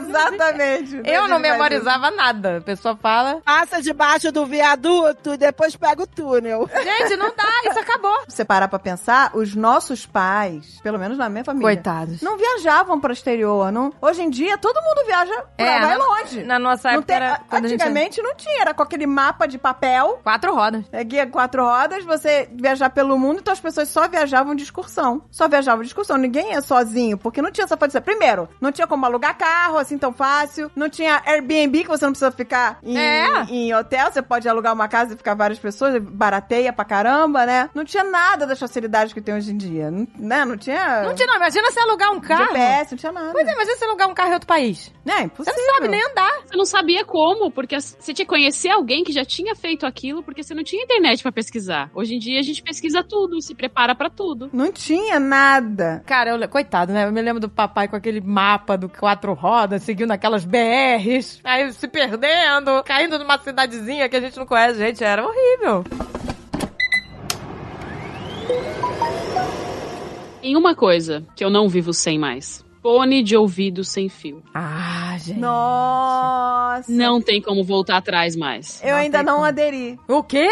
[SPEAKER 2] Exatamente.
[SPEAKER 1] Eu não
[SPEAKER 2] existe mais
[SPEAKER 1] memorizava nada. A pessoa fala.
[SPEAKER 4] Passa debaixo do viaduto e depois pega o túnel.
[SPEAKER 1] Gente, não dá, isso acabou.
[SPEAKER 2] isso. Se você parar pra pensar, os nossos pais, pelo menos na minha família,
[SPEAKER 1] Coitados.
[SPEAKER 2] não viajavam pro exterior. Não... Hoje em dia, todo mundo viaja pra
[SPEAKER 1] É,
[SPEAKER 2] vai
[SPEAKER 1] na-
[SPEAKER 2] longe.
[SPEAKER 1] Na nossa
[SPEAKER 2] Não
[SPEAKER 1] época
[SPEAKER 2] tem-
[SPEAKER 1] era. quando a gente-
[SPEAKER 2] Antigamente não tinha, era com aquele mapa de papel.
[SPEAKER 1] Quatro rodas.
[SPEAKER 2] É guia quatro rodas, você viajar pelo mundo, então as pessoas só viajavam de excursão. Só viajavam de excursão, ninguém ia sozinho, porque não tinha essa facilidade. Primeiro, não tinha como alugar carro assim tão fácil, não tinha Airbnb que você não precisa ficar em,
[SPEAKER 1] É.
[SPEAKER 2] em hotel, você pode alugar uma casa e ficar várias pessoas, barateia pra caramba, né? Não tinha nada das facilidades que tem hoje em dia, n- né? Não tinha,
[SPEAKER 1] Não tinha, não. Imagina você alugar um carro.
[SPEAKER 2] GPS, não tinha nada.
[SPEAKER 1] Pois é, imagina você alugar um carro em outro país.
[SPEAKER 2] É,
[SPEAKER 1] Você
[SPEAKER 2] impossível.
[SPEAKER 1] não sabe nem andar.
[SPEAKER 3] Você não sabia como, porque as- você tinha que conhecer alguém que já tinha feito aquilo, porque você não tinha internet pra pesquisar. Hoje em dia a gente pesquisa tudo, se prepara pra tudo.
[SPEAKER 2] Não tinha nada.
[SPEAKER 1] Cara, eu, le- coitado, né? Eu me lembro do papai com aquele mapa do quatro rodas, seguindo aquelas BRs, aí se perdendo, caindo numa cidadezinha que a gente não conhece. Gente, era horrível.
[SPEAKER 3] Tem uma coisa que eu não vivo sem mais. Fone de ouvido sem fio.
[SPEAKER 1] Ah, gente.
[SPEAKER 2] Nossa.
[SPEAKER 3] Não tem como voltar atrás mais. É
[SPEAKER 2] Eu
[SPEAKER 1] Não
[SPEAKER 2] ainda
[SPEAKER 1] tem
[SPEAKER 2] não
[SPEAKER 1] como.
[SPEAKER 2] aderi.
[SPEAKER 1] O quê?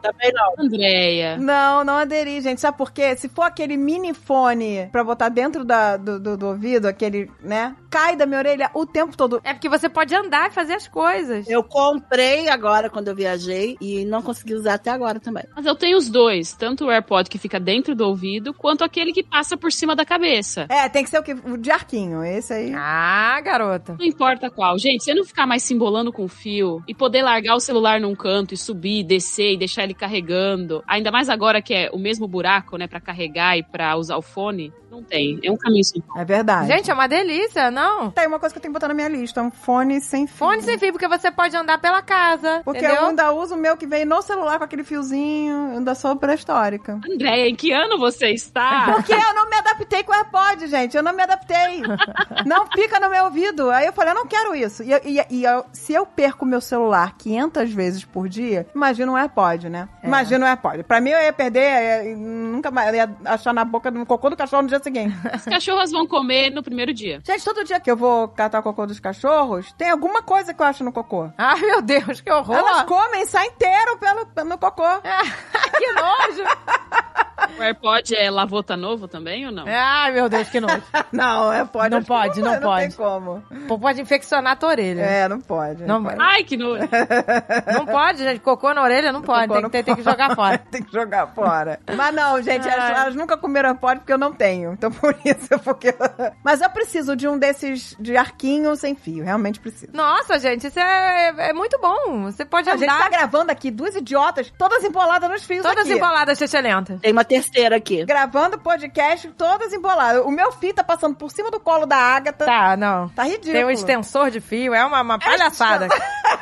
[SPEAKER 4] Também não.
[SPEAKER 3] Andréia.
[SPEAKER 2] Não, não aderi, gente. Sabe por quê? Se for aquele mini fone pra botar dentro da- do, do- do ouvido, aquele, né? Cai da minha orelha o tempo todo.
[SPEAKER 1] É porque você pode andar e fazer as coisas.
[SPEAKER 4] Eu comprei agora quando eu viajei e não consegui usar até agora também.
[SPEAKER 3] Mas eu tenho os dois, tanto o AirPod que fica dentro do ouvido, quanto aquele que passa por cima da cabeça.
[SPEAKER 2] É, tem que ser o que? O de arquinho, esse aí.
[SPEAKER 1] Ah, garota.
[SPEAKER 3] Não importa qual. Gente, você não ficar mais se embolando com fio e poder largar o celular num canto e subir, descer e deixar ele carregando. Ainda mais agora que é o mesmo buraco, né, Pra carregar e pra usar o fone. Não tem. É um caminho sem
[SPEAKER 2] É verdade.
[SPEAKER 1] Gente, é uma delícia, não?
[SPEAKER 2] tem uma coisa que eu tenho que botar na minha lista: um fone sem fio.
[SPEAKER 1] Fone sem fio, porque você pode andar pela casa.
[SPEAKER 2] Porque é um
[SPEAKER 1] entendeu?
[SPEAKER 2] eu ainda uso o meu que vem no celular com aquele fiozinho, eu ainda sou pré-histórica.
[SPEAKER 3] Andréia, em que ano você
[SPEAKER 2] *laughs*
[SPEAKER 3] está?
[SPEAKER 2] Porque eu não me adaptei com o AirPod, gente. Eu não me adaptei. não fica no meu ouvido. Aí eu falei, eu não quero isso. E, eu- e- e eu- se eu perco meu celular 500 vezes por dia, imagina um AirPod, né? Imagina um AirPod. Pra mim, eu ia perder, eu ia- nunca mais, eu ia achar na boca, no cocô do cachorro no dia seguinte.
[SPEAKER 3] As cachorras vão comer no primeiro dia.
[SPEAKER 2] *laughs* gente, todo dia que eu vou catar o cocô dos cachorros, tem alguma coisa que eu acho no cocô.
[SPEAKER 1] Ai, meu Deus, que horror.
[SPEAKER 2] Elas comem, sai inteiro pelo, no cocô.
[SPEAKER 1] *laughs* que
[SPEAKER 2] *laughs*
[SPEAKER 1] nojo.
[SPEAKER 3] O AirPod é lavota novo também ou não?
[SPEAKER 1] Ai, meu Deus, que nojo.
[SPEAKER 2] Não, AirPod.
[SPEAKER 1] Não
[SPEAKER 2] acho que
[SPEAKER 1] pode, não
[SPEAKER 2] vai, Não
[SPEAKER 1] pode.
[SPEAKER 2] tem como.
[SPEAKER 1] Pô, pode infeccionar a tua orelha.
[SPEAKER 2] É, não pode.
[SPEAKER 1] Não
[SPEAKER 2] pode.
[SPEAKER 3] Ai, que nojo.
[SPEAKER 1] Não pode, gente. Cocô na orelha não pode.
[SPEAKER 2] Cocô
[SPEAKER 1] Tem
[SPEAKER 2] não
[SPEAKER 1] que, ter- tem que jogar fora.
[SPEAKER 2] *laughs* tem que jogar fora. Mas não, gente, elas,
[SPEAKER 1] Ai.
[SPEAKER 2] elas nunca comeram AirPod porque eu não tenho. Então por *laughs* isso, porque. Mas eu *laughs* preciso de um desses de arquinho sem fio. Realmente preciso.
[SPEAKER 1] Nossa, gente, isso é, é muito bom. Você pode
[SPEAKER 2] A gente tá
[SPEAKER 1] andar.
[SPEAKER 2] gravando aqui duas idiotas, todas emboladas nos fios
[SPEAKER 1] Todas
[SPEAKER 2] aqui.
[SPEAKER 1] emboladas, xixi lenta.
[SPEAKER 4] Tem uma terceira aqui.
[SPEAKER 2] Gravando podcast, todas emboladas. O meu fio tá passando por cima do colo da Agatha. Tá,
[SPEAKER 1] Tá, não.
[SPEAKER 2] ridículo.
[SPEAKER 1] Tem um extensor de fio, é uma, uma palhaçada.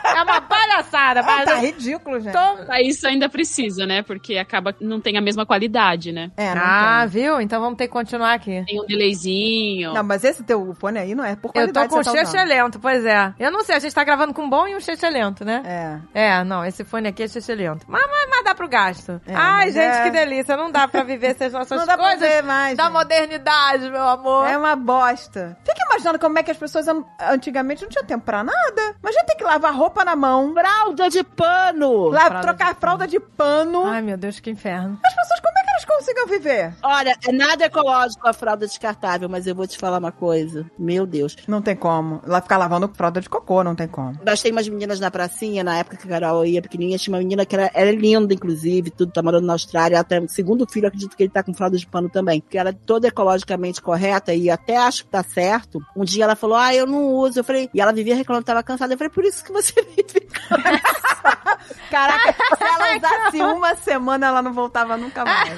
[SPEAKER 1] É uma palhaçada.
[SPEAKER 2] Ah,
[SPEAKER 1] mas-
[SPEAKER 2] *laughs* tá ridículo, gente.
[SPEAKER 1] Tô-
[SPEAKER 3] Isso ainda precisa, né? Porque acaba que não tem a mesma qualidade, né?
[SPEAKER 2] É, não
[SPEAKER 1] Ah,
[SPEAKER 2] tem.
[SPEAKER 1] viu? Então vamos ter que continuar aqui.
[SPEAKER 3] Tem um delayzinho.
[SPEAKER 2] Não, mas esse teu fone aí não é por
[SPEAKER 1] Eu
[SPEAKER 2] qualidade
[SPEAKER 1] tô com um
[SPEAKER 2] você tá
[SPEAKER 1] xixi
[SPEAKER 2] usando.
[SPEAKER 1] lento, pois é. Eu não sei, a gente tá gravando com um bom e um xixi lento, né?
[SPEAKER 2] É.
[SPEAKER 1] É, não, esse fone aqui é xixi lento. Mas, mas, mas dá pro gasto.
[SPEAKER 2] É,
[SPEAKER 1] Ai,
[SPEAKER 2] mas
[SPEAKER 1] gente,
[SPEAKER 2] é.
[SPEAKER 1] que delícia. Não dá pra viver
[SPEAKER 2] *laughs*
[SPEAKER 1] essas nossas
[SPEAKER 2] Não dá pra
[SPEAKER 1] coisas
[SPEAKER 2] ver mais.
[SPEAKER 1] da
[SPEAKER 2] gente.
[SPEAKER 1] modernidade, meu amor.
[SPEAKER 2] É uma bosta. Fica imaginando como é que as pessoas an- antigamente não tinham tempo pra nada. Imagina ter que lavar roupa na mão,
[SPEAKER 4] Fralda de pano!
[SPEAKER 2] la-
[SPEAKER 1] Fralda
[SPEAKER 2] trocar
[SPEAKER 1] de pano.
[SPEAKER 2] fralda de pano.
[SPEAKER 1] Ai, meu Deus, que
[SPEAKER 2] *laughs*
[SPEAKER 1] inferno.
[SPEAKER 2] As pessoas, como é que elas conseguem viver?
[SPEAKER 4] Olha, é nada ecológico a fralda descartável, mas eu vou te falar uma coisa. Meu Deus.
[SPEAKER 2] Não tem como. Lá ficar lavando fralda de cocô, não tem como.
[SPEAKER 4] Nós tem umas meninas na pracinha, na época que a Carol ia pequenininha, tinha uma menina que era, era linda, inclusive, tudo, tá morando na Austrália, ela tem um segundo filho, acredito que ele tá com fralda de pano também, porque ela é toda ecologicamente correta e até acho que tá certo. Um dia ela falou, ah, eu não uso, eu falei, e ela vivia reclamando que tava cansada, eu falei, por isso que você *laughs* vive *laughs*
[SPEAKER 2] Caraca, se ela usasse Assim, uma semana, ela não voltava *laughs* nunca mais.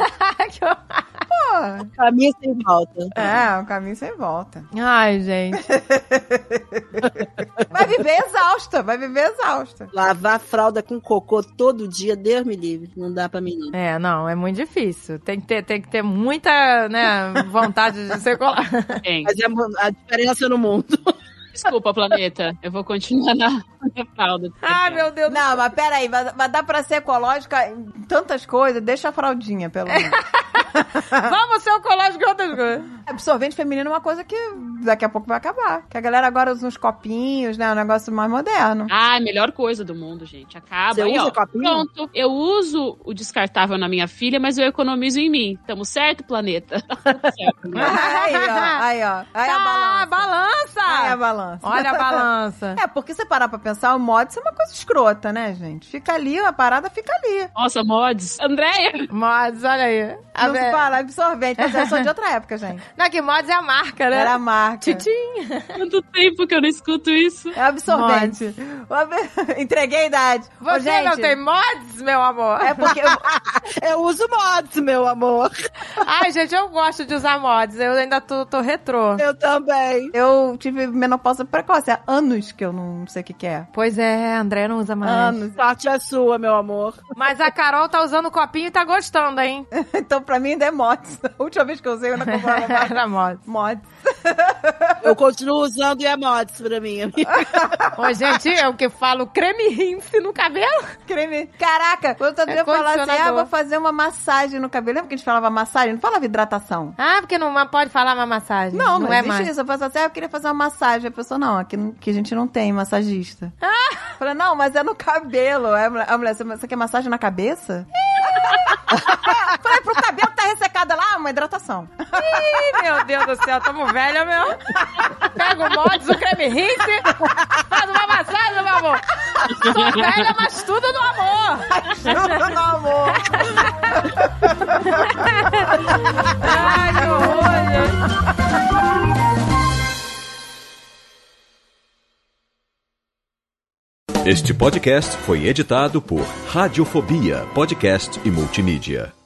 [SPEAKER 1] Que horror.
[SPEAKER 2] Pô,
[SPEAKER 4] com a minha sem assim, volta.
[SPEAKER 2] é, um caminho sem volta.
[SPEAKER 1] Ai, gente.
[SPEAKER 2] Vai viver exausta, vai viver exausta.
[SPEAKER 4] Lavar fralda com cocô todo dia, Deus me livre, não dá pra mim não.
[SPEAKER 1] É, não, é muito difícil. Tem que ter, tem que ter
[SPEAKER 2] *laughs*
[SPEAKER 1] muita, né, vontade de ser colar.
[SPEAKER 3] Tem.
[SPEAKER 4] Mas é a diferença no mundo.
[SPEAKER 3] Desculpa, planeta. Eu vou continuar na, *laughs* na fralda.
[SPEAKER 1] Ah, meu Deus. do
[SPEAKER 2] Não, mas peraí, mas, mas dá pra ser ecológica em tantas coisas. Deixa a fraldinha, pelo *laughs* menos.
[SPEAKER 1] céu. Vamos ser ecológico em outras coisas.
[SPEAKER 2] Absorvente feminino é uma coisa que daqui a pouco vai acabar. Que a galera agora usa uns copinhos, né? Um negócio mais moderno.
[SPEAKER 3] Ah, é a melhor coisa do mundo, gente. Acaba.
[SPEAKER 4] Você
[SPEAKER 3] Tá aí,
[SPEAKER 4] usa
[SPEAKER 3] ó,
[SPEAKER 4] copinho?
[SPEAKER 3] Pronto. Eu uso o descartável na minha filha, mas eu economizo em mim. Tamo certo, planeta? *laughs* Tamo certo.
[SPEAKER 2] *laughs* Aí, ó. Aí, ó. Aí a
[SPEAKER 1] tá,
[SPEAKER 2] balança.
[SPEAKER 1] balança.
[SPEAKER 2] Aí a balança.
[SPEAKER 1] Olha a balança.
[SPEAKER 2] É, porque se parar pra pensar, o mod é uma coisa escrota, né, gente? Fica ali, a parada fica ali.
[SPEAKER 3] Nossa, mods. Andréia,
[SPEAKER 1] Mods, olha aí. A
[SPEAKER 2] não
[SPEAKER 1] ver-
[SPEAKER 2] se fala é absorvente, mas eu sou de outra época, gente.
[SPEAKER 1] Não, que Mods é a marca, né?
[SPEAKER 2] *laughs* Era a marca.
[SPEAKER 1] Titim.
[SPEAKER 3] quanto tempo que eu não escuto isso.
[SPEAKER 2] É absorvente. *laughs* Entreguei a idade. Ô,
[SPEAKER 1] Você
[SPEAKER 2] gente,
[SPEAKER 1] não tem mods, meu amor?
[SPEAKER 2] É porque...
[SPEAKER 4] Eu uso mods, meu amor.
[SPEAKER 1] Ai, gente, eu gosto de usar mods. Eu ainda tô, tô retrô.
[SPEAKER 4] Eu também.
[SPEAKER 2] Eu tive menopausa precoce. Há anos que eu não sei o que, que é.
[SPEAKER 1] Pois é, a André não usa mais.
[SPEAKER 2] Anos.
[SPEAKER 4] Sorte é sua, meu amor.
[SPEAKER 1] Mas a Carol tá usando o copinho e tá gostando, hein?
[SPEAKER 2] *laughs* Então, pra mim, ainda é mods. *laughs* A última vez que eu usei, eu não
[SPEAKER 1] *laughs*
[SPEAKER 2] comprava mais.
[SPEAKER 1] Era mods.
[SPEAKER 2] mods.
[SPEAKER 4] Eu continuo usando e é mods pra mim.
[SPEAKER 1] Ô, gente, eu que falo creme rinse no cabelo.
[SPEAKER 2] Creme. Caraca, quando eu
[SPEAKER 1] É
[SPEAKER 2] é falar assim, ah,
[SPEAKER 1] condicionador.
[SPEAKER 2] vou fazer uma massagem no cabelo. Lembra que a gente falava massagem? Não falava hidratação.
[SPEAKER 1] Ah, porque não pode falar uma massagem.
[SPEAKER 2] Não, não,
[SPEAKER 1] é
[SPEAKER 2] existe
[SPEAKER 1] mais.
[SPEAKER 2] isso. Eu falo assim, ah, eu queria fazer uma massagem. A pessoa, não, aqui, não- que a gente não
[SPEAKER 1] *laughs*
[SPEAKER 2] tem massagista.
[SPEAKER 1] Ah!
[SPEAKER 2] Eu Falei, não, mas é no cabelo. Aí A mulher, a mulher, você você quer massagem na cabeça? *laughs* Eu Falei, pro cabelo que tá ressecado lá, uma hidratação.
[SPEAKER 1] Ih, meu Deus do céu, tamo velha, meu. Pega o mods, o creme rinse, faz uma massagem, meu amor. Tô velha, mas tudo no amor.
[SPEAKER 2] Juro, não, amor.
[SPEAKER 1] Ai, que horror, gente.
[SPEAKER 7] Este podcast foi editado por Radiofobia, podcast e multimídia.